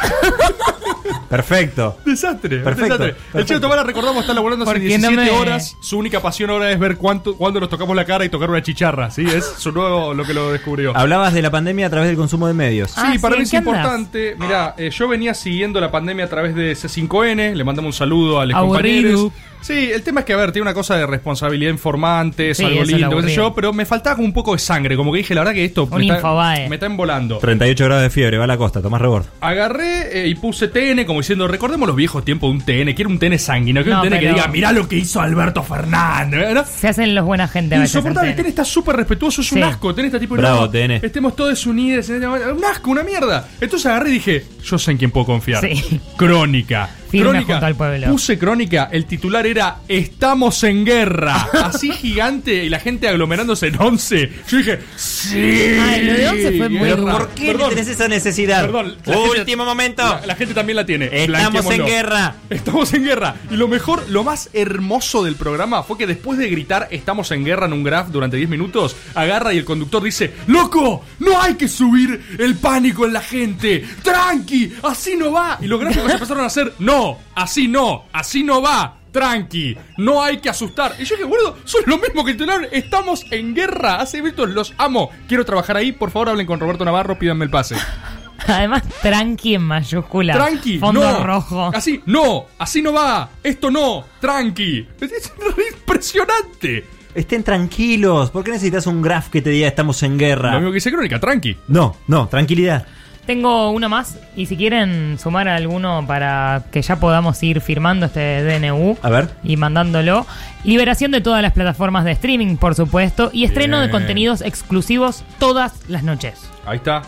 Speaker 7: Perfecto.
Speaker 2: Desastre, un
Speaker 7: Perfecto,
Speaker 2: desastre. El
Speaker 7: perfecto.
Speaker 2: Chino Tomala, recordamos, está laburando hace
Speaker 7: Porque no
Speaker 2: 17
Speaker 7: me-
Speaker 2: horas. Su única pasión ahora es ver cuánto, cuándo nos tocamos la cara y tocar una chicharra, ¿sí? Es su nuevo lo que lo descubrió.
Speaker 7: Hablabas de la pandemia a través del consumo de medios.
Speaker 2: Sí,
Speaker 8: Ah,
Speaker 2: para mí es importante. Mirá, eh, yo venía siguiendo la pandemia a través de C5N. Le mandamos un saludo a los
Speaker 8: Aburrido.
Speaker 2: compañeros. Sí, el tema es que, a ver, tiene una cosa de responsabilidad informante, es
Speaker 8: Sí,
Speaker 2: algo
Speaker 8: eso es lo
Speaker 2: lindo, qué sé
Speaker 8: aburrido.
Speaker 2: yo, pero me faltaba como un poco de sangre. Como que dije, la verdad que esto
Speaker 8: Un
Speaker 2: me está,
Speaker 8: infobae.
Speaker 2: me está embolando.
Speaker 7: 38 grados de fiebre, va a la costa, tomás rebord.
Speaker 2: Agarré eh, y puse TN como diciendo, recordemos los viejos tiempos de un TN, quiero un TN sanguíneo, quiero
Speaker 8: No,
Speaker 2: un TN que
Speaker 8: pero-
Speaker 2: diga, mirá lo que hizo Alberto
Speaker 7: ¿eh?
Speaker 2: Fernández. ¿no?
Speaker 8: Se hacen los buena gente a veces.
Speaker 2: Insoportable,
Speaker 8: ¿entendés?
Speaker 2: TN está súper respetuoso, es un
Speaker 8: Sí.
Speaker 2: asco, TN está tipo,
Speaker 7: Bravo,
Speaker 2: no,
Speaker 7: TN.
Speaker 2: estemos todos unidos, en- este un asco, una mierda. Entonces agarré y dije, yo sé en quién puedo confiar.
Speaker 8: Sí.
Speaker 2: Crónica.
Speaker 8: Firme junto
Speaker 2: crónica.
Speaker 8: al pueblo.
Speaker 2: Puse crónica, el titular era Estamos en guerra. Ah, Así gigante y la gente aglomerándose en 11. Yo dije, sí.
Speaker 7: Ay, lo de 11 fue muy
Speaker 2: guerra".
Speaker 7: duro. ¿Por qué tenés esa necesidad?
Speaker 2: Perdón. la
Speaker 7: Último
Speaker 2: gente-
Speaker 7: momento.
Speaker 2: La, la gente también la tiene.
Speaker 7: Estamos en
Speaker 2: Blanquémoslo.
Speaker 7: guerra.
Speaker 2: Estamos en guerra. Y lo mejor, lo más hermoso del programa fue que después de gritar estamos en guerra en un graph durante 10 minutos, agarra y el conductor dice, ¡Loco! ¡No hay que subir el pánico en la gente! ¡Tranqui! ¡Así no va! Y los gráficos empezaron a hacer, ¡No! ¡Así no! ¡Así no va! Tranqui, no hay que asustar. Y yo dije, boludo, son lo mismo que titularon. Estamos en guerra. Hace minutos los amo. Quiero trabajar ahí. Por favor, hablen con Roberto Navarro. Pídanme el pase.
Speaker 8: Además, tranqui en mayúscula.
Speaker 2: Tranqui,
Speaker 8: Fondo
Speaker 2: no.
Speaker 8: rojo.
Speaker 2: Así, no, así no va. Esto no, tranqui. Es re impresionante.
Speaker 7: Estén tranquilos. ¿Por qué necesitas un graph que te diga estamos en guerra?
Speaker 2: Lo mismo que dice Crónica, tranqui.
Speaker 7: No, no, tranquilidad.
Speaker 8: Tengo uno más y si quieren sumar alguno para que ya podamos ir firmando este DNU
Speaker 7: A ver.
Speaker 8: y mandándolo. Liberación de todas las plataformas de streaming, por supuesto, y estreno
Speaker 2: Bien.
Speaker 8: de contenidos exclusivos todas las noches.
Speaker 2: Ahí está.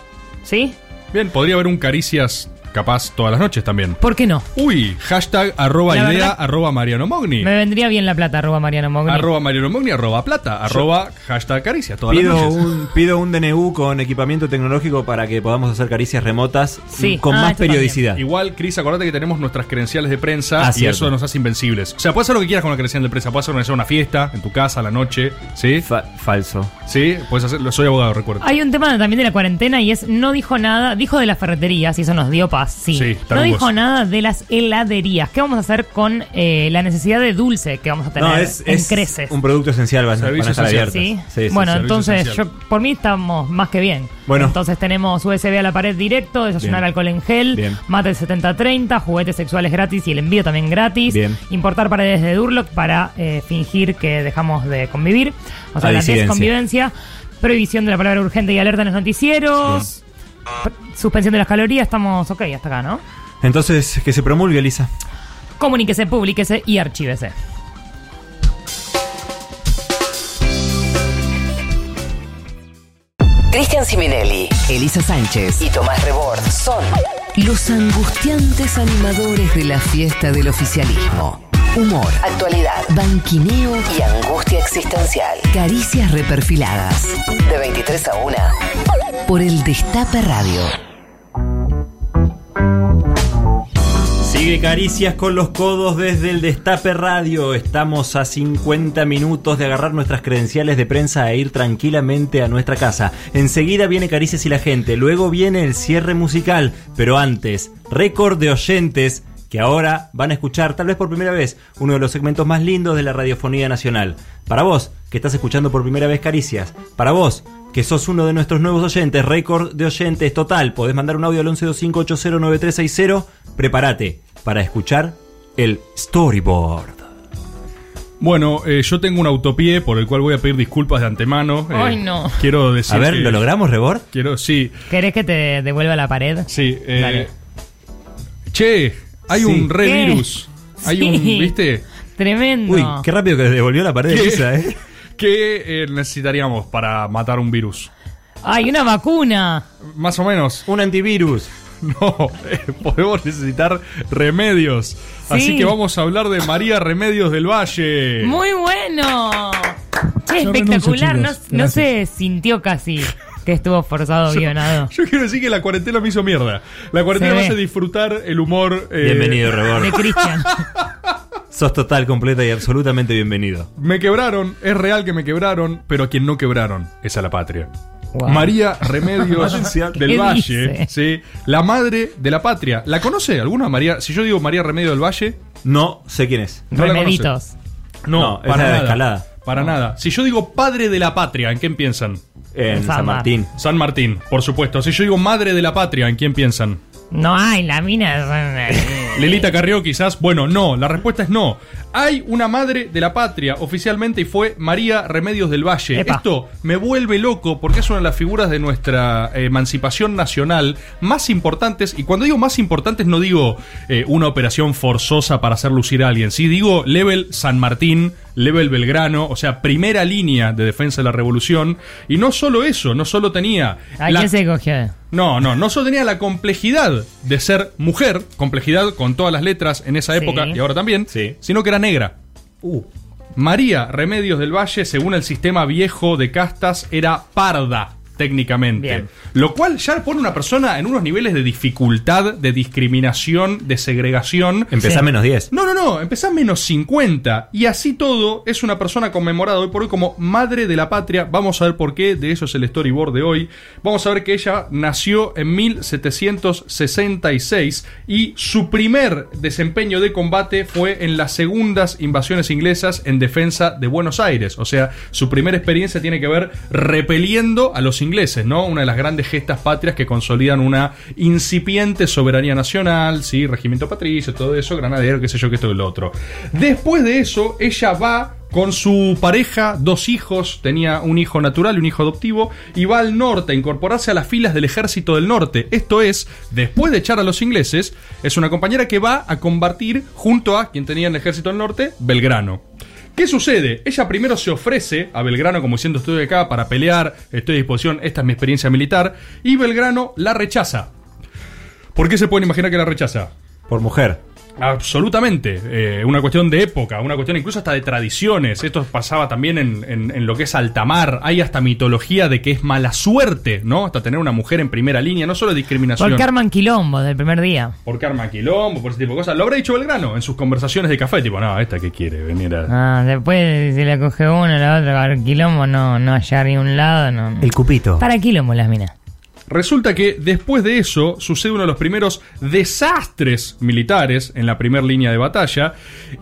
Speaker 8: ¿Sí?
Speaker 2: Bien, podría haber un caricias capaz todas las noches también.
Speaker 8: ¿Por qué no?
Speaker 2: Uy, hashtag arroba
Speaker 8: La
Speaker 2: idea,
Speaker 8: verdad-
Speaker 2: arroba Mariano Mogni.
Speaker 8: Me vendría bien la plata, arroba Mariano Mogni.
Speaker 2: Arroba Mariano Mogni, arroba plata, arroba hashtag caricias todas las
Speaker 7: Pido
Speaker 2: noches.
Speaker 7: un, pido un DNU con equipamiento tecnológico para que podamos hacer caricias remotas y
Speaker 8: Ah,
Speaker 7: con más periodicidad.
Speaker 2: Igual, Cris, acordate que tenemos nuestras credenciales de prensa
Speaker 7: Ah,
Speaker 2: y
Speaker 7: cierto.
Speaker 2: eso nos hace invencibles. O sea, puedes hacer lo que quieras con la credencial de prensa. Puedes organizar una fiesta en tu casa a la noche, ¿sí?
Speaker 7: falso.
Speaker 2: Sí, puedes hacerlo. Soy abogado, recuerdo.
Speaker 8: Hay un tema también de la cuarentena y es no dijo nada, dijo de las ferreterías y eso nos dio paz, sí.
Speaker 2: Sí,
Speaker 8: no
Speaker 2: tangos.
Speaker 8: dijo nada de las heladerías. ¿Qué vamos a hacer con eh, la necesidad de dulce que vamos a tener
Speaker 7: No, es,
Speaker 8: en
Speaker 7: es
Speaker 8: creces?
Speaker 7: un producto esencial, van, van a
Speaker 2: Servicio
Speaker 7: estar
Speaker 2: esencial.
Speaker 7: abiertos.
Speaker 8: ¿Sí? bueno, entonces yo por mí estamos más que bien.
Speaker 7: Bueno.
Speaker 8: Entonces tenemos USB a la pared directo, desayunar
Speaker 7: Bien.
Speaker 8: alcohol en gel,
Speaker 7: Bien.
Speaker 8: mate 70-30, juguetes sexuales gratis y el envío también gratis.
Speaker 7: Bien.
Speaker 8: Importar paredes de Durlock para eh, fingir que dejamos de convivir. O sea,
Speaker 7: La
Speaker 8: la
Speaker 7: disidencia.
Speaker 8: desconvivencia. Prohibición de la palabra urgente y alerta en los noticieros. Pr- Suspensión de las calorías, estamos ok hasta acá, ¿no?
Speaker 7: Entonces, que se promulgue, Elisa.
Speaker 8: Comuníquese, públiquese y archívese.
Speaker 15: Cristian Siminelli, Elisa Sánchez y Tomás Rebord son los angustiantes animadores de la fiesta del oficialismo. Humor,
Speaker 13: Actualidad,
Speaker 15: banquineo
Speaker 13: y angustia existencial.
Speaker 15: Caricias reperfiladas.
Speaker 13: De 23 a 1.
Speaker 15: Por el Destape Radio.
Speaker 14: Sigue Caricias con los codos desde el Destape Radio. Estamos a 50 minutos de agarrar nuestras credenciales de prensa e ir tranquilamente a nuestra casa. Enseguida viene Caricias y la gente, luego viene el cierre musical, pero antes, récord de oyentes que ahora van a escuchar, tal vez por primera vez, uno de los segmentos más lindos de la radiofonía nacional. Para vos, que estás escuchando por primera vez Caricias, para vos, que sos uno de nuestros nuevos oyentes, récord de oyentes total, podés mandar un audio al 1125809360, prepárate para escuchar el storyboard.
Speaker 2: Bueno, eh, yo tengo un autopié por el cual voy a pedir disculpas de antemano. Eh,
Speaker 8: Ay, no.
Speaker 2: Quiero decir.
Speaker 14: A ver, ¿lo logramos, Rebord?
Speaker 2: Quiero, sí.
Speaker 8: ¿Querés que te devuelva la pared?
Speaker 2: Sí, eh,
Speaker 8: Dale.
Speaker 2: Che, hay
Speaker 8: Sí.
Speaker 2: un
Speaker 8: ¿Qué?
Speaker 2: revirus. Hay un,
Speaker 8: Sí.
Speaker 2: ¿viste?
Speaker 8: Tremendo.
Speaker 2: Uy,
Speaker 14: Qué rápido que les devolvió la pared
Speaker 2: ¿Qué?
Speaker 14: de esa, ¿eh?
Speaker 2: ¿Qué eh, necesitaríamos para matar un virus?
Speaker 8: Ay, una vacuna.
Speaker 2: Más o menos.
Speaker 14: Un antivirus.
Speaker 2: No, eh, podemos necesitar remedios. Así que vamos a hablar de María Remedios del Valle.
Speaker 8: Muy bueno. Che,
Speaker 2: Yo
Speaker 8: espectacular.
Speaker 2: renuncio,
Speaker 8: No-
Speaker 2: chicos.
Speaker 8: no, se sintió casi que estuvo forzado,
Speaker 2: Yo-
Speaker 8: guionado.
Speaker 2: Yo quiero decir que la cuarentena me hizo mierda. La cuarentena
Speaker 8: Se
Speaker 2: me
Speaker 8: ve.
Speaker 2: hace disfrutar el humor. eh,
Speaker 14: Bienvenido, Rebord.
Speaker 8: De Cristian.
Speaker 14: Sos total, completa y absolutamente bienvenido.
Speaker 2: Me quebraron, es real que me quebraron, pero a quien no quebraron es a la patria.
Speaker 14: Wow.
Speaker 2: María Remedios
Speaker 14: ¿Qué
Speaker 2: del Valle,
Speaker 14: dice?
Speaker 2: sí, la madre de la patria. ¿La conoce alguna María? Si yo digo María Remedios del Valle,
Speaker 14: no sé quién es.
Speaker 2: No la conoce.
Speaker 8: Remeditos.
Speaker 2: No,
Speaker 14: No,
Speaker 2: para
Speaker 14: esa era de
Speaker 2: nada.
Speaker 14: escalada.
Speaker 2: Para nada. Si yo digo padre de la patria, ¿en quién piensan?
Speaker 14: En San San Martín.
Speaker 2: San Martín, por supuesto. Si yo digo madre de la patria, ¿en quién piensan?
Speaker 8: No hay, la mina. es-
Speaker 2: Lelita Carrió quizás, bueno, no, la respuesta es no. Hay una madre de la patria oficialmente y fue María Remedios del Valle.
Speaker 8: Epa.
Speaker 2: Esto me vuelve loco porque es una de las figuras de nuestra eh, emancipación nacional más importantes. Y cuando digo más importantes no digo eh, una operación forzosa para hacer lucir a alguien, sí digo level San Martín, level Belgrano, o sea, primera línea de defensa de la revolución. Y no solo eso, no solo tenía...
Speaker 8: ¿A
Speaker 2: la-
Speaker 8: quién se cogió?
Speaker 2: no, no, no solo tenía la complejidad de ser mujer, complejidad con todas las letras en esa
Speaker 8: Sí.
Speaker 2: época y ahora también, sino que era negra.
Speaker 14: Uh.
Speaker 2: María Remedios del Valle, según el sistema viejo de castas, era parda técnicamente. Lo cual ya pone una persona en unos niveles de dificultad, de discriminación, de segregación.
Speaker 14: Empezá Sí. menos 10.
Speaker 2: No, no, no, empezás menos 50. Y así todo es una persona conmemorada hoy por hoy como madre de la patria. Vamos a ver por qué, de eso es el storyboard de hoy. Vamos a ver que ella nació en 1766 y su primer desempeño de combate fue en las segundas invasiones inglesas en defensa de Buenos Aires. O sea, su primera experiencia tiene que ver repeliendo a los ingleses, ¿no? Una de las grandes gestas patrias que consolidan una incipiente soberanía nacional, sí, regimiento patricio, todo eso, granadero, qué sé yo, que esto y lo otro. Después de eso, ella va con su pareja, dos hijos, tenía un hijo natural y un hijo adoptivo, y va al norte a incorporarse a las filas del ejército del norte. Esto es, después de echar a los ingleses, es una compañera que va a combatir junto a quien tenía en el ejército del norte, Belgrano. ¿Qué sucede? Ella primero se ofrece a Belgrano como diciendo estoy acá para pelear, estoy a disposición, esta es mi experiencia militar, y Belgrano la rechaza. ¿Por qué se pueden imaginar que la rechaza?
Speaker 14: Por mujer.
Speaker 2: Absolutamente. Eh, una cuestión de época, una cuestión incluso hasta de tradiciones. Esto pasaba también en, en- en lo que es altamar. Hay hasta mitología de que es mala suerte, ¿no? Hasta tener una mujer en primera línea, no solo discriminación.
Speaker 8: Porque arman quilombo del primer día.
Speaker 2: Por Karma Quilombo, por ese tipo de cosas. Lo habrá dicho Belgrano en sus conversaciones de café, tipo, no, esta que quiere venir a...
Speaker 8: Ah, después si la coge una, la otra, para el quilombo no, no hallar ni un lado, no. El
Speaker 14: cupito.
Speaker 8: Para quilombo las minas.
Speaker 2: Resulta que después de eso sucede uno de los primeros desastres militares en la primera línea de batalla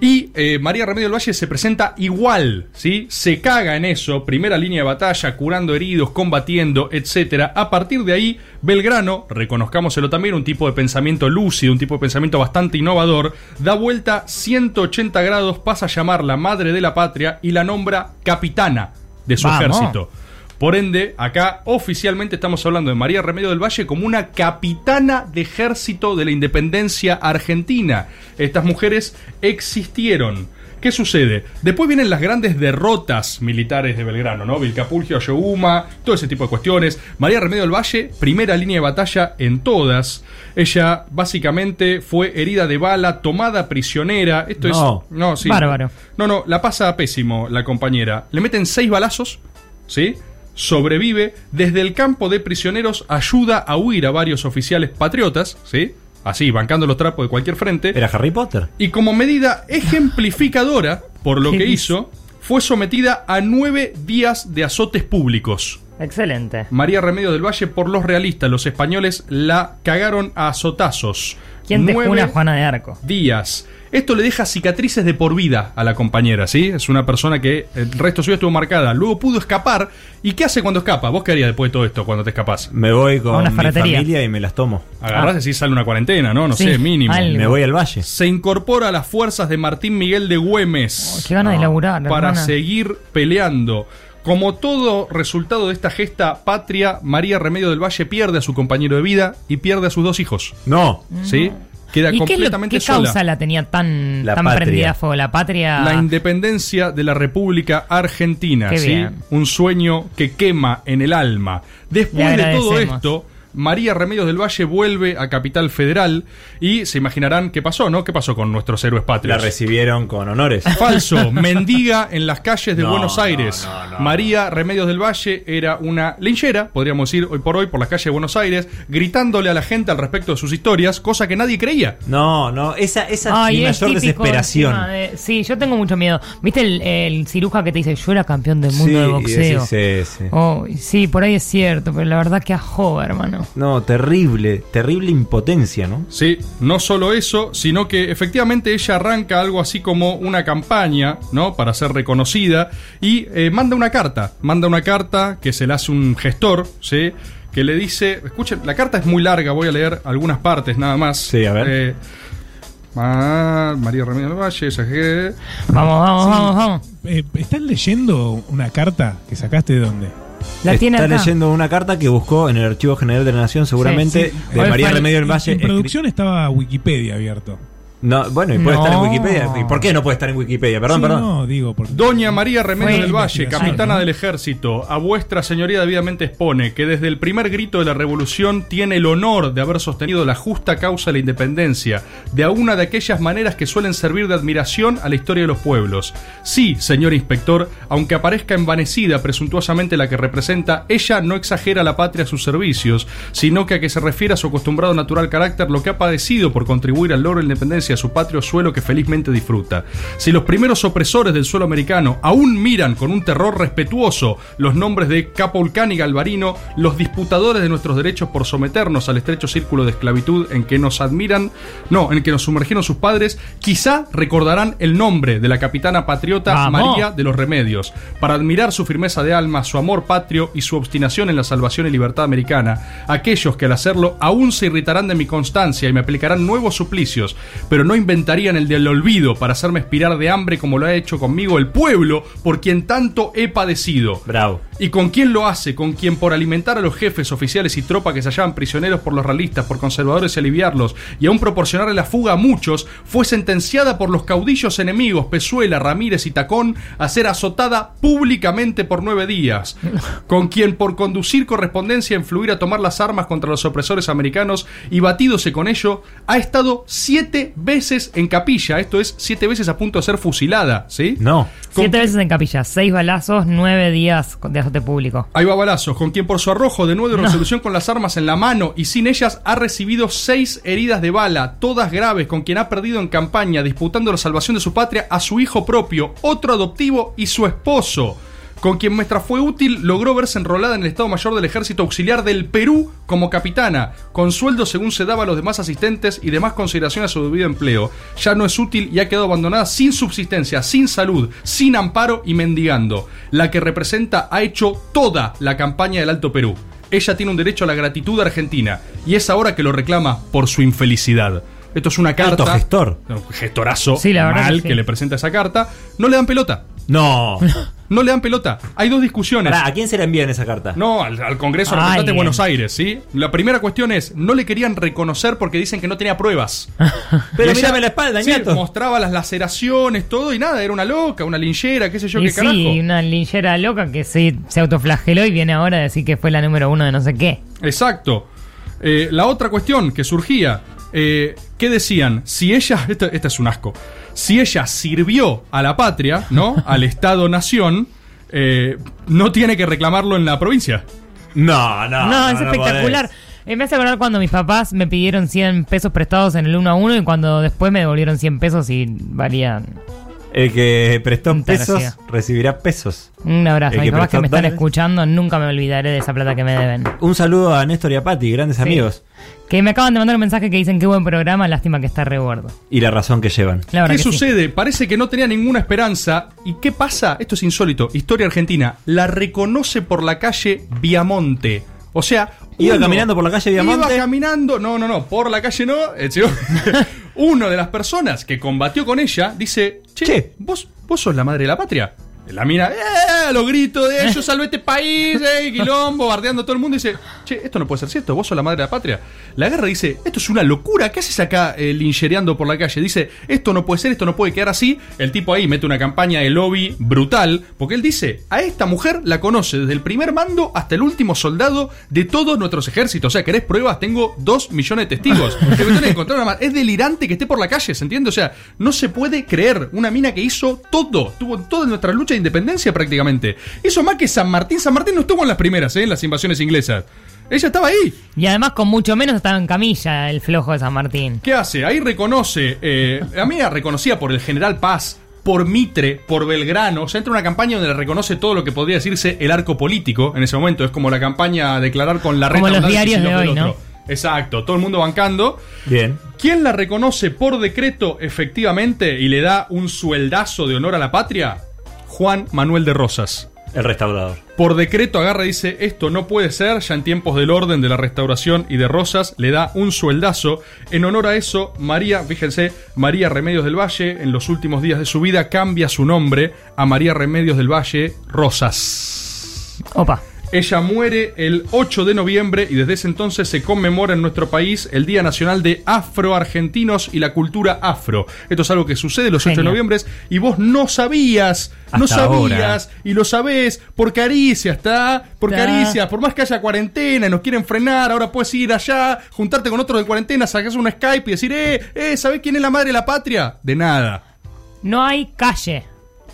Speaker 2: y eh, María Remedio del Valle se presenta igual, ¿sí? Se caga en eso, primera línea de batalla, curando heridos, combatiendo, etc. A partir de ahí, Belgrano, reconozcámoselo también, un tipo de pensamiento lúcido, un tipo de pensamiento bastante innovador, da vuelta 180 grados, pasa a llamar la madre de la patria y la nombra capitana de su
Speaker 14: Vamos.
Speaker 2: ejército. Por ende, acá oficialmente estamos hablando de María Remedio del Valle como una capitana de ejército de la independencia argentina. Estas mujeres existieron. ¿Qué sucede? Después vienen las grandes derrotas militares de Belgrano, ¿no? Vilcapulgio, Ayohuma, todo ese tipo de cuestiones. María Remedio del Valle, primera línea de batalla en todas. Ella básicamente fue herida de bala, tomada prisionera. Esto
Speaker 8: No.
Speaker 2: es. No, sí.
Speaker 8: Bárbaro.
Speaker 2: No, no, la pasa pésimo la compañera. Le meten seis balazos, ¿sí? Sobrevive. Desde el campo de prisioneros ayuda a huir a varios oficiales patriotas, ¿sí? Así, bancando los trapos de cualquier frente. Era
Speaker 7: Harry Potter.
Speaker 2: Y como medida ejemplificadora por lo que hizo, fue sometida a nueve días de azotes públicos.
Speaker 8: Excelente.
Speaker 2: María Remedio del Valle por los realistas. Los españoles la cagaron a azotazos.
Speaker 8: ¿Quién te
Speaker 2: Nueve
Speaker 8: una Juana de Arco?
Speaker 2: días. Esto le deja cicatrices de por vida a la compañera, ¿sí? Es una persona que el resto suyo estuvo marcada. Luego pudo escapar. ¿Y qué hace cuando escapa? ¿Vos qué harías después de todo esto cuando te escapás?
Speaker 7: Me voy con
Speaker 2: A una
Speaker 7: mi
Speaker 2: ferretería.
Speaker 7: familia y me las tomo.
Speaker 2: Agarrás y decís, sale una cuarentena, ¿no? No
Speaker 7: Sí,
Speaker 2: sé, mínimo.
Speaker 7: algo. Me voy al valle.
Speaker 2: Se incorpora a las fuerzas de Martín Miguel de Güemes.
Speaker 8: Oh, qué ganas de laburar,
Speaker 2: Para
Speaker 8: hermana.
Speaker 2: seguir peleando. Como todo resultado de esta gesta patria, María Remedio del Valle pierde a su compañero de vida y pierde a sus dos hijos.
Speaker 7: No.
Speaker 2: ¿Sí? Queda
Speaker 8: Mm. ¿Y qué, es lo-
Speaker 2: completamente
Speaker 8: qué causa
Speaker 2: sola.
Speaker 8: la tenía tan,
Speaker 2: La
Speaker 8: tan
Speaker 2: patria.
Speaker 8: prendida a fuego? La patria.
Speaker 2: La independencia de la República Argentina,
Speaker 8: Qué
Speaker 2: ¿sí?
Speaker 8: bien.
Speaker 2: Un sueño que quema en el alma.
Speaker 8: Le
Speaker 2: Después de todo
Speaker 8: agradecemos.
Speaker 2: esto, María Remedios del Valle vuelve a Capital Federal y se imaginarán qué pasó, ¿no? ¿Qué pasó con nuestros héroes
Speaker 7: La
Speaker 2: patrios?
Speaker 7: recibieron con honores.
Speaker 2: Falso, mendiga en las calles de
Speaker 7: No,
Speaker 2: Buenos
Speaker 7: no,
Speaker 2: Aires. María Remedios del Valle era una linchera, podríamos decir hoy por hoy, por las calles de Buenos Aires, gritándole a la gente al respecto de sus historias, cosa que nadie creía.
Speaker 7: No, no, esa, esa
Speaker 8: Ay, es típico encima de- sí, yo tengo mucho miedo. ¿Viste el, el ciruja que te dice, yo era campeón del mundo
Speaker 7: Sí,
Speaker 8: de
Speaker 7: y
Speaker 8: boxeo?
Speaker 7: decís, sí, sí.
Speaker 8: Oh, sí, por ahí es cierto, pero la verdad que ajo, hermano.
Speaker 7: No, terrible, terrible impotencia, ¿no?
Speaker 2: Sí, no solo eso, sino que efectivamente ella arranca algo así como una campaña, ¿no? Para ser reconocida y eh, manda una carta, manda una carta que se la hace un gestor, ¿sí? Que le dice, escuchen, la carta es muy larga, voy a leer algunas partes nada más. Sí, a ver. María Ramírez del Valle, esa que-
Speaker 8: Vamos, vamos, vamos, vamos.
Speaker 1: Eh, ¿Están leyendo una carta que sacaste de dónde?
Speaker 8: La tiene
Speaker 7: Está
Speaker 8: acá.
Speaker 7: leyendo una carta que buscó en el Archivo General de la Nación, seguramente,
Speaker 1: Sí, sí.
Speaker 7: de
Speaker 1: Hoy
Speaker 7: María
Speaker 1: fue-
Speaker 7: Remedio del Valle.
Speaker 1: En
Speaker 7: escri-
Speaker 1: producción estaba Wikipedia abierto.
Speaker 7: No, bueno, y puede
Speaker 1: No.
Speaker 7: estar en Wikipedia. ¿Y por qué no puede estar en Wikipedia? Perdón,
Speaker 1: Sí,
Speaker 7: perdón.
Speaker 1: No, digo, porque
Speaker 2: Doña María Remedio
Speaker 1: Fue
Speaker 2: del Valle,
Speaker 1: investigación,
Speaker 2: capitana
Speaker 1: ¿no?
Speaker 2: del ejército, a vuestra señoría debidamente expone que desde el primer grito de la revolución tiene el honor de haber sostenido la justa causa de la independencia, de a una de aquellas maneras que suelen servir de admiración a la historia de los pueblos. Sí, señor inspector, aunque aparezca envanecida presuntuosamente la que representa, ella no exagera a la patria a sus servicios, sino que a que se refiere a su acostumbrado natural carácter lo que ha padecido por contribuir al logro de la independencia de su patrio suelo que felizmente disfruta. Si los primeros opresores del suelo americano aún miran con un terror respetuoso los nombres de Capulcán y Galvarino, los disputadores de nuestros derechos por someternos al estrecho círculo de esclavitud en que nos admiran, no, en que nos sumergieron sus padres, quizá recordarán el nombre de la capitana patriota
Speaker 8: Vamos.
Speaker 2: María de los Remedios, para admirar su firmeza de alma, su amor patrio y su obstinación en la salvación y libertad americana. Aquellos que al hacerlo aún se irritarán de mi constancia y me aplicarán nuevos suplicios, pero no inventarían el del olvido para hacerme expirar de hambre como lo ha hecho conmigo el pueblo por quien tanto he padecido.
Speaker 7: Bravo.
Speaker 2: ¿Y con quién lo hace? Con quien por alimentar a los jefes, oficiales y tropa que se hallaban prisioneros por los realistas, por conservadores y aliviarlos, y aún proporcionarle la fuga a muchos, fue sentenciada por los caudillos enemigos, Pezuela, Ramírez y Tacón, a ser azotada públicamente por nueve días. Con quien por conducir correspondencia, influir a tomar las armas contra los opresores americanos y batídose con ello, ha estado siete veces en capilla, esto es, siete veces a punto de ser fusilada, ¿sí?
Speaker 7: No.
Speaker 8: Siete veces en capilla, seis balazos, nueve días de azote público.
Speaker 2: Ahí va balazos, con quien por su arrojo de nuevo de resolución con las armas en la mano y sin ellas ha recibido seis heridas de bala, todas graves, con quien ha perdido en campaña, disputando la salvación de su patria a su hijo propio, otro adoptivo y su esposo. Con quien mientras fue útil logró verse enrolada en el Estado Mayor del Ejército Auxiliar del Perú como capitana, con sueldo según se daba a los demás asistentes y demás consideración a su debido empleo. Ya no es útil y ha quedado abandonada sin subsistencia, sin salud, sin amparo y mendigando. La que representa ha hecho toda la campaña del Alto Perú. Ella tiene un derecho a la gratitud argentina y es ahora que lo reclama por su infelicidad. Esto es una carta.
Speaker 7: gestor.
Speaker 2: Un Gestorazo.
Speaker 8: Sí, la verdad
Speaker 2: mal
Speaker 8: que sí.
Speaker 2: que le presenta esa carta. No le dan pelota. No. No le dan pelota. Hay dos discusiones.
Speaker 7: Pará, ¿a quién se le envían esa carta?
Speaker 2: No, al, al Congreso
Speaker 7: Ay,
Speaker 2: Representante de
Speaker 7: bien.
Speaker 2: Buenos Aires, ¿sí? La primera cuestión es, no le querían reconocer porque dicen que no tenía pruebas.
Speaker 7: Pero
Speaker 2: Y
Speaker 7: mírame la espalda,
Speaker 2: sí,
Speaker 7: ñato.
Speaker 2: mostraba las laceraciones, todo y nada, era una loca, una linchera, qué sé yo,
Speaker 8: y
Speaker 2: qué
Speaker 8: sí,
Speaker 2: carajo.
Speaker 8: una linchera loca que sí, se autoflageló y viene ahora a decir que fue la número uno de no sé qué.
Speaker 2: Exacto. Eh, la otra cuestión que surgía, eh, ¿qué decían? Si ella, esta, esta es un asco, si ella sirvió a la patria, ¿no? Al Estado-Nación, eh, no tiene que reclamarlo en la provincia.
Speaker 14: No,
Speaker 7: Ah,
Speaker 8: No, es espectacular. Eh, me hace acordar cuando mis papás me pidieron 100 pesos prestados en el 1 a 1 y cuando después me devolvieron 100 pesos y valían
Speaker 7: El que prestó pesos
Speaker 8: gracia.
Speaker 7: recibirá pesos.
Speaker 8: un abrazo.
Speaker 7: El
Speaker 8: A mis papás
Speaker 7: prestó
Speaker 8: que me están
Speaker 7: dólares.
Speaker 8: escuchando, nunca me olvidaré de esa plata que me deben.
Speaker 7: Un saludo a Néstor y a Pati, grandes amigos.
Speaker 8: Que me acaban de mandar un mensaje que dicen qué buen programa, lástima que está re gordo.
Speaker 7: Y la razón que llevan.
Speaker 8: La verdad
Speaker 2: ¿Qué
Speaker 8: que sí.
Speaker 2: sucede? Parece que no tenía ninguna esperanza. ¿Y qué pasa? Esto es insólito. Historia argentina. La reconoce por la calle Viamonte. O sea,
Speaker 7: Iba caminando por la calle Viamonte.
Speaker 2: Iba caminando, no, no, no, por la calle no. eh, chico. Uno de las personas que combatió con ella dice, che, Vos, vos sos la madre de la patria. La mina, eh, a los gritos de ellos, salve este país, eh, quilombo, bardeando a todo el mundo. Dice, che, esto no puede ser cierto, vos sos la madre de la patria. La guerra dice, esto es una locura, ¿qué haces acá eh, linchereando por la calle? Dice, esto no puede ser, esto no puede quedar así. El tipo ahí mete una campaña de lobby brutal, porque él dice, a esta mujer la conoce desde el primer mando hasta el último soldado de todos nuestros ejércitos. O sea, ¿querés pruebas? Tengo dos millones de testigos. Te cuestión es encontrar una ma- Es delirante que esté por la calle, ¿se entiende? O sea, no se puede creer. Una mina que hizo todo. Tuvo toda nuestra lucha de independencia prácticamente. Hizo más que San Martín. San Martín no estuvo en las primeras, ¿eh? En las invasiones inglesas. Ella estaba ahí.
Speaker 8: Y además con mucho menos estaba en camilla el flojo de San Martín.
Speaker 2: ¿Qué hace? Ahí reconoce. eh, la mina reconocida por el general Paz. Por Mitre, por Belgrano, o sea, entra una campaña donde le reconoce todo lo que podría decirse el arco político en ese momento. Es como la campaña a declarar con la
Speaker 8: Como los
Speaker 2: abundante
Speaker 8: diarios
Speaker 2: sino
Speaker 8: de
Speaker 2: por
Speaker 8: hoy,
Speaker 2: otro.
Speaker 8: ¿no?
Speaker 2: Exacto, todo el mundo bancando.
Speaker 7: Bien.
Speaker 2: ¿Quién la reconoce por decreto efectivamente y le da un sueldazo de honor a la patria? Juan Manuel de Rosas.
Speaker 7: El restaurador.
Speaker 2: Por decreto agarra y dice, esto no puede ser, ya en tiempos del orden de la restauración y de Rosas, le da un sueldazo. En honor a eso, María, fíjense, María Remedios del Valle, en los últimos días de su vida, cambia su nombre a María Remedios del Valle Rosas.
Speaker 8: Opa.
Speaker 2: Ella muere el 8 de noviembre y desde ese entonces se conmemora en nuestro país el Día Nacional de Afroargentinos y la Cultura Afro. Esto es algo que sucede los 8 de
Speaker 7: Genial.
Speaker 2: noviembre y vos no sabías, no
Speaker 7: Hasta ahora.
Speaker 2: sabías y lo sabés por caricias, ¿está? Por
Speaker 7: Ta.
Speaker 2: caricias, por más que haya cuarentena y nos quieren frenar, ahora puedes ir allá, juntarte con otros de cuarentena, sacás un Skype y decir, eh, eh, ¿sabés quién es la madre de la patria? De nada.
Speaker 8: No hay calle.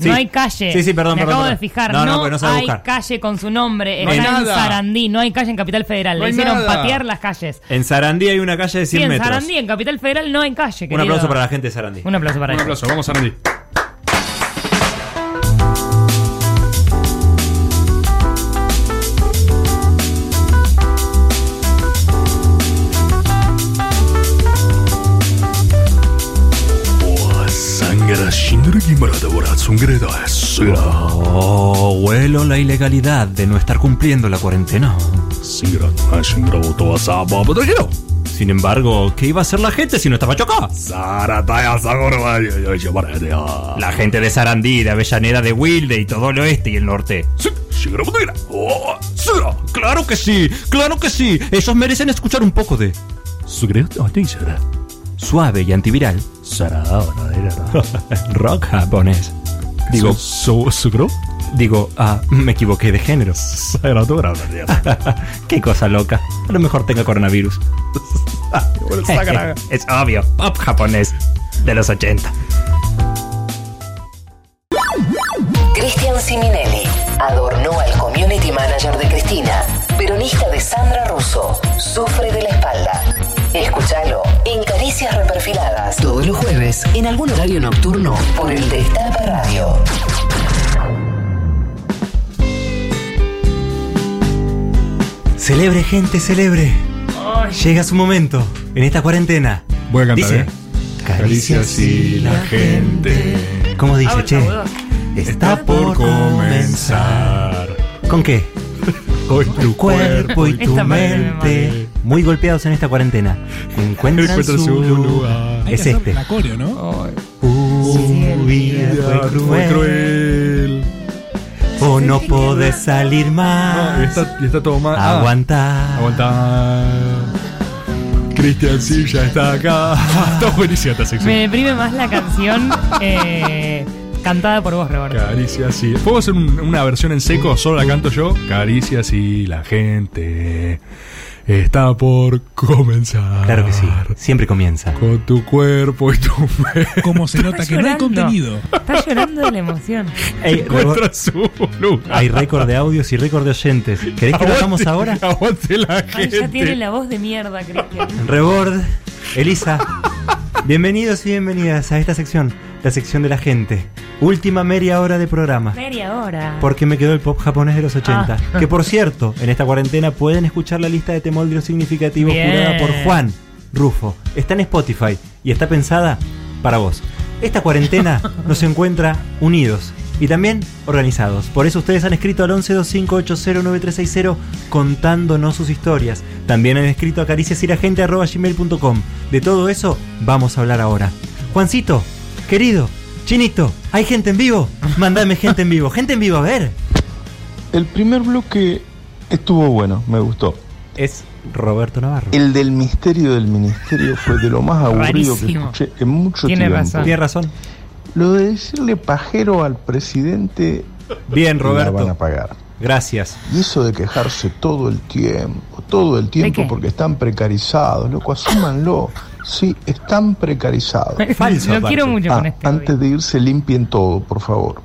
Speaker 2: Sí.
Speaker 8: No hay calle.
Speaker 2: Sí, sí, perdón,
Speaker 8: Me
Speaker 2: perdón,
Speaker 8: acabo
Speaker 2: perdón.
Speaker 8: de fijar.
Speaker 2: No,
Speaker 8: No,
Speaker 2: no, porque no sabe
Speaker 8: hay
Speaker 2: buscar.
Speaker 8: calle con su nombre.
Speaker 7: No hay
Speaker 8: Está en
Speaker 7: nada.
Speaker 8: Sarandí. No hay calle en Capital Federal.
Speaker 7: No
Speaker 8: Le
Speaker 7: hay
Speaker 8: hicieron
Speaker 7: nada.
Speaker 8: patear las calles.
Speaker 7: En Sarandí hay una calle de 100
Speaker 8: Sí, en
Speaker 7: metros.
Speaker 8: Sarandí, en Capital Federal, no hay calle.
Speaker 7: Un aplauso para la gente de Sarandí.
Speaker 8: Un aplauso para
Speaker 2: Un
Speaker 8: ellos.
Speaker 2: aplauso, vamos a Andy.
Speaker 7: Oh, vuelo la ilegalidad de no estar cumpliendo la cuarentena. Sin embargo, ¿qué iba a hacer la gente si no estaba chocada? La gente de Sarandí, de Avellaneda, de Wilde y todo el oeste y el norte. Oh, ¡Claro que sí! ¡Claro que sí! Ellos merecen escuchar un poco de... Suave y antiviral. Rock japonés. Digo... Digo, ah, me equivoqué de género. Qué cosa loca. A lo mejor tenga coronavirus. es obvio. Pop japonés de los 80.
Speaker 13: Cristian Siminelli adornó al community manager de Cristina, peronista de Sandra Russo. Sufre de la espalda. Escúchalo en Caricias Reperfiladas. Todos los jueves, en algún horario nocturno, por el Destape Radio.
Speaker 7: Celebre, gente, celebre. Llega su momento en esta cuarentena.
Speaker 2: Voy a
Speaker 7: cantar, Dice,
Speaker 2: ¿eh?
Speaker 7: Caricia
Speaker 2: si la gente.
Speaker 7: ¿Cómo dice, che? Está por comenzar. ¿Con qué? Con tu cuerpo y tu
Speaker 14: Esta parte me
Speaker 7: mente. Muy golpeados en esta cuarentena. Encuentran
Speaker 14: Encuentran
Speaker 7: su
Speaker 14: su
Speaker 7: lugar. Es este.
Speaker 1: La coreo, ¿no?
Speaker 7: Uh,
Speaker 14: Tu vida fue cruel. O no podés salir más.
Speaker 2: y, está, y está todo mal. Ah,
Speaker 14: Aguantá.
Speaker 2: Aguantá. Cristian Silla está acá. está buenísima esta sección.
Speaker 8: Me deprime más la canción eh, cantada por vos, Roberto.
Speaker 2: Caricia, sí. ¿Puedo hacer un- una versión en seco? Solo la canto yo. Caricia, sí, la gente está por comenzar. Claro que sí.
Speaker 7: Siempre comienza.
Speaker 2: Con tu cuerpo y tu mente.
Speaker 1: Como se nota
Speaker 8: Está llorando. Está llorando de la emoción.
Speaker 7: Ey,
Speaker 2: Encuentra su lugar.
Speaker 7: Hay récord de audios y récord de oyentes. ¿Querés que lo hagamos ahora?
Speaker 2: Aguante la
Speaker 8: Ay, ya tiene
Speaker 7: gente.
Speaker 8: la voz de mierda, Cristian.
Speaker 7: Rebord, Elisa. Bienvenidos y bienvenidas a esta sección, la sección de la gente. Última media hora de programa.
Speaker 8: Media hora.
Speaker 7: Porque me quedó el pop japonés de los 80.
Speaker 8: Ah.
Speaker 7: Que por cierto, en esta cuarentena pueden escuchar la lista de temoldrios significativos
Speaker 8: Bien.
Speaker 7: curada por Juan Rufo. Está en Spotify y está pensada para vos. Esta cuarentena nos encuentra unidos y también organizados. Por eso ustedes han escrito al 1125809360 contándonos sus historias. También han escrito a cariciasiragente.com. De todo eso vamos a hablar ahora. Juancito, querido, chinito, ¿hay gente en vivo? Mandame gente en vivo. Gente en vivo, a ver.
Speaker 5: El primer bloque estuvo bueno, me gustó.
Speaker 7: Es Roberto Navarro.
Speaker 5: El del misterio del ministerio fue de lo más aburrido que
Speaker 7: Rarísimo.
Speaker 5: escuché en mucho
Speaker 7: Tiene
Speaker 5: tiempo.
Speaker 7: razón. Tiene razón.
Speaker 5: Lo de decirle pajero al presidente.
Speaker 7: Bien, Roberto.
Speaker 5: La van a pagar.
Speaker 7: Gracias.
Speaker 5: Y eso de quejarse todo el tiempo, todo el tiempo
Speaker 7: qué?
Speaker 5: porque están precarizados, loco, asúmanlo. Sí, están precarizados. Ah,
Speaker 7: Falso, Lo aparte. quiero mucho con este
Speaker 5: Antes de irse limpien todo, por favor.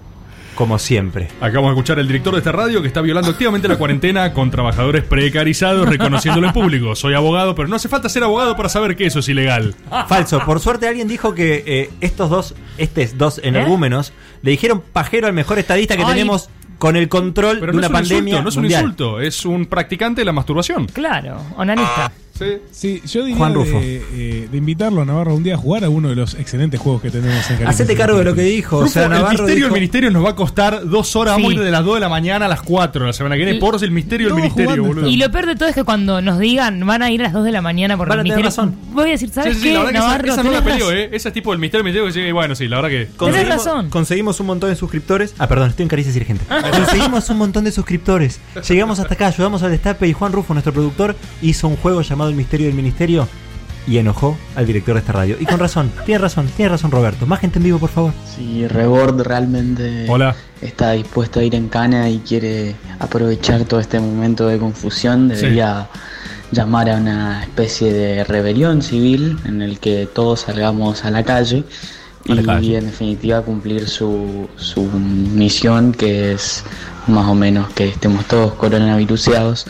Speaker 7: Como siempre.
Speaker 2: Acabamos de escuchar al director de esta radio que está violando activamente la cuarentena con trabajadores precarizados reconociéndolo en público. Soy abogado, pero no hace falta ser abogado para saber que eso es ilegal.
Speaker 7: Falso. Por suerte alguien dijo que eh, estos dos, estos dos energúmenos, le dijeron pajero al mejor estadista que
Speaker 2: Ay.
Speaker 7: tenemos con el control
Speaker 2: Pero
Speaker 7: de
Speaker 2: no
Speaker 7: una
Speaker 2: es un
Speaker 7: pandemia.
Speaker 2: insulto, no es un
Speaker 7: mundial.
Speaker 2: insulto, es un practicante de la masturbación. Ah,
Speaker 8: Claro, onanista.
Speaker 2: Sí.
Speaker 1: Sí, yo diría
Speaker 2: Juan
Speaker 1: de,
Speaker 2: Rufo.
Speaker 1: eh, de invitarlo a Navarro un día a jugar a uno de los excelentes juegos que tenemos en
Speaker 7: Hacete cargo de lo que dijo.
Speaker 2: Rufo, el misterio del ministerio nos va a costar dos horas vamos a ir de las 2 de la mañana a las 4 la semana que viene.
Speaker 8: Y-
Speaker 2: Por el misterio del
Speaker 8: Todos
Speaker 2: ministerio,
Speaker 8: jugando
Speaker 2: boludo.
Speaker 8: están. Y lo peor de todo es que cuando nos digan van a ir a las 2 de la mañana por
Speaker 2: Van a
Speaker 8: el
Speaker 2: tener
Speaker 8: misterio,
Speaker 2: razón.
Speaker 8: voy a decir,
Speaker 2: Sí,
Speaker 8: ¿sabes
Speaker 2: sí, sí,
Speaker 8: qué?
Speaker 2: la verdad que esa-
Speaker 8: Navarro,
Speaker 2: esa, no la
Speaker 8: tenés
Speaker 2: peleo,
Speaker 8: razón.
Speaker 2: ¿eh? Esa es tipo del misterio del ministerio que llega y bueno, sí, la verdad que.
Speaker 7: Conseguimos- Conseguimos un montón de suscriptores. Ah, perdón, estoy en caricias Irgente. Conseguimos un montón de suscriptores. Llegamos hasta acá, ayudamos al destape y Juan Rufo, nuestro productor, hizo un juego llamado El Misterio del Ministerio y enojó al director de esta radio. Y con razón, tiene razón, tiene razón Roberto. Más gente en vivo, por favor.
Speaker 19: Si Rebord realmente
Speaker 2: Hola.
Speaker 19: está dispuesto a ir en cana y quiere aprovechar todo este momento de confusión,
Speaker 20: Sí.
Speaker 19: debería llamar a una especie de rebelión civil en el que todos salgamos a la calle y en definitiva cumplir su, su misión que es más o menos que estemos todos coronaviruseados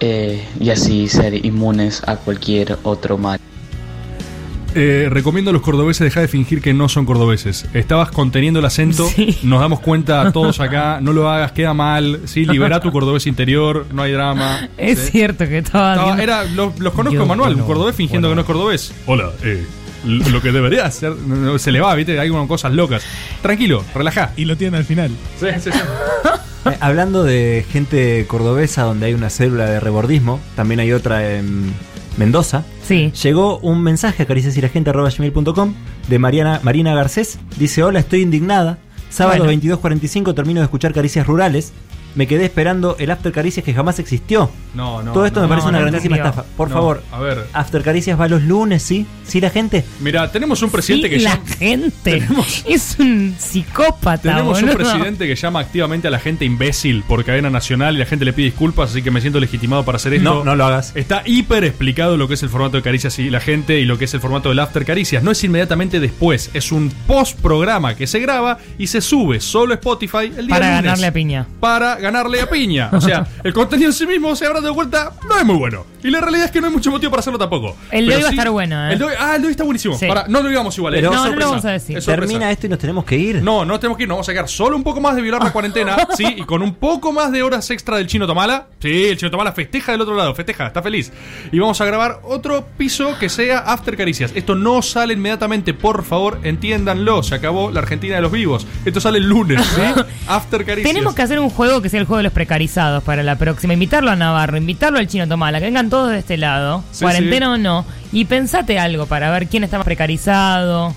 Speaker 19: eh, y así ser inmunes a cualquier otro mal.
Speaker 2: Eh, recomiendo a los cordobeses dejar de fingir que no son cordobeses. Estabas conteniendo el acento, nos damos cuenta todos acá, no lo hagas, queda mal. Sí, libera tu cordobés interior, no hay drama.
Speaker 8: Es
Speaker 2: Sí.
Speaker 8: cierto que estaba.
Speaker 2: Estaba-
Speaker 8: haciendo-
Speaker 2: era- los, los conozco
Speaker 8: Yo,
Speaker 2: en manual,
Speaker 8: bueno,
Speaker 2: un cordobés fingiendo que no es cordobés. Hola, eh, l- lo que debería hacer, no, no, se le va, viste, hay unas cosas locas. Tranquilo, relajá.
Speaker 1: Y lo tienen al final.
Speaker 2: Sí, sí, sí.
Speaker 7: Eh, hablando de gente cordobesa donde hay una célula de rebordismo, también hay otra en Mendoza.
Speaker 8: Sí.
Speaker 7: Llegó un mensaje a cariciasiragente.com de Mariana, Marina Garcés. Dice, hola, estoy indignada. Sábado
Speaker 16: Bueno.
Speaker 7: 22.45 termino de escuchar Caricias Rurales. Me quedé esperando el After Caricias que jamás existió.
Speaker 2: No, no,
Speaker 7: Todo esto
Speaker 2: no,
Speaker 7: me parece
Speaker 2: no,
Speaker 7: una
Speaker 2: no
Speaker 7: grandísima
Speaker 2: entendió.
Speaker 7: estafa. Por
Speaker 2: No,
Speaker 7: favor,
Speaker 2: a ver.
Speaker 7: After Caricias va los lunes, ¿sí? ¿Sí la gente?
Speaker 2: Mira, tenemos un presidente
Speaker 8: Sí,
Speaker 2: que
Speaker 8: la
Speaker 2: ya-
Speaker 8: gente es un psicópata.
Speaker 2: Tenemos un
Speaker 8: boludo.
Speaker 2: presidente que llama activamente a la gente imbécil por cadena nacional y la gente le pide disculpas, así que me siento legitimado para hacer esto.
Speaker 7: No, no lo hagas.
Speaker 2: Está hiper explicado lo que es el formato de Caricias y la gente y lo que es el formato del After Caricias. No es inmediatamente después, es un post programa que se graba y se sube solo a Spotify el día
Speaker 8: Para
Speaker 2: lunes.
Speaker 8: ganarle a piña.
Speaker 2: Para ganarle a piña. O sea, el contenido en sí mismo, se habrá dado cuenta, no es muy bueno. Y la realidad es que no hay mucho motivo para hacerlo tampoco.
Speaker 8: El de
Speaker 2: Pero
Speaker 8: hoy va a
Speaker 2: sí-
Speaker 8: estar bueno, ¿eh?
Speaker 2: El de hoy- ah, el de hoy está buenísimo.
Speaker 8: Sí.
Speaker 2: Pará, no lo digamos igual. eh.
Speaker 7: Pero-
Speaker 2: Es
Speaker 7: No, no lo
Speaker 2: sorpresa.
Speaker 7: vamos a decir.
Speaker 2: Es sorpresa.
Speaker 7: Termina esto y nos tenemos que ir.
Speaker 2: No, no tenemos que ir, nos vamos a quedar solo un poco más de violar la cuarentena, sí, y con un poco más de horas extra del chino Tomala. Sí, el chino Tomala festeja del otro lado, festeja, está feliz. Y vamos a grabar otro piso que sea After Caricias. Esto no sale inmediatamente, por favor, entiéndanlo. Se acabó la Argentina de los vivos. Esto sale el lunes, ¿sí? After Caricias.
Speaker 8: Tenemos que hacer un juego que sea el juego de los precarizados para la próxima. Invitarlo a Navarro, invitarlo al chino Tomala, que vengan todos de este lado,
Speaker 2: Sí,
Speaker 8: cuarentena o no. Y pensate algo para ver quién está más precarizado.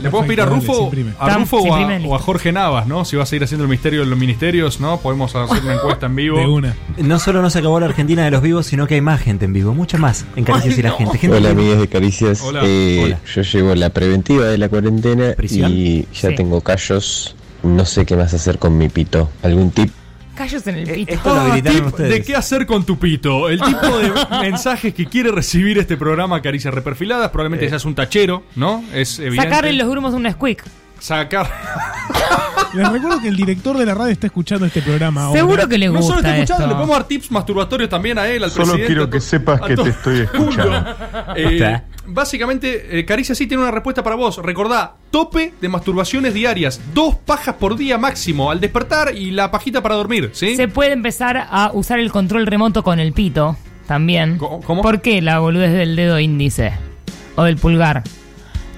Speaker 2: Le podemos pedir a
Speaker 1: Perfecto, dale,
Speaker 2: Rufo,
Speaker 1: se imprime.
Speaker 2: a,
Speaker 1: Tam,
Speaker 2: Rufo
Speaker 1: se
Speaker 2: o, a,
Speaker 1: imprime, listo.
Speaker 2: o a Jorge Navas, ¿no? Si va a seguir haciendo el misterio de los ministerios, ¿no? Podemos hacer una encuesta en vivo.
Speaker 7: No solo no se acabó la Argentina de los vivos, sino que hay más gente en vivo, mucha más en Caricias y la gente. gente
Speaker 20: Hola
Speaker 7: en vivo.
Speaker 20: amigos de Caricias,
Speaker 7: Hola,
Speaker 20: Eh,
Speaker 7: hola.
Speaker 20: yo llevo la preventiva de la cuarentena
Speaker 7: ¿Prisión?
Speaker 20: y ya
Speaker 8: Sí.
Speaker 20: tengo callos, no sé qué más hacer con mi pito, ¿algún tip?
Speaker 8: Callos en el pito.
Speaker 2: Ah, tip de qué hacer con tu pito. El tipo de mensajes que quiere recibir este programa Caricias Reperfiladas.
Speaker 5: Eh.
Speaker 2: Probablemente ya es un tachero, ¿no? Es evidente.
Speaker 8: Sacarle los grumos a un squeak.
Speaker 2: Sacar.
Speaker 1: Les recuerdo que el director de la radio está escuchando este programa ahora.
Speaker 8: Seguro que le
Speaker 2: No solo está
Speaker 8: gusta
Speaker 2: escuchando, le
Speaker 8: esto.
Speaker 2: podemos dar tips masturbatorios también a él, al
Speaker 5: Solo
Speaker 2: presidente,
Speaker 5: quiero
Speaker 2: a
Speaker 5: que
Speaker 2: to-
Speaker 5: sepas
Speaker 2: a
Speaker 5: que
Speaker 2: to-
Speaker 5: te estoy escuchando.
Speaker 2: Eh,
Speaker 5: Está.
Speaker 2: básicamente, eh, Caricia sí tiene una respuesta para vos. Recordá, tope de masturbaciones diarias. Dos pajas por día máximo al despertar y la pajita para dormir, ¿sí?
Speaker 8: Se puede empezar a usar el control remoto con el pito también.
Speaker 2: ¿Cómo?
Speaker 8: ¿Por qué la boludez del dedo índice? O del pulgar.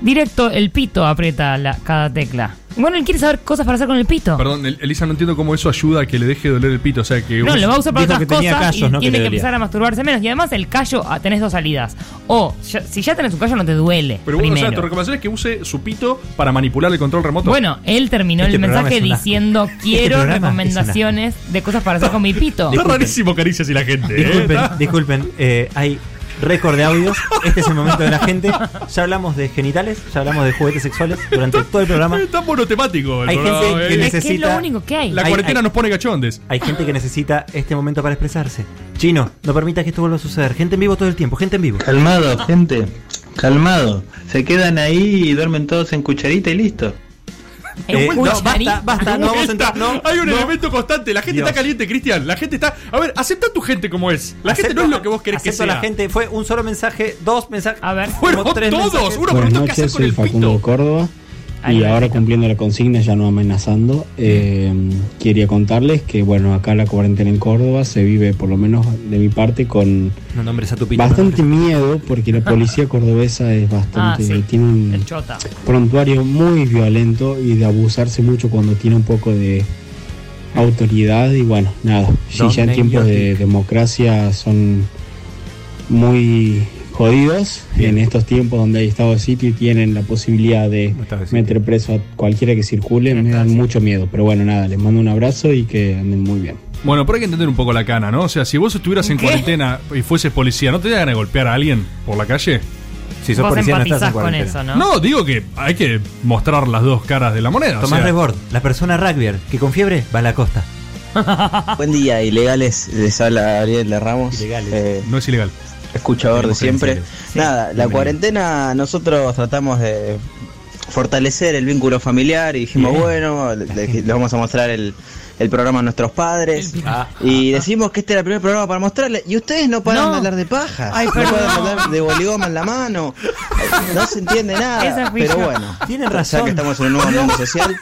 Speaker 8: Directo el pito aprieta la- cada tecla. Bueno, él quiere saber cosas para hacer con el pito.
Speaker 2: Perdón, El- Elisa, no entiendo cómo eso ayuda a que le deje doler el pito. O sea, que
Speaker 8: No,
Speaker 2: un-
Speaker 8: lo va a usar para otras cosas y tiene que, empezar a masturbarse menos. Y además el callo, ah, tenés dos salidas. O, ya- si ya tenés un callo, no te duele.
Speaker 2: Pero bueno,
Speaker 8: primero.
Speaker 2: o sea, tu recomendación es que use su pito para manipular el control remoto.
Speaker 8: Bueno, él terminó
Speaker 2: Este
Speaker 8: el
Speaker 2: programa
Speaker 8: mensaje
Speaker 2: es un asco.
Speaker 8: diciendo
Speaker 2: Este
Speaker 8: quiero
Speaker 2: programa es un asco.
Speaker 8: recomendaciones de cosas para hacer con mi pito.
Speaker 2: Está rarísimo Caricias y la gente. ¿eh?
Speaker 7: Disculpen,
Speaker 2: Está-
Speaker 7: disculpen, eh, hay récord de audios. Este es el momento de la gente. Ya hablamos de genitales, ya hablamos de juguetes sexuales durante todo el programa.
Speaker 2: Está monotemático el
Speaker 7: Hay
Speaker 2: programa,
Speaker 7: gente que
Speaker 2: ¿eh?
Speaker 7: necesita.
Speaker 2: La cuarentena nos pone cachondes.
Speaker 7: Hay gente que necesita este momento para expresarse. Chino, no permitas que esto vuelva a suceder. Gente en vivo todo el tiempo, gente en vivo.
Speaker 21: Calmado, gente. Calmado. Se quedan ahí y duermen todos en cucharita y listo.
Speaker 7: Eh, no,
Speaker 2: basta,
Speaker 7: basta, no vamos a entrar, no,
Speaker 2: Hay un
Speaker 7: no.
Speaker 2: elemento constante. La gente
Speaker 7: Dios.
Speaker 2: está caliente, Cristian. La gente está. A ver, acepta tu gente como es. La gente no es lo que vos querés que
Speaker 7: Acepto
Speaker 2: sea.
Speaker 7: a la gente. Fue un solo mensaje, dos mensajes.
Speaker 8: A ver,
Speaker 2: Fueron todos, uno
Speaker 22: Buenas noches, soy Facundo de Córdoba. Y ahora cumpliendo la consigna, ya no amenazando, eh, quería contarles que bueno, acá la cuarentena en Córdoba se vive, por lo menos de mi parte, con
Speaker 7: No nombres a tu pito.
Speaker 22: bastante miedo, porque la policía cordobesa es bastante,
Speaker 8: Ah, sí.
Speaker 22: tiene un
Speaker 8: Chota.
Speaker 22: prontuario muy violento y de abusarse mucho cuando tiene un poco de autoridad y bueno, nada, si
Speaker 7: Don't
Speaker 22: ya en
Speaker 7: name
Speaker 22: tiempos
Speaker 7: your
Speaker 22: de democracia son muy jodidos, en estos tiempos donde hay estado de sitio y tienen la posibilidad de meter preso a cualquiera que circule, me dan mucho miedo, pero bueno, nada, les mando un abrazo y que anden muy bien.
Speaker 2: Bueno, pero hay que entender un poco la cana, ¿no? O sea, si vos estuvieras en
Speaker 22: ¿Qué?
Speaker 2: cuarentena y fueses policía, ¿no te ganas de golpear a alguien por la calle? Si
Speaker 7: sos Vos policía, no estás en empatizás con cuarentena. eso, ¿no?
Speaker 2: No, digo que hay que mostrar las dos caras de la moneda. o
Speaker 7: Tomás
Speaker 2: sea.
Speaker 7: Rebord, la persona rugbyer que con fiebre va a la costa.
Speaker 21: Buen día, ilegales. Les habla Ariel de Ramos. Eh,
Speaker 2: no es ilegal.
Speaker 21: Escuchador de
Speaker 2: Tenemos que
Speaker 21: siempre.
Speaker 2: decirlo.
Speaker 21: Nada, la
Speaker 2: bienvenido.
Speaker 21: cuarentena nosotros tratamos de fortalecer el vínculo familiar y dijimos,
Speaker 23: Bien.
Speaker 21: bueno, le, le- le vamos a mostrar el, el programa a nuestros padres.
Speaker 1: Ah.
Speaker 21: y decimos que este era el primer programa para mostrarle. Y ustedes no paran
Speaker 23: No.
Speaker 21: de hablar de paja.
Speaker 23: Ay,
Speaker 21: no
Speaker 23: perdón.
Speaker 21: paran de hablar de boligoma en la mano. No se entiende
Speaker 23: Esa
Speaker 21: nada.
Speaker 23: fui
Speaker 21: Pero
Speaker 23: yo.
Speaker 21: bueno,
Speaker 23: Tienen
Speaker 21: ya
Speaker 23: razón.
Speaker 21: que estamos en un nuevo mundo social,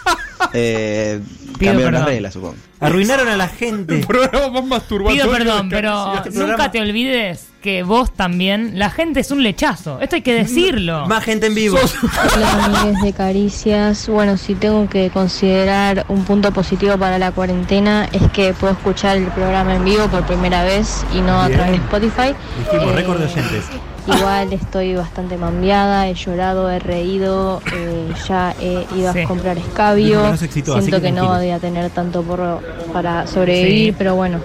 Speaker 21: eh,
Speaker 23: Pido
Speaker 21: cambiaron las
Speaker 23: perdón.
Speaker 21: reglas, supongo.
Speaker 7: Arruinaron a la gente.
Speaker 2: El programa más masturbatorio.
Speaker 8: Pido perdón,
Speaker 2: de Este
Speaker 8: pero
Speaker 7: este
Speaker 2: Caricias.
Speaker 8: nunca te olvides que vos también, la gente es un lechazo. Esto hay que decirlo.
Speaker 7: Más gente en vivo.
Speaker 24: Hola amigues de Caricias. Bueno, si tengo que considerar un punto positivo para la cuarentena es que puedo escuchar el programa en vivo por primera vez y no a
Speaker 7: Bien.
Speaker 24: través de Spotify.
Speaker 7: Dijimos,
Speaker 24: Eh,
Speaker 7: récord de oyentes.
Speaker 24: Igual estoy bastante mambiada, he llorado, he reído, eh, ya he ido
Speaker 7: Sí.
Speaker 24: a comprar
Speaker 7: Dijo
Speaker 24: escabio.
Speaker 7: que no se excitó, así
Speaker 24: Siento
Speaker 7: que
Speaker 24: que, no
Speaker 7: tranquilo.
Speaker 24: voy a tener tanto porro para sobrevivir,
Speaker 7: Sí.
Speaker 24: pero bueno,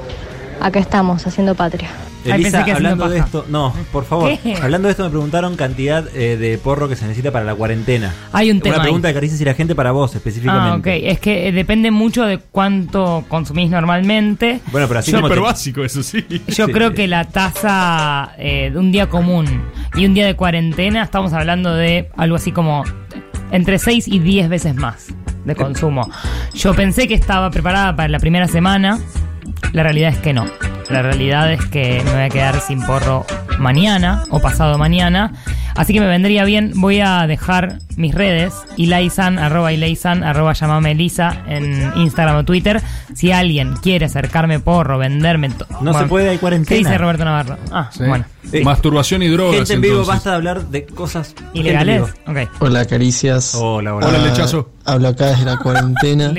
Speaker 24: acá estamos, haciendo patria.
Speaker 7: Elisa, hablando de esto, no, por favor,
Speaker 24: ¿Qué?
Speaker 7: hablando de esto me preguntaron cantidad eh, de porro que se necesita para la cuarentena.
Speaker 8: Hay un tema
Speaker 7: Una
Speaker 8: ahí.
Speaker 7: pregunta de caricias y la gente para vos específicamente.
Speaker 8: Ah, ok. Es que eh, depende mucho de cuánto consumís normalmente.
Speaker 7: Bueno, pero así
Speaker 8: Yo-
Speaker 7: como te-
Speaker 2: básico, eso sí.
Speaker 8: Yo creo que la tasa eh, de un día común y un día de cuarentena estamos hablando de algo así como entre 6 y 10 veces más de consumo. Yo pensé que estaba preparada para la primera semana, la realidad es que no. La realidad es que me voy a quedar sin porro mañana o pasado mañana. Así que me vendría bien, voy a dejar mis redes, ilaysan, arroba ilaysan, arroba llamame Elisa en Instagram o Twitter. Si alguien quiere acercarme porro, venderme... to-
Speaker 7: No se puede, hay cuarentena.
Speaker 8: ¿Qué dice Roberto Navarro? Ah,
Speaker 7: Sí.
Speaker 8: bueno.
Speaker 7: Eh,
Speaker 2: Masturbación y drogas.
Speaker 7: gente en vivo,
Speaker 2: entonces.
Speaker 7: basta de hablar de cosas gente en
Speaker 8: ¿Ilegales?
Speaker 7: vivo.
Speaker 8: Ok.
Speaker 16: Hola, caricias. Hola,
Speaker 7: hola.
Speaker 2: Hola, lechazo.
Speaker 16: Hablo acá desde la cuarentena.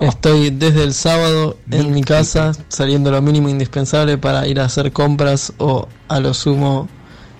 Speaker 16: Estoy desde el sábado en mi casa, saliendo lo mínimo indispensable para ir a hacer compras o a lo sumo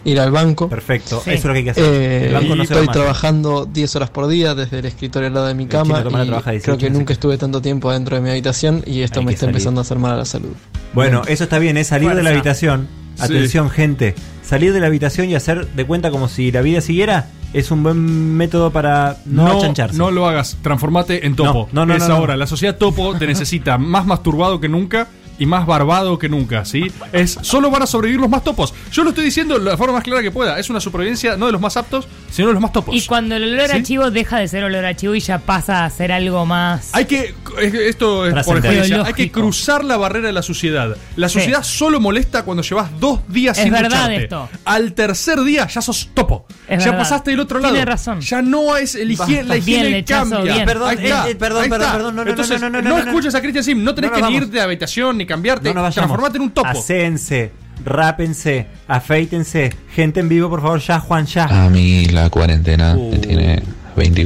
Speaker 23: ir al banco.
Speaker 7: Perfecto,
Speaker 14: Sí. eso es lo que hay que hacer.
Speaker 23: Eh,
Speaker 14: El banco no se va
Speaker 23: estoy
Speaker 14: más.
Speaker 23: trabajando 10 horas por día desde el escritorio al lado de mi
Speaker 14: El
Speaker 23: cama.
Speaker 14: chino Tomara
Speaker 23: y
Speaker 14: trabaja 18,
Speaker 23: creo que
Speaker 14: así
Speaker 23: nunca estuve tanto tiempo dentro de mi habitación y esto
Speaker 7: Hay
Speaker 23: me
Speaker 7: que
Speaker 23: está
Speaker 7: salir.
Speaker 23: empezando a hacer mal a la salud.
Speaker 7: Bueno, eso está bien, es salir de la
Speaker 23: Fuerza.
Speaker 7: habitación.
Speaker 23: Sí.
Speaker 7: Atención, gente. Salir de la habitación y hacer de cuenta como si la vida siguiera es un buen método para no,
Speaker 2: No,
Speaker 7: achancharse.
Speaker 2: no lo hagas, transformate en topo.
Speaker 7: No, no, no,
Speaker 2: es
Speaker 7: no,
Speaker 2: ahora,
Speaker 7: no.
Speaker 2: la sociedad topo te necesita más masturbado que nunca y más barbado que nunca, ¿sí? Es solo van a sobrevivir los más topos. Yo lo estoy diciendo de la forma más clara que pueda, es una supervivencia no de los más aptos, sino de los más topos.
Speaker 8: Y cuando el olor
Speaker 2: ¿Sí?
Speaker 8: a chivo deja de ser olor a chivo y ya pasa a ser algo más.
Speaker 2: Hay que, es- esto es por
Speaker 8: Trascendente.
Speaker 2: experiencia, hay
Speaker 8: Biológico.
Speaker 2: que cruzar la barrera de la suciedad. La
Speaker 8: Sí.
Speaker 2: suciedad solo molesta cuando llevas dos días
Speaker 8: Es
Speaker 2: sin
Speaker 8: verdad
Speaker 2: ducharte.
Speaker 8: esto.
Speaker 2: Al tercer día ya sos topo.
Speaker 8: Es
Speaker 2: ya
Speaker 8: verdad.
Speaker 2: pasaste del otro lado.
Speaker 8: Tiene razón.
Speaker 2: Ya no es el higie- la
Speaker 8: Basta.
Speaker 2: higiene
Speaker 8: Bien, lechazo,
Speaker 2: cambia.
Speaker 8: bien. Perdón,
Speaker 2: Ahí
Speaker 8: eh,
Speaker 2: está,
Speaker 8: eh, perdón,
Speaker 2: ahí
Speaker 8: perdón,
Speaker 2: está.
Speaker 8: perdón, no, no,
Speaker 2: Entonces,
Speaker 8: no, no, no,
Speaker 2: no
Speaker 8: no, no.
Speaker 2: escuches a Cristian Sim, no tenés
Speaker 8: No
Speaker 2: que
Speaker 8: nos
Speaker 2: ni
Speaker 8: vamos.
Speaker 2: irte de habitación ni cambiarte,
Speaker 7: No nos vayamos.
Speaker 2: transformate en un topo.
Speaker 7: Hacénse, rápense, afeítense. Gente en vivo, por favor, ya, Juan, ya.
Speaker 25: A mí la cuarentena
Speaker 7: Uh.
Speaker 25: me tiene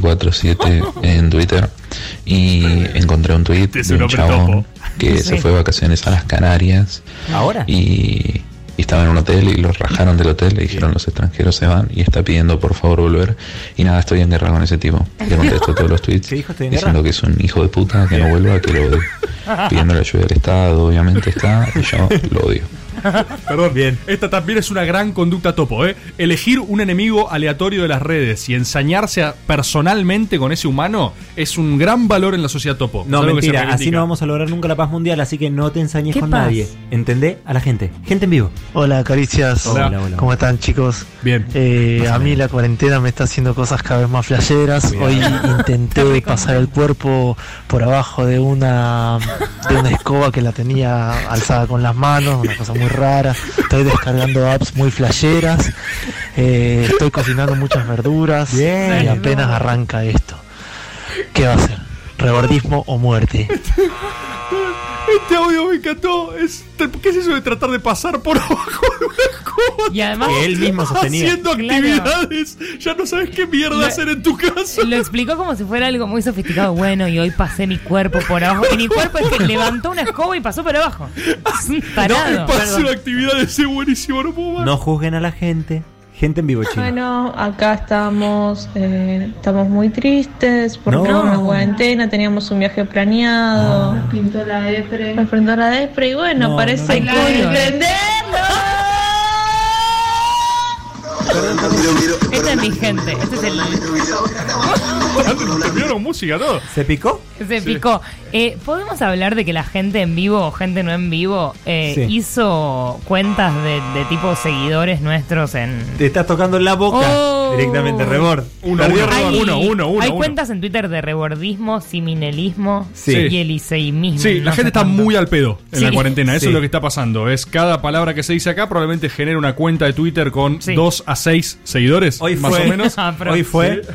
Speaker 25: 24-7 en Twitter y encontré un tweet
Speaker 7: Este es
Speaker 25: de
Speaker 7: un
Speaker 25: un
Speaker 7: hombre
Speaker 25: chabón
Speaker 7: topo.
Speaker 25: que
Speaker 7: Sí.
Speaker 25: se fue de vacaciones a las Canarias.
Speaker 7: ¿Ahora?
Speaker 25: Y, y estaba en un hotel y lo rajaron del hotel, le dijeron los extranjeros se van y está pidiendo por favor volver. Y nada, estoy en guerra con ese tipo. Le contesto todos los tweets
Speaker 7: ¿Qué dijo? ¿Estoy en
Speaker 25: diciendo
Speaker 7: guerra?
Speaker 25: que es un hijo de puta, que no vuelva, que lo odio. Pidiendo la ayuda del Estado, obviamente está, y yo lo odio.
Speaker 2: Perdón, bien. Esta también es una gran conducta topo, ¿eh? Elegir un enemigo aleatorio de las redes y ensañarse a- personalmente con ese humano es un gran valor en la sociedad topo.
Speaker 7: No,
Speaker 2: Es algo que se
Speaker 7: mentira, así
Speaker 2: reivindica.
Speaker 7: no vamos a lograr nunca la paz mundial, así que no te ensañes
Speaker 2: ¿Qué
Speaker 7: con
Speaker 2: paz?
Speaker 7: nadie. ¿Entendé? A la gente. Gente en vivo.
Speaker 26: Hola, caricias.
Speaker 7: Hola. Hola, hola.
Speaker 26: ¿Cómo están, chicos? Eh,
Speaker 2: Bien.
Speaker 26: a mí la cuarentena me está haciendo cosas cada vez más flasheras. Hoy intenté pasar el cuerpo por abajo de una de una escoba que la tenía alzada con las manos, una cosa muy rara. Estoy descargando apps muy flasheras. Eh, estoy cocinando muchas verduras y apenas arranca esto. ¿Qué va a ser? ¿Rebordismo o muerte?
Speaker 2: Este audio me encantó. Es- ¿Qué es eso de tratar de pasar por abajo de una escoba?
Speaker 8: Y además- Que él mismo sostenía.
Speaker 2: Haciendo
Speaker 8: Claro.
Speaker 2: actividades. Ya no sabes qué mierda
Speaker 8: Lo-
Speaker 2: hacer en tu casa.
Speaker 8: Lo explicó como si fuera algo muy sofisticado. Bueno, y hoy pasé mi cuerpo por abajo. Y mi cuerpo es que levantó una escoba y pasó por abajo. Es un tarado.
Speaker 2: No, paso de actividades es buenísimo, no puedo más.
Speaker 7: No juzguen a la gente. Gente en vivo, chino.
Speaker 27: Bueno, acá estamos, eh, estamos muy tristes porque
Speaker 7: No.
Speaker 27: no. la cuarentena, teníamos un viaje planeado. Nos pintó la depre. Nos pintó la depre y bueno,
Speaker 28: Ah. No,
Speaker 27: parece
Speaker 28: no, no.
Speaker 27: que...
Speaker 28: Claro.
Speaker 8: Esta es mi gente. Este es el.
Speaker 2: Terminaron música, ¿no?
Speaker 7: ¿Se picó?
Speaker 8: Se picó. Eh, ¿Podemos hablar de que la gente en vivo o gente no en vivo eh,
Speaker 7: Sí.
Speaker 8: hizo cuentas de, de tipo seguidores nuestros en.
Speaker 7: Te estás tocando la boca
Speaker 8: Oh.
Speaker 7: directamente, rebord.
Speaker 2: Uno,
Speaker 7: Perdí
Speaker 2: uno,
Speaker 7: rebord.
Speaker 8: Hay- Hay cuentas en Twitter de rebordismo, siminelismo
Speaker 2: Sí.
Speaker 8: y eliseísmismo.
Speaker 2: Sí, la
Speaker 8: No
Speaker 2: gente
Speaker 8: sé
Speaker 2: está
Speaker 8: cuánto.
Speaker 2: muy al pedo en
Speaker 8: Sí.
Speaker 2: la cuarentena. Eso
Speaker 8: Sí.
Speaker 2: es lo que está pasando. Es cada palabra que se dice acá probablemente genera una cuenta de Twitter con 2 a 6 seguidores,
Speaker 7: Hoy
Speaker 2: más
Speaker 7: fue-
Speaker 2: o menos.
Speaker 7: Ah, pero- Hoy fue-
Speaker 2: Sí.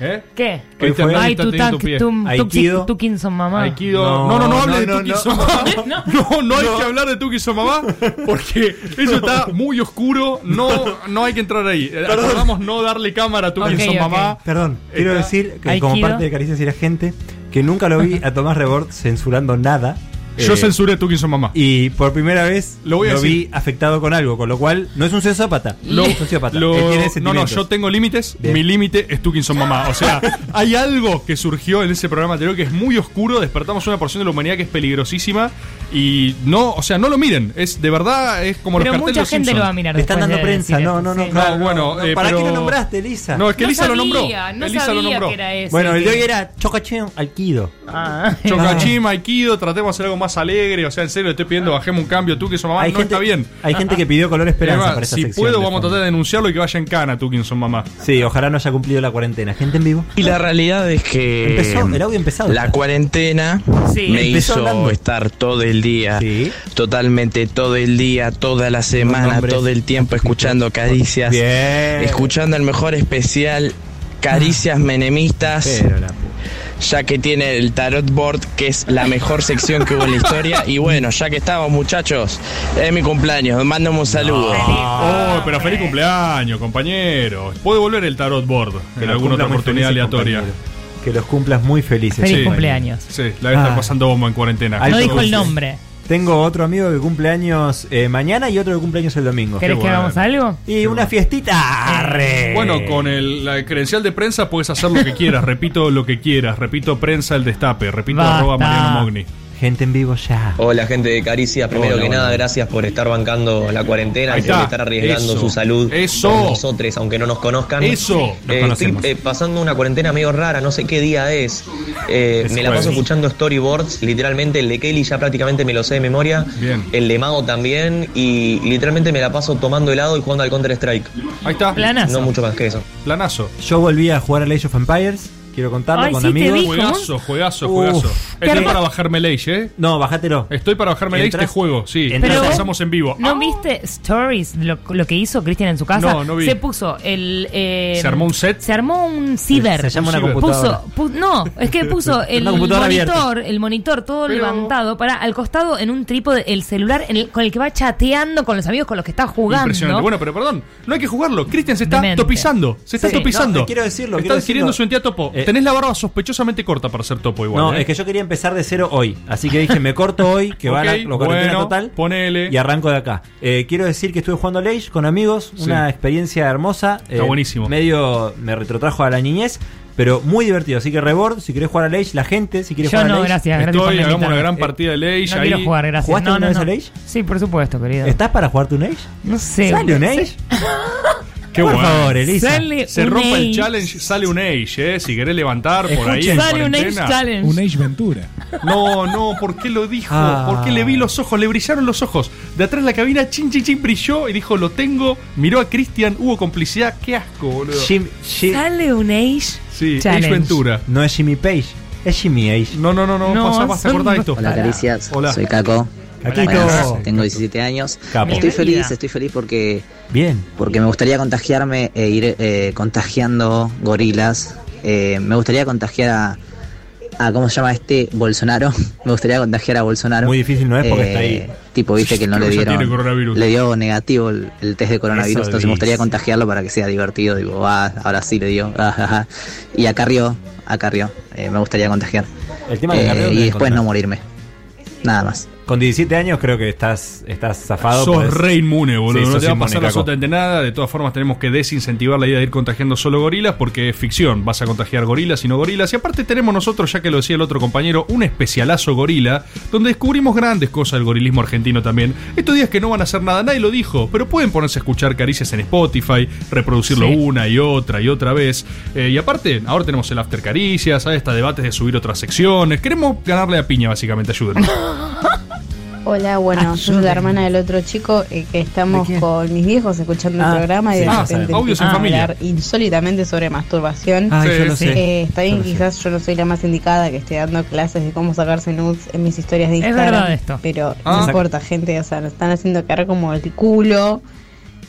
Speaker 2: ¿eh?
Speaker 8: ¿Qué?
Speaker 2: Hoy fue-
Speaker 8: Ay,
Speaker 2: está
Speaker 8: tu
Speaker 2: teniendo
Speaker 8: tank,
Speaker 2: pie.
Speaker 8: tum,
Speaker 2: Aikido.
Speaker 8: tu, tu Kinson, mamá.
Speaker 2: Aikido. No, no, no, hable de Tuki Somamá. No, no hay
Speaker 8: No.
Speaker 2: que hablar de Tuki Somamá porque eso está muy oscuro. No, no hay que entrar ahí. Eh,
Speaker 7: Perdón.
Speaker 2: Acordamos no darle cámara a Tuki
Speaker 7: Ok,
Speaker 2: Somamá.
Speaker 7: ok. Perdón, quiero
Speaker 2: Está-
Speaker 7: decir que como parte de Caricias y la gente, que nunca lo vi a Tomás Rebord censurando nada. Eh,
Speaker 2: Yo censuré Tuki Somamá.
Speaker 7: Y por primera vez lo,
Speaker 2: voy a
Speaker 7: vi
Speaker 2: decir.
Speaker 7: afectado con algo, con lo cual no es un sociópata.
Speaker 2: Lo-
Speaker 7: no es un sociópata.
Speaker 2: lo-
Speaker 7: Él tiene
Speaker 2: no, no,
Speaker 7: sentimientos.
Speaker 2: yo tengo límites.
Speaker 7: Bien.
Speaker 2: Mi límite es Tukinson Mamá. O sea, hay algo que surgió en ese programa anterior que es muy oscuro. Despertamos una porción de la humanidad que es peligrosísima. Y no, o sea, no lo miren. Es de verdad, es como
Speaker 8: Pero
Speaker 2: los carteles
Speaker 8: mucha
Speaker 2: de los
Speaker 8: gente
Speaker 2: Simpson.
Speaker 8: lo va a mirar Le están después dando de prensa, decir no, esto, no, no, sí. claro,
Speaker 2: bueno,
Speaker 8: no,
Speaker 2: eh,
Speaker 7: ¿Para
Speaker 2: pero-
Speaker 7: qué lo nombraste, Elisa?
Speaker 2: No, es que
Speaker 8: No
Speaker 2: Elisa lo
Speaker 8: sabía,
Speaker 2: nombró.
Speaker 8: no
Speaker 2: Elisa lo
Speaker 8: sabía
Speaker 2: nombró.
Speaker 8: que era ese,
Speaker 7: Bueno, el de
Speaker 8: que-
Speaker 7: hoy era Chocachín Alquido.
Speaker 2: ¿eh?
Speaker 8: Ah.
Speaker 2: Chocachima, Aikido, tratemos de hacer algo más alegre. O sea, en serio, le estoy pidiendo, bajemos un cambio. Tú, que mamá,
Speaker 7: Hay
Speaker 2: no
Speaker 7: gente-
Speaker 2: está bien.
Speaker 7: hay gente que pidió color esperanza
Speaker 2: Además,
Speaker 7: para esta
Speaker 2: ah. Si
Speaker 7: sección
Speaker 2: puedo,
Speaker 7: de
Speaker 2: vamos a tratar de denunciarlo y que vaya en cana, tú, son mamá.
Speaker 7: Sí, ojalá no haya cumplido la cuarentena. Gente en vivo.
Speaker 25: Y la realidad es que
Speaker 7: Empezó, el audio empezado.
Speaker 25: la cuarentena
Speaker 7: Sí.
Speaker 25: me
Speaker 7: Empezó
Speaker 25: hizo
Speaker 7: hablando.
Speaker 25: estar todo el día, totalmente todo el día, toda la semana,
Speaker 7: nombres.
Speaker 25: todo el tiempo escuchando caricias, escuchando el mejor especial Caricias Menemistas.
Speaker 7: Ah. Pero la
Speaker 25: ya que tiene el tarot board, que es la mejor sección que hubo en la historia. Y bueno, ya que estamos, muchachos, es mi cumpleaños. Mándame un saludo.
Speaker 7: Ah,
Speaker 2: Oh, pero feliz cumpleaños, compañero. Puede volver el tarot board en
Speaker 7: lo
Speaker 2: alguna otra
Speaker 7: cumpla muy
Speaker 2: oportunidad
Speaker 7: felices,
Speaker 2: aleatoria.
Speaker 7: Que los cumplas muy felices.
Speaker 2: Feliz
Speaker 7: compañero.
Speaker 8: cumpleaños.
Speaker 2: Sí, la voy a estar
Speaker 7: Ah.
Speaker 2: pasando bomba en cuarentena.
Speaker 8: No dijo el nombre.
Speaker 7: Tengo otro amigo que cumple años eh, mañana y otro que cumple años el domingo.
Speaker 8: ¿Querés
Speaker 7: Qué
Speaker 8: que
Speaker 7: bueno.
Speaker 8: hagamos algo?
Speaker 7: Y una fiestita. Arre.
Speaker 2: Bueno, con el- la credencial de prensa puedes hacer lo que quieras. repito lo que quieras. Repito prensa el destape. Repito
Speaker 7: Basta.
Speaker 2: arroba Mariano Mogni.
Speaker 7: Gente en vivo ya.
Speaker 29: Hola gente de Caricias, primero
Speaker 2: Hola,
Speaker 29: que
Speaker 2: hola.
Speaker 29: nada, gracias por estar bancando la cuarentena
Speaker 2: Ahí
Speaker 29: y por
Speaker 2: está.
Speaker 29: estar arriesgando
Speaker 2: Eso.
Speaker 29: su salud
Speaker 2: Eso.
Speaker 29: por nosotros, aunque no nos conozcan.
Speaker 2: Eso. Nos
Speaker 29: Eh, estoy
Speaker 2: conocemos.
Speaker 29: eh, pasando una cuarentena medio rara, no sé qué día es. Eh,
Speaker 2: Es
Speaker 29: me la
Speaker 2: jueves.
Speaker 29: paso escuchando storyboards, literalmente el de Kelly ya prácticamente me lo sé de memoria,
Speaker 2: Bien.
Speaker 29: el de Mago también, y literalmente me la paso tomando helado y jugando al Counter Strike.
Speaker 2: Ahí está.
Speaker 29: No mucho más que eso.
Speaker 2: Planazo.
Speaker 7: Yo volví a jugar al Age of Empires. Quiero contarlo con amigos.
Speaker 2: Juegazo, juegazo,
Speaker 7: Uf.
Speaker 2: juegazo.
Speaker 7: Qué
Speaker 2: Estoy
Speaker 7: arma-
Speaker 2: para bajarme ley, ¿eh?
Speaker 7: No, bájatelo.
Speaker 2: Estoy para bajarme ley este
Speaker 7: Entras-
Speaker 2: juego, sí.
Speaker 7: Entras-
Speaker 2: Lo
Speaker 7: Pero-
Speaker 2: pasamos en vivo.
Speaker 8: ¿No viste stories lo, lo que hizo Cristian en su casa?
Speaker 2: Oh. No, no vi.
Speaker 8: Se puso el. eh,
Speaker 2: ¿Se armó un set?
Speaker 8: Se armó un ciber.
Speaker 2: Se llama una
Speaker 8: Puso-
Speaker 2: computadora.
Speaker 8: pu- no, es que puso el
Speaker 2: Una computadora
Speaker 8: monitor,
Speaker 2: abierta.
Speaker 8: el monitor todo
Speaker 2: Pero-
Speaker 8: levantado, para al costado en un trípode, el celular en el- con el que va chateando con los amigos con los que está jugando.
Speaker 2: Impresionante. Bueno, pero perdón, no hay que jugarlo. Cristian se está
Speaker 8: Demente.
Speaker 2: topizando. Se está
Speaker 8: Sí.
Speaker 2: topizando.
Speaker 7: No, eh, quiero decirlo,
Speaker 2: Está
Speaker 7: quiero
Speaker 2: adquiriendo
Speaker 7: decirlo.
Speaker 2: su entidad topo.
Speaker 7: Eh,
Speaker 2: Tenés la barba sospechosamente corta para ser topo igual.
Speaker 7: no,
Speaker 2: ¿eh?
Speaker 7: es que yo quería empezar de cero hoy. Así que dije, me corto hoy, que va la,
Speaker 2: Ok,
Speaker 7: lo cuarentena
Speaker 2: bueno,
Speaker 7: total.
Speaker 2: Ponele.
Speaker 7: Y arranco de acá. Eh, quiero decir que estuve jugando al Age con amigos,
Speaker 2: Sí.
Speaker 7: una experiencia hermosa. eh,
Speaker 2: Está buenísimo.
Speaker 7: Medio me retrotrajo a la niñez, pero muy divertido. Así que Rebord, si querés jugar al Age, la gente, si querés
Speaker 8: Yo
Speaker 7: jugar
Speaker 8: no,
Speaker 7: al Age.
Speaker 8: gracias, gracias por la
Speaker 2: Estoy, hagamos
Speaker 8: invitación. Eh,
Speaker 2: una gran partida de ley.
Speaker 8: no quiero jugar, gracias.
Speaker 7: ¿Jugaste
Speaker 8: no,
Speaker 7: alguna
Speaker 8: no,
Speaker 7: vez
Speaker 8: no.
Speaker 7: al Age?
Speaker 8: Sí, por supuesto, querido.
Speaker 7: ¿Estás para jugarte un Age?
Speaker 8: No sé.
Speaker 7: ¿Sale un
Speaker 8: no
Speaker 7: Age?
Speaker 8: sé.
Speaker 2: Qué
Speaker 7: Por
Speaker 2: bueno.
Speaker 7: favor, Elisa. Sale
Speaker 2: se
Speaker 7: un
Speaker 2: rompe
Speaker 7: Age.
Speaker 2: el challenge, sale un age, ¿eh? Si querés levantar por ahí. en
Speaker 8: Escuchen. Sale un Age
Speaker 2: cuarentena.
Speaker 8: challenge.
Speaker 1: Un Age Ventura.
Speaker 2: No, no, ¿por qué lo dijo?
Speaker 1: Ah.
Speaker 2: ¿Por qué le vi los ojos? Le brillaron los ojos. De atrás de la cabina, chin, chin, chin, brilló y dijo, lo tengo. Miró a Cristian, hubo complicidad. Qué asco, boludo.
Speaker 7: Jim- Jim-
Speaker 8: Sale un Age.
Speaker 2: Sí,
Speaker 8: Challenge.
Speaker 2: Ace Ventura.
Speaker 7: No es Jimmy Page, es Jimmy Age.
Speaker 2: No, no, no, no,
Speaker 7: No,
Speaker 2: pasa, basta,
Speaker 7: son-
Speaker 2: cortá esto.
Speaker 14: Hola, Caricias.
Speaker 7: Hola.
Speaker 14: Soy Caco.
Speaker 7: Caquito.
Speaker 14: Buenas, Tengo 17 años.
Speaker 7: Capo.
Speaker 14: Estoy
Speaker 7: Bienvenida.
Speaker 14: feliz, estoy feliz porque.
Speaker 7: Bien.
Speaker 14: Porque me gustaría contagiarme e ir eh, contagiando gorilas. Eh, me gustaría contagiar a. a, ¿Cómo se llama este? Bolsonaro. Me gustaría contagiar a Bolsonaro. Eh,
Speaker 7: Muy difícil no es porque está ahí.
Speaker 14: Tipo, viste que no
Speaker 7: Creo
Speaker 14: le
Speaker 7: que ya tiene
Speaker 14: dieron.
Speaker 7: coronavirus.
Speaker 14: Le dio negativo el, el test de coronavirus.
Speaker 7: Eso
Speaker 14: entonces me gustaría
Speaker 7: dice.
Speaker 14: contagiarlo para que sea divertido. Digo, ah, ahora sí le dio. ah, ah, ah. Y a Carrió, a Carrió. eh, me gustaría contagiar.
Speaker 7: El tema de
Speaker 14: Eh,
Speaker 7: Carrió, ¿dónde
Speaker 14: Y después
Speaker 7: encontrás?
Speaker 14: no morirme. Nada más.
Speaker 7: Con 17 años creo que estás, estás zafado.
Speaker 2: Sos
Speaker 7: podés-
Speaker 2: re inmune, boludo.
Speaker 7: Sí,
Speaker 2: no
Speaker 7: sos
Speaker 2: te va a
Speaker 7: inmune,
Speaker 2: pasar
Speaker 7: Caco.
Speaker 2: absolutamente nada. De todas formas, tenemos que desincentivar la idea de ir contagiando solo gorilas porque es ficción. Vas a contagiar gorilas y no gorilas. Y aparte, tenemos nosotros, ya que lo decía el otro compañero, un especialazo gorila donde descubrimos grandes cosas del gorilismo argentino también. Estos días que no van a hacer nada, nadie lo dijo, pero pueden ponerse a escuchar caricias en Spotify, reproducirlo
Speaker 1: Sí.
Speaker 2: una y otra y otra vez. Eh, y aparte, ahora tenemos el after caricias, hay hasta debates de subir otras secciones. Queremos ganarle a piña, básicamente. Ayúdenos.
Speaker 28: Hola, bueno, soy la hermana del otro chico eh, que estamos con mis viejos escuchando
Speaker 2: Ah,
Speaker 28: el programa y
Speaker 2: sí,
Speaker 28: de
Speaker 2: ah,
Speaker 28: repente
Speaker 2: saben. Audios en
Speaker 28: empiezan a
Speaker 2: familia.
Speaker 28: hablar insólitamente sobre masturbación.
Speaker 2: Ah, yo lo Sí. sé.
Speaker 28: Eh, está bien,
Speaker 2: Yo lo sé.
Speaker 28: quizás yo no soy la más indicada que esté dando clases de cómo sacarse nudes en mis historias de
Speaker 8: Es
Speaker 28: Instagram.
Speaker 8: verdad esto.
Speaker 28: Pero
Speaker 8: Ah.
Speaker 28: no importa, gente, o sea, nos están haciendo caer como el culo.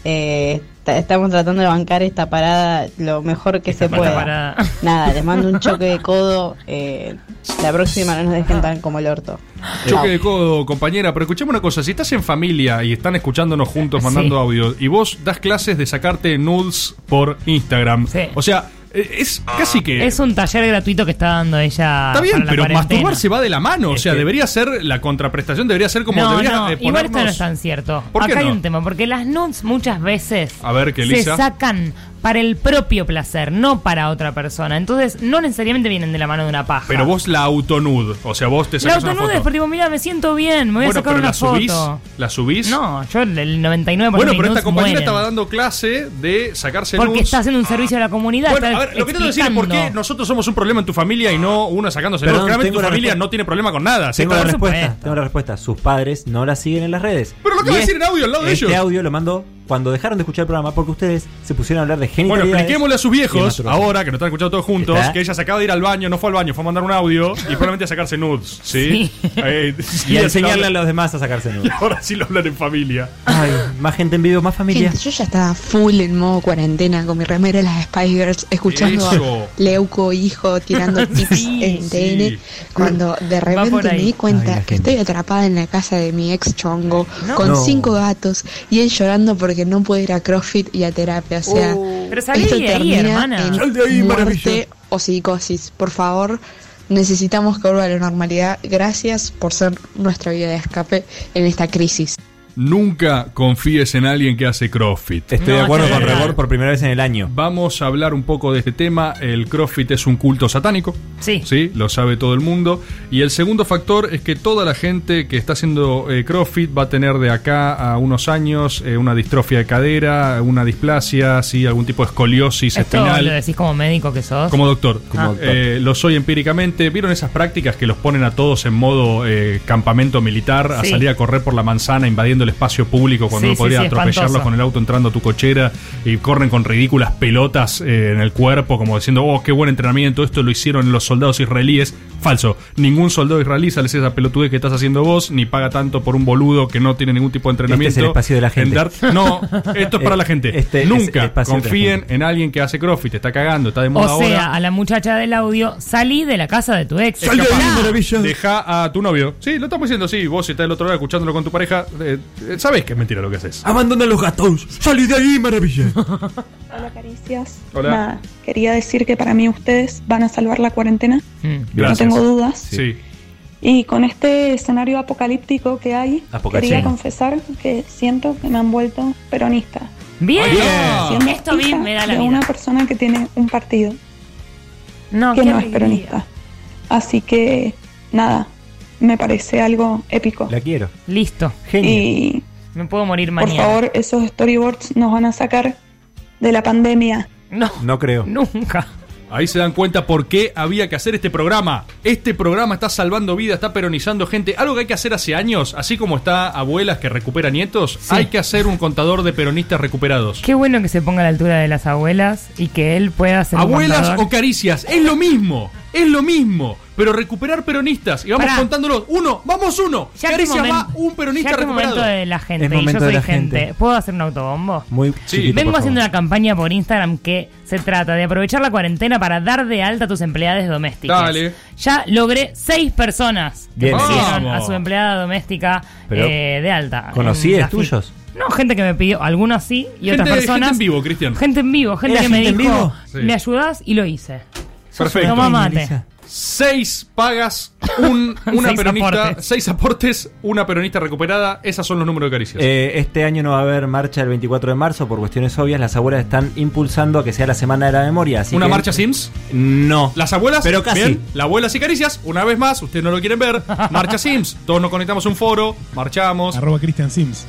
Speaker 28: Eh, ta- estamos tratando de bancar esta parada lo mejor que se pueda.
Speaker 8: parada.
Speaker 28: Nada, les mando un choque de codo. eh, la próxima no nos dejen tan como el orto.
Speaker 2: Choque de codo, compañera, pero escuchame una cosa, si estás en familia y están escuchándonos juntos mandando
Speaker 28: Sí.
Speaker 2: audio y vos das clases de sacarte nudes por Instagram, o sea, eh, es casi que...
Speaker 8: Es un taller gratuito que está dando ella.
Speaker 2: Está bien,
Speaker 8: para la
Speaker 2: pero
Speaker 8: cuarentena.
Speaker 2: masturbarse va de la mano. O sea, debería ser, la contraprestación debería ser como
Speaker 8: no,
Speaker 2: debería
Speaker 8: no,
Speaker 2: eh,
Speaker 8: igual esto no es
Speaker 2: ponernos-
Speaker 8: tan cierto.
Speaker 2: ¿Por qué
Speaker 8: Acá hay
Speaker 2: no?
Speaker 8: un tema, porque las nudes muchas veces
Speaker 2: A ver, que
Speaker 8: se
Speaker 2: Elisa.
Speaker 8: sacan para el propio placer, no para otra persona. Entonces, no necesariamente vienen de la mano de una paja.
Speaker 2: Pero vos la autonud, o sea, vos te
Speaker 8: la
Speaker 2: sacas una
Speaker 8: autonude
Speaker 2: foto.
Speaker 8: es porque digo, mira, me siento bien, me voy
Speaker 2: bueno,
Speaker 8: a sacar
Speaker 2: pero
Speaker 8: una
Speaker 2: la subís,
Speaker 8: foto.
Speaker 2: la subís.
Speaker 8: No, yo el- el 99%
Speaker 2: bueno,
Speaker 8: de
Speaker 2: pero esta
Speaker 8: nudes
Speaker 2: compañera
Speaker 8: mueren.
Speaker 2: estaba dando clase de sacarse
Speaker 8: Porque
Speaker 2: nudes.
Speaker 8: está haciendo un servicio a la comunidad.
Speaker 2: Bueno,
Speaker 8: está
Speaker 2: a ver, lo que te tengo que decir es por qué
Speaker 8: explicando.
Speaker 2: nosotros somos un problema en tu familia y no uno sacándose.
Speaker 7: Perdón,
Speaker 2: nudes. Claramente
Speaker 7: tengo
Speaker 2: tu
Speaker 7: la
Speaker 2: familia
Speaker 7: respuesta.
Speaker 2: no tiene problema con nada. ¿sí?
Speaker 7: Tengo la respuesta. Tengo la respuesta. Sus padres no la siguen en las redes.
Speaker 2: Pero lo acabo
Speaker 7: Y
Speaker 2: de decir en audio, al lado de
Speaker 7: este
Speaker 2: ellos.
Speaker 7: audio lo mando cuando dejaron de escuchar el programa porque ustedes se pusieron a hablar de
Speaker 2: Bueno,
Speaker 7: genitalidades.
Speaker 2: expliquémosle a sus
Speaker 7: y
Speaker 2: viejos,
Speaker 7: masturbación.
Speaker 2: ahora que nos están escuchando todos juntos,
Speaker 7: Está.
Speaker 2: que ella se acaba de ir al baño, no fue al baño, fue a mandar un audio y probablemente a sacarse nudes, ¿sí? Eh,
Speaker 7: Y a enseñarle
Speaker 2: ahora-
Speaker 7: a los demás a sacarse nudos.
Speaker 2: y ahora sí lo hablan en familia.
Speaker 7: Ay, más gente en vivo, más familia.
Speaker 30: Gente, yo ya estaba full en modo cuarentena con mi remera de las Spice Girls, escuchando
Speaker 7: Eso.
Speaker 30: a Leuco hijo tirando tips en TN, cuando de
Speaker 28: por
Speaker 30: repente me
Speaker 28: ahí.
Speaker 30: di cuenta
Speaker 28: Ay, la
Speaker 30: que
Speaker 28: gente.
Speaker 30: estoy atrapada en la casa de mi ex chongo,
Speaker 28: No.
Speaker 30: con
Speaker 28: No.
Speaker 30: cinco gatos, y él llorando porque no puede ir a CrossFit y a terapia. O sea,
Speaker 28: Uh, pero salí
Speaker 30: esto
Speaker 28: de ahí,
Speaker 30: termina
Speaker 28: hermana. Sal
Speaker 30: en
Speaker 28: de ahí, maravilla.
Speaker 30: muerte o psicosis. Por favor, Necesitamos que vuelva a la normalidad. Gracias por ser nuestra vía de escape en esta crisis.
Speaker 2: Nunca confíes en alguien que hace CrossFit.
Speaker 7: Estoy de No, acuerdo con claro. Rebord
Speaker 2: por primera vez en el año. Vamos a hablar un poco de este tema. El CrossFit es un culto satánico.
Speaker 8: Sí.
Speaker 2: Sí, lo sabe todo el mundo. Y el segundo factor es que toda la gente que está haciendo eh, CrossFit va a tener de acá a unos años eh, una distrofia de cadera, una displasia, sí, algún tipo de escoliosis
Speaker 8: Esto
Speaker 2: espinal.
Speaker 8: lo decís como médico que sos.
Speaker 2: Como doctor.
Speaker 8: Como
Speaker 2: Ah.
Speaker 8: doctor.
Speaker 2: Eh, lo soy empíricamente. ¿Vieron esas prácticas que los ponen a todos en modo eh, campamento militar, a
Speaker 8: Sí.
Speaker 2: salir a correr por la manzana, invadiendo el espacio público cuando
Speaker 8: Sí,
Speaker 2: uno
Speaker 8: sí,
Speaker 2: podría
Speaker 8: sí,
Speaker 2: atropellarlos
Speaker 8: espantoso.
Speaker 2: con el auto entrando a tu cochera y corren con ridículas pelotas eh, en el cuerpo, como diciendo, oh, qué buen entrenamiento, esto lo hicieron los soldados israelíes? Falso. Ningún soldado israelí sale esa pelotudez que estás haciendo vos, ni paga tanto por un boludo que no tiene ningún tipo de entrenamiento.
Speaker 7: Este es el espacio de la gente.
Speaker 2: En dar- No, esto es para
Speaker 7: Eh,
Speaker 2: la gente.
Speaker 7: este es el
Speaker 2: Nunca
Speaker 7: espacio de la
Speaker 2: confíen en alguien que hace crossfit, está cagando, está de moda
Speaker 8: O
Speaker 2: ahora.
Speaker 8: sea, a la muchacha del audio, salí de la casa de tu ex. Ah,
Speaker 2: Deja a tu novio. Sí, lo estamos diciendo, sí. Vos si estás del otro lado escuchándolo con tu pareja, eh, eh, sabés que es mentira lo que haces.
Speaker 7: Abandona los gatos. Salí de ahí, maravilla.
Speaker 12: Hola, caricias.
Speaker 2: Hola.
Speaker 12: Nada, quería decir que para mí ustedes van a salvar la cuarentena.
Speaker 2: Gracias.
Speaker 12: Mm, No tengo dudas.
Speaker 2: Sí.
Speaker 12: Y con este escenario apocalíptico que hay,
Speaker 2: Apocalipsis.
Speaker 12: quería confesar que siento que me han vuelto peronista.
Speaker 8: Bien.
Speaker 12: Siendo
Speaker 8: Esto a mí
Speaker 12: hija
Speaker 8: me da la
Speaker 12: de
Speaker 8: vida.
Speaker 12: una persona que tiene un partido
Speaker 8: No,
Speaker 12: que
Speaker 8: qué
Speaker 12: no es
Speaker 8: alegría.
Speaker 12: peronista. Así que, nada, me parece algo épico.
Speaker 7: La quiero.
Speaker 8: Listo.
Speaker 12: Genio. Y-
Speaker 8: Me puedo morir
Speaker 12: Por
Speaker 8: mañana.
Speaker 12: favor, esos storyboards nos van a sacar de la pandemia.
Speaker 8: No.
Speaker 2: No creo.
Speaker 8: Nunca.
Speaker 2: Ahí se dan cuenta por qué había que hacer este programa. Este programa está salvando vidas, está peronizando gente. Algo que hay que hacer hace años, así como está abuelas que recuperan nietos, hay que hacer un contador de peronistas recuperados.
Speaker 8: Qué bueno que se ponga a la altura de las abuelas y que él pueda ser un
Speaker 2: Abuelas
Speaker 8: contador.
Speaker 2: o caricias, es lo mismo, es lo mismo. Pero recuperar peronistas, y vamos
Speaker 8: Pará.
Speaker 2: contándolos. Uno, vamos uno.
Speaker 8: Ya que
Speaker 2: Caricia
Speaker 8: momen-
Speaker 2: va un peronista
Speaker 8: ya que
Speaker 2: recuperado.
Speaker 8: momento de la gente
Speaker 2: Es
Speaker 8: y yo
Speaker 2: momento de
Speaker 8: soy
Speaker 2: la
Speaker 8: gente.
Speaker 2: gente.
Speaker 8: ¿Puedo hacer un autobombo?
Speaker 7: Muy chiquito,
Speaker 8: Vengo
Speaker 7: por
Speaker 8: haciendo
Speaker 7: favor.
Speaker 8: una campaña por Instagram que se trata de aprovechar la cuarentena para dar de alta a tus empleadas domésticas.
Speaker 7: Dale.
Speaker 8: Ya logré seis personas que
Speaker 7: Bien,
Speaker 8: pusieron
Speaker 7: vamos.
Speaker 8: a su empleada doméstica
Speaker 7: Pero,
Speaker 8: eh, de alta.
Speaker 7: ¿Conocí
Speaker 8: en
Speaker 7: a
Speaker 8: la fi-
Speaker 7: tuyos?
Speaker 8: No, gente que me pidió, algunos sí y
Speaker 2: Gente-
Speaker 8: otras personas.
Speaker 2: gente en vivo, Cristian.
Speaker 8: Gente en vivo, gente
Speaker 2: ¿Era
Speaker 8: que me
Speaker 2: gente en
Speaker 8: dijo,
Speaker 2: vivo? Sí.
Speaker 8: me ayudás y lo hice.
Speaker 2: Perfecto.
Speaker 8: Toma mate.
Speaker 2: Seis pagas, un, una
Speaker 8: Seis
Speaker 2: peronista,
Speaker 8: aportes.
Speaker 2: seis aportes, una peronista recuperada. Esos son los números de caricias.
Speaker 7: Eh, este año no va a haber marcha el 24 de marzo por cuestiones obvias. Las abuelas están impulsando a que sea la semana de la memoria. así
Speaker 2: ¿Una
Speaker 7: que-
Speaker 2: marcha Sims?
Speaker 7: No.
Speaker 2: Las abuelas,
Speaker 7: Pero casi.
Speaker 2: bien, la abuelas y caricias, una vez más, ustedes no lo quieren ver. Marcha Sims, todos nos conectamos a un foro, marchamos.
Speaker 1: Arroba Christian Sims.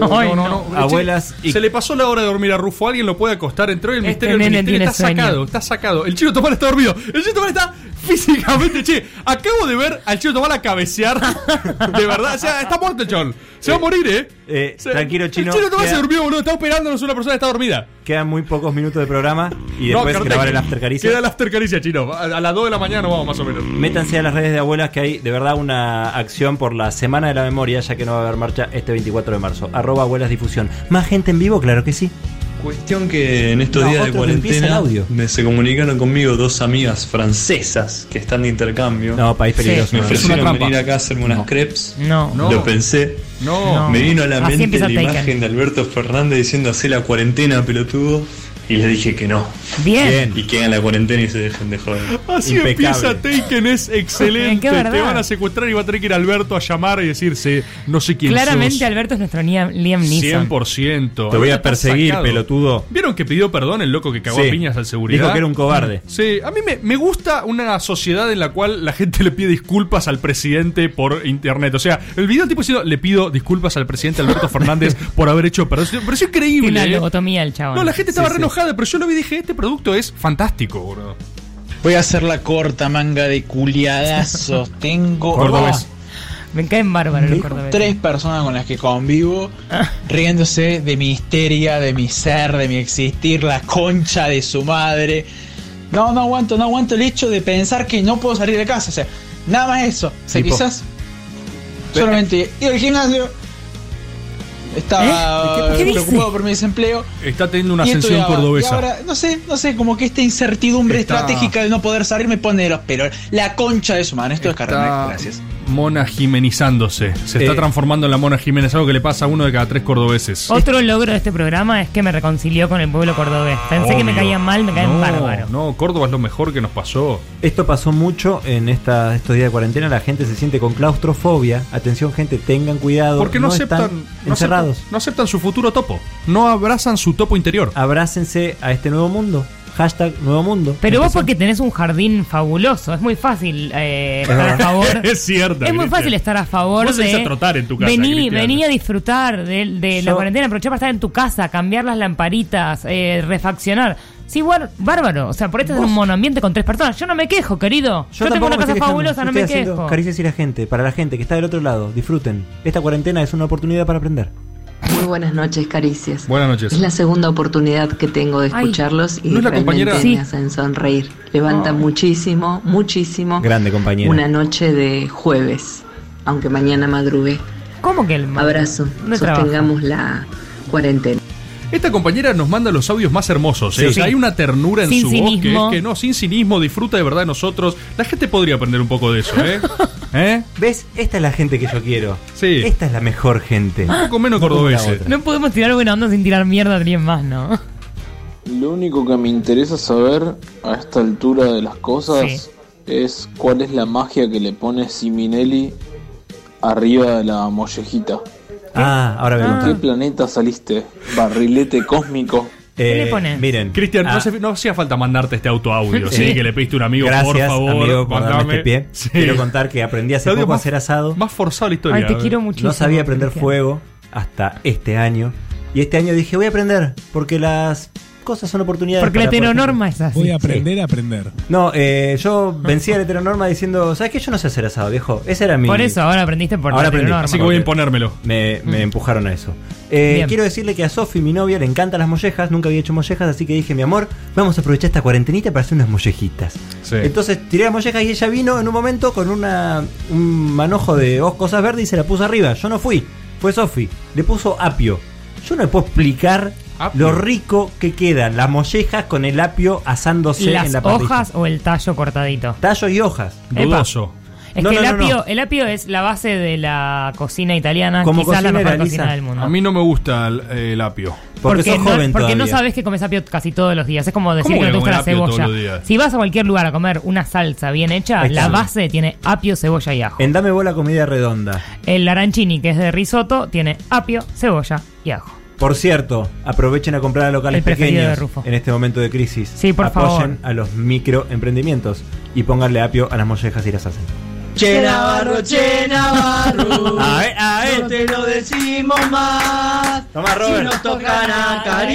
Speaker 2: Oh,
Speaker 1: Ay,
Speaker 2: no, no,
Speaker 1: no.
Speaker 2: no.
Speaker 1: Abuelas
Speaker 2: Che, Se le pasó la hora de dormir a Rufo. Alguien lo puede acostar. Entró y el
Speaker 1: Este
Speaker 2: misterio del
Speaker 1: nene
Speaker 2: ministerio.
Speaker 1: tiene
Speaker 2: Está
Speaker 1: sueño.
Speaker 2: sacado, está sacado. El chino Tomás está dormido. El chino Tomás está físicamente. Che, acabo de ver al chino Tomás a cabecear. De verdad, o sea, está muerto el chon. Se va a morir, eh.
Speaker 7: Eh, tranquilo, chino.
Speaker 2: El chino Tomás se
Speaker 7: Queda-
Speaker 2: durmió, boludo. Está operándonos una persona que está dormida.
Speaker 7: Quedan muy pocos minutos de programa y después
Speaker 2: Cartel.
Speaker 7: grabar el after caricia.
Speaker 2: Queda el after caricia, chino. A, a las 2 de la mañana nos vamos, más o menos.
Speaker 7: Métanse a las redes de abuelas que hay de verdad una acción por la Semana de la Memoria, ya que no va a haber marcha este 24 de marzo. Arroba abuelas difusión. ¿Más gente en vivo? Claro que sí.
Speaker 13: Cuestión que en estos
Speaker 7: No,
Speaker 13: días de
Speaker 7: otro que empieza el
Speaker 13: cuarentena
Speaker 7: audio.
Speaker 13: me se comunicaron conmigo dos amigas francesas que están de intercambio.
Speaker 7: No, país peligroso.
Speaker 13: Me
Speaker 7: No, es
Speaker 13: ofrecieron
Speaker 7: una trampa.
Speaker 13: venir acá a hacerme unas crepes.
Speaker 8: No.
Speaker 13: Lo pensé.
Speaker 8: No.
Speaker 13: Me vino a la
Speaker 8: Así
Speaker 13: mente
Speaker 8: empieza
Speaker 13: la
Speaker 8: Taken.
Speaker 13: imagen de Alberto Fernández diciendo hacer la cuarentena, pelotudo. Y les dije que no.
Speaker 8: Bien.
Speaker 13: Y que hagan la cuarentena y se dejen de joder.
Speaker 7: Ah,
Speaker 2: Así empieza Taken, es excelente.
Speaker 8: Qué verdad.
Speaker 2: Te van a secuestrar y va a tener que ir Alberto a llamar y decirse, no sé quién
Speaker 8: Claramente
Speaker 2: sos.
Speaker 8: Alberto es nuestro Liam Liam Neeson.
Speaker 2: 100%.
Speaker 7: Te voy a
Speaker 2: Está
Speaker 7: perseguir,
Speaker 2: sacado.
Speaker 7: pelotudo.
Speaker 2: ¿Vieron que pidió perdón el loco que cagó
Speaker 7: Sí.
Speaker 2: a piñas al seguridad? Mm.
Speaker 7: Dijo que era un cobarde.
Speaker 2: Sí, a mí me, me gusta una sociedad en la cual la gente le pide disculpas al presidente por internet. O sea, el video tipo diciendo, le pido disculpas al presidente Alberto Fernández por haber hecho perdón. Me pareció
Speaker 8: Tiene una
Speaker 2: increíble. ¿eh?
Speaker 8: lobotomía el chabón.
Speaker 2: No, la gente estaba
Speaker 8: Sí,
Speaker 2: re
Speaker 8: sí.
Speaker 2: enojada, pero yo lo vi y dije, este producto es fantástico, boludo.
Speaker 15: Voy a hacer la corta manga de culiadazos. Tengo
Speaker 2: Cordobés.
Speaker 8: Me caen bárbaros los
Speaker 15: Tengo
Speaker 8: cordobeses.
Speaker 15: tres personas con las que convivo
Speaker 2: Ah.
Speaker 15: riéndose de mi histeria, de mi ser, de mi existir, la concha de su madre. No, no aguanto, no aguanto el hecho de pensar que no puedo salir de casa. O sea, nada más eso. O sea,
Speaker 13: Tipo.
Speaker 15: quizás solamente ir al gimnasio. Estaba
Speaker 2: ¿Eh? ¿Qué- qué
Speaker 15: preocupado
Speaker 2: dice?
Speaker 15: por mi desempleo.
Speaker 2: Está teniendo una
Speaker 15: y
Speaker 2: ascensión
Speaker 15: estudiaba.
Speaker 2: cordobesa.
Speaker 15: Y ahora, no sé, no sé, como que esta incertidumbre
Speaker 2: Está-
Speaker 15: estratégica de no poder salir me pone de los pelos. La concha de su madre. Esto es carne. Gracias.
Speaker 2: Mona Jimenizándose. Se está
Speaker 8: Eh.
Speaker 2: transformando en la Mona Jiménez, algo que le pasa a uno de cada tres cordobeses.
Speaker 8: Otro logro de este programa es que me reconcilió con el pueblo cordobés. Pensé que me
Speaker 2: Obvio.
Speaker 8: caían mal, me caen
Speaker 2: no,
Speaker 8: bárbaro.
Speaker 2: No, Córdoba es lo mejor que nos pasó.
Speaker 7: Esto pasó mucho en esta, estos días de cuarentena. La gente se siente con claustrofobia. Atención, gente, tengan cuidado.
Speaker 2: Porque no,
Speaker 7: están
Speaker 2: aceptan, no
Speaker 7: encerrados.
Speaker 2: aceptan- no aceptan su futuro topo. No abrazan su topo interior.
Speaker 7: Abrácense a este nuevo mundo. Hashtag Nuevo Mundo.
Speaker 8: Pero vos porque tenés un jardín fabuloso, es muy fácil eh,
Speaker 7: Es
Speaker 8: estar a
Speaker 7: verdad.
Speaker 8: favor.
Speaker 2: Es cierto,
Speaker 8: Es muy
Speaker 2: Cristian.
Speaker 8: fácil estar a favor
Speaker 2: Vos
Speaker 8: de.
Speaker 2: salís a trotar en tu casa,
Speaker 8: Vení,
Speaker 2: Cristian.
Speaker 8: vení a disfrutar de, de la
Speaker 2: Yo-
Speaker 8: cuarentena, aprovechar para estar en tu casa, cambiar las lamparitas, eh, refaccionar. Sí, guar- bárbaro. O sea, por este es un monoambiente con tres personas. Yo no me quejo, querido. Yo, tengo
Speaker 7: tampoco
Speaker 8: una
Speaker 7: me
Speaker 8: casa
Speaker 7: estoy quejando.
Speaker 8: fabulosa, no
Speaker 7: Estoy
Speaker 8: me
Speaker 7: haciendo
Speaker 8: quejo.
Speaker 7: Caricias y la gente, para la gente que está del otro lado, disfruten. Esta cuarentena es una oportunidad para aprender.
Speaker 5: Muy buenas noches, caricias.
Speaker 2: Buenas noches.
Speaker 5: Es la segunda oportunidad que tengo de escucharlos y
Speaker 2: ¿no es la
Speaker 5: realmente
Speaker 2: compañera? Sí.
Speaker 5: me hacen sonreír. Levanta muchísimo, muchísimo.
Speaker 7: Grande compañera.
Speaker 5: Una noche de jueves, aunque mañana madrugué.
Speaker 8: ¿Cómo que el
Speaker 5: Abrazo.
Speaker 2: ¿Dónde
Speaker 5: Sostengamos la cuarentena.
Speaker 2: Esta compañera nos manda los audios más hermosos. ¿eh?
Speaker 5: Sí.
Speaker 2: O sea, hay una ternura en
Speaker 5: Sin
Speaker 2: su voz que
Speaker 5: cinismo.
Speaker 2: es que no, sin cinismo, disfruta de verdad de nosotros. La gente podría aprender un poco de eso, ¿eh? ¿Eh?
Speaker 7: ¿Ves? Esta es la gente que yo quiero.
Speaker 2: Sí.
Speaker 7: Esta es la mejor gente.
Speaker 2: Un poco menos eh.
Speaker 7: No como la
Speaker 2: cordobeses.
Speaker 7: otra.
Speaker 8: No podemos tirar buena onda sin tirar mierda a alguien más, ¿no?
Speaker 15: Lo único que me interesa saber a esta altura de las cosas
Speaker 8: Sí.
Speaker 15: es cuál es la magia que le pone Siminelli arriba de la mollejita.
Speaker 7: Ah, ahora vemos.
Speaker 15: ¿En qué planeta saliste? Barrilete cósmico.
Speaker 2: Eh,
Speaker 7: Miren.
Speaker 2: Cristian, no
Speaker 15: Ah.
Speaker 2: se- no, hacía falta mandarte este auto audio, ¿sí?
Speaker 7: Sí.
Speaker 2: Que le pediste a un amigo,
Speaker 7: Gracias,
Speaker 2: por favor.
Speaker 7: amigo, por darme
Speaker 2: mandame.
Speaker 7: este pie.
Speaker 2: Sí.
Speaker 7: Quiero contar que aprendí hace
Speaker 2: Audio
Speaker 7: poco a
Speaker 2: más-
Speaker 7: hacer asado.
Speaker 2: Más forzado la historia.
Speaker 7: Eh, No sabía prender fuego hasta este año. Y este año dije, voy a aprender, porque las cosas son oportunidades.
Speaker 8: Porque la
Speaker 7: para poder-
Speaker 8: heteronorma es así.
Speaker 7: Voy a aprender
Speaker 1: a aprender.
Speaker 7: No, eh, yo vencí a la heteronorma diciendo, ¿sabes qué? Yo no sé hacer asado, viejo. Ese era mi.
Speaker 8: Por eso, ahora aprendiste por
Speaker 7: Ahora
Speaker 8: la
Speaker 7: aprendí,
Speaker 8: heteronorma. Mm.
Speaker 7: así que voy a
Speaker 2: imponérmelo.
Speaker 7: Me, me empujaron a eso. Eh,
Speaker 8: Bien.
Speaker 7: quiero decirle que a Sofi, mi novia, le encantan las mollejas. Nunca había hecho mollejas, así que dije, mi amor, vamos a aprovechar esta cuarentenita para hacer unas mollejitas. Entonces tiré las mollejas y ella vino en un momento con una, un manojo de dos cosas verdes y se la puso arriba. Yo no fui, fue Sofi. Le puso apio. Yo no le puedo explicar lo rico que quedan las mollejas con el apio asándose
Speaker 8: ¿Las
Speaker 7: en la parrilla.
Speaker 8: hojas o el tallo cortadito?
Speaker 7: Tallo y hojas.
Speaker 8: Epa. Dudoso. Es
Speaker 7: No,
Speaker 8: que
Speaker 7: no,
Speaker 8: el,
Speaker 7: no, no.
Speaker 8: apio, el apio es la base de la cocina italiana,
Speaker 2: Como
Speaker 8: quizás Ah, la mejor
Speaker 2: cocinera,
Speaker 8: cocina
Speaker 2: Lisa.
Speaker 8: del mundo.
Speaker 2: A mí no me gusta el, el apio.
Speaker 8: no, porque no sabes que comes apio casi todos los días. Es como decir
Speaker 2: ¿Cómo
Speaker 8: que no
Speaker 2: voy
Speaker 8: te
Speaker 2: a
Speaker 8: gusta la
Speaker 2: comer apio todos
Speaker 8: cebolla.
Speaker 2: los días?
Speaker 8: Si vas a cualquier lugar a comer una salsa bien hecha, la
Speaker 7: Exacto.
Speaker 8: base tiene apio, cebolla y ajo.
Speaker 7: En Dame Bola Comida Redonda.
Speaker 8: El arancini, que es de risotto, tiene apio, cebolla y ajo.
Speaker 7: Por cierto, aprovechen a comprar a locales
Speaker 8: El preferido de
Speaker 7: pequeños
Speaker 8: Rufo.
Speaker 7: en este momento de crisis.
Speaker 8: Sí, por
Speaker 7: Apoyen
Speaker 8: favor.
Speaker 7: a los microemprendimientos y pónganle apio a las mollejas y las hacen.
Speaker 20: Che Navarro, che Navarro.
Speaker 7: A ver, a ver.
Speaker 20: No te lo decimos más.
Speaker 7: Toma,
Speaker 20: Si
Speaker 7: Robert.
Speaker 20: nos tocan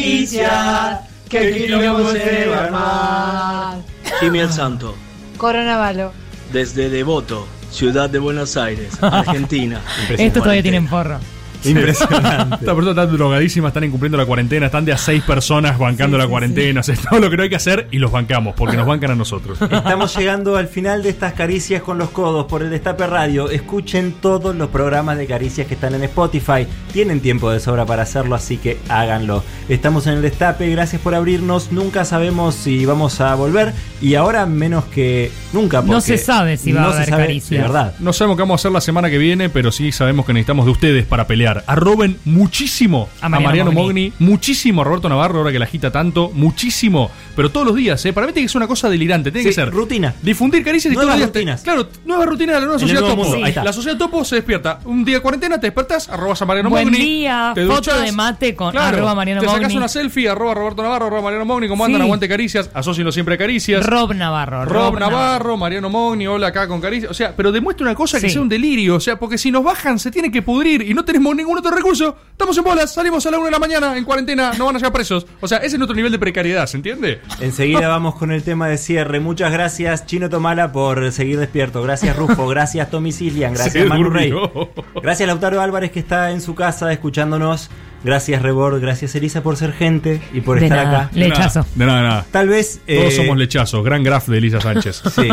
Speaker 20: acaricias, que quilombo se va a armar.
Speaker 16: Jimmy el Santo,
Speaker 28: Coronavalo.
Speaker 16: desde Devoto, ciudad de Buenos Aires, Argentina.
Speaker 8: Estos todavía tienen porro.
Speaker 2: Impresionante. Estas personas están drogadísimas, están incumpliendo la cuarentena, están de a seis personas bancando la cuarentena. O sea, todo lo que no hay que hacer y los bancamos, porque nos bancan a nosotros.
Speaker 7: Estamos llegando al final de estas caricias con los codos por el Destape Radio. Escuchen todos los programas de caricias que están en Spotify. Tienen tiempo de sobra para hacerlo, así que háganlo. Estamos en el Destape, gracias por abrirnos. Nunca sabemos si vamos a volver y ahora menos que nunca.
Speaker 8: No
Speaker 7: porque
Speaker 8: se sabe si va a
Speaker 7: se
Speaker 8: haber
Speaker 7: sabe,
Speaker 8: caricias.
Speaker 7: de verdad.
Speaker 2: No sabemos qué vamos a hacer la semana que viene, pero sí sabemos que necesitamos de ustedes para pelear. Arroben muchísimo
Speaker 8: A
Speaker 2: a
Speaker 8: Mariano
Speaker 2: Mariano,
Speaker 8: Mogni.
Speaker 2: Mogni, muchísimo a Roberto Navarro, ahora que la agita tanto, muchísimo, pero todos los días, ¿eh? Para mí tiene que ser una cosa delirante, tiene
Speaker 7: Sí,
Speaker 2: que ser.
Speaker 7: rutina.
Speaker 2: Difundir caricias y
Speaker 7: Nuevas
Speaker 2: todos los días te-
Speaker 7: rutinas.
Speaker 2: claro, nueva rutina de la nueva
Speaker 7: En el
Speaker 2: sociedad
Speaker 7: nuevo
Speaker 2: topo.
Speaker 7: mundo, ahí está.
Speaker 2: La sociedad topo se despierta. Un día de cuarentena te despertás, arrobas a Mariano
Speaker 8: Buen
Speaker 2: Mogni.
Speaker 8: día,
Speaker 2: te
Speaker 8: foto
Speaker 2: duchás.
Speaker 8: de mate con arroba Mariano
Speaker 2: Te sacás
Speaker 8: Mogni.
Speaker 2: una selfie, arroba Roberto Navarro, arroba Mariano Mogni, como andan,
Speaker 8: Sí.
Speaker 2: aguante caricias, asócienlo siempre a caricias.
Speaker 8: Rob Navarro.
Speaker 2: Rob Navarro, Mariano Mogni, hola acá con Caricia. O sea, pero demuestra una cosa que
Speaker 8: Sí.
Speaker 2: sea un delirio. O sea, porque si nos bajan, se tiene que pudrir y no tenemos ningún otro recurso. Estamos en bolas, salimos a la una de la mañana, en cuarentena, no van a llegar presos. O sea, ese es nuestro nivel de precariedad, ¿se entiende?
Speaker 7: Enseguida vamos con el tema de cierre. Muchas gracias, Chino Tomala, por seguir despierto. Gracias, Rufo. Gracias, Tommy Silian. Gracias,
Speaker 2: Se
Speaker 7: Manu Rey.
Speaker 2: durmió.
Speaker 7: Gracias, Lautaro Álvarez, que está en su casa escuchándonos. Gracias, Rebord. Gracias, Elisa, por ser gente y por
Speaker 2: De
Speaker 7: estar
Speaker 2: nada.
Speaker 7: acá.
Speaker 2: De Lechazo. nada, de nada, de nada.
Speaker 7: Tal vez. eh,
Speaker 2: Todos somos lechazos. Gran graf de Elisa Sánchez.
Speaker 7: Sí.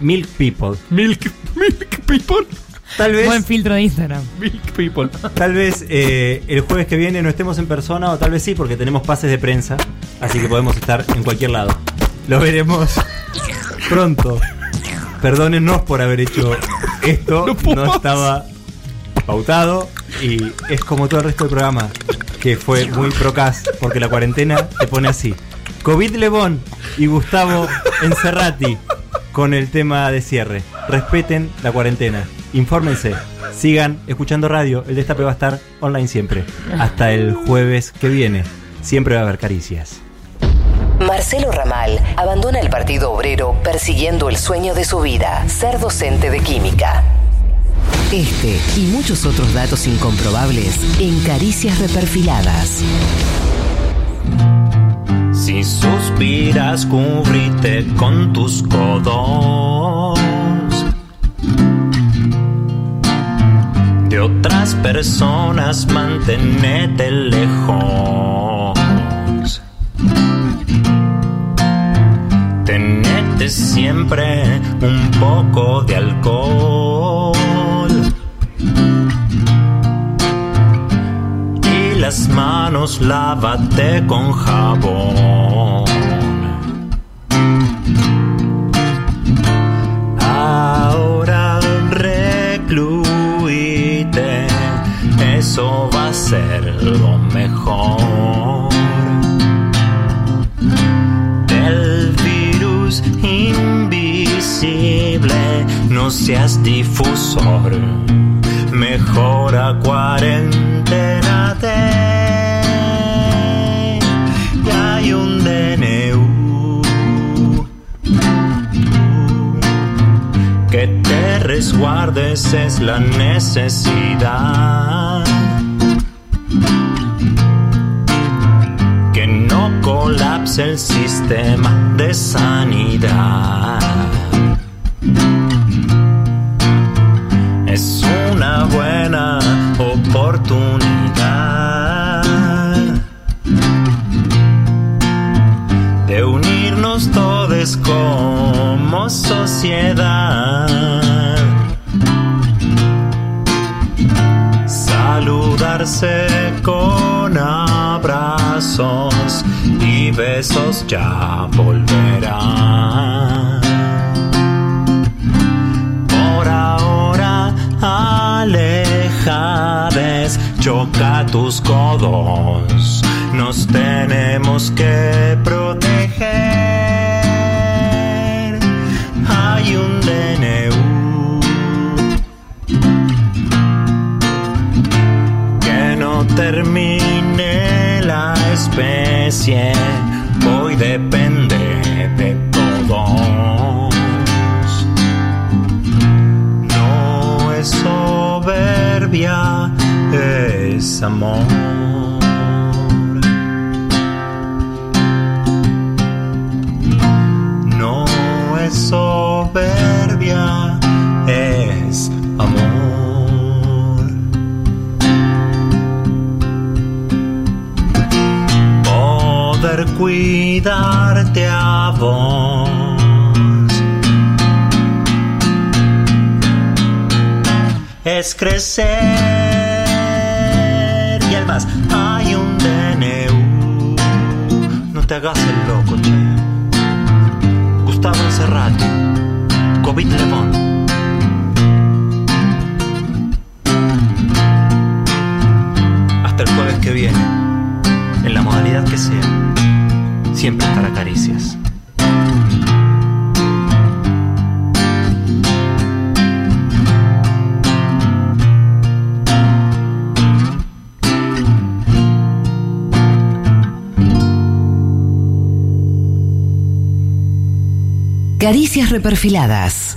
Speaker 7: Milk People.
Speaker 2: Milk, milk People.
Speaker 7: Tal vez.
Speaker 8: Buen filtro de Instagram.
Speaker 2: Milk People.
Speaker 7: Tal vez eh, el jueves que viene no estemos en persona, o tal vez sí, porque tenemos pases de prensa. Así que podemos estar en cualquier lado. Lo veremos pronto. Perdónennos por haber hecho Esto no, estaba pautado y es como todo el resto del programa, que fue muy procas, porque la cuarentena te pone así. COVID Lebón y Gustavo Encerrati con el tema de cierre. Respeten la cuarentena, infórmense, sigan escuchando radio, el destape va a estar online siempre. Hasta el jueves que viene, siempre va a haber caricias.
Speaker 13: Marcelo Ramal abandona el Partido Obrero persiguiendo el sueño de su vida, ser docente de química. Este y muchos otros datos incomprobables en Caricias Reperfiladas.
Speaker 20: Si suspiras, cubrite con tus codos de otras personas, mantenete lejos. Tenete siempre un poco de alcohol y las manos lávate con jabón. Ahora recluite, eso va a ser lo mejor. Del virus invisible, no seas difusor. Mejora cuarentena y hay un DNU que te resguardes es la necesidad que no colapse el sistema de sanidad es una buena oportunidad de unirnos todos como sociedad. Saludarse con abrazos y besos ya volverán. Por ahora, alejades, choca tus codos. Nos tenemos que proteger. Hay un DNU que no termine la especie. Hoy depende de todos. No es soberbia, es amor. No es soberbia, es amor. Poder cuidarte a vos es crecer y además hay un DNU. No te hagas el loco, che. Gustavo Cerrati, COVID Lemon. Hasta el jueves que viene, en la modalidad que sea, siempre estará caricias.
Speaker 13: Caricias Reperfiladas.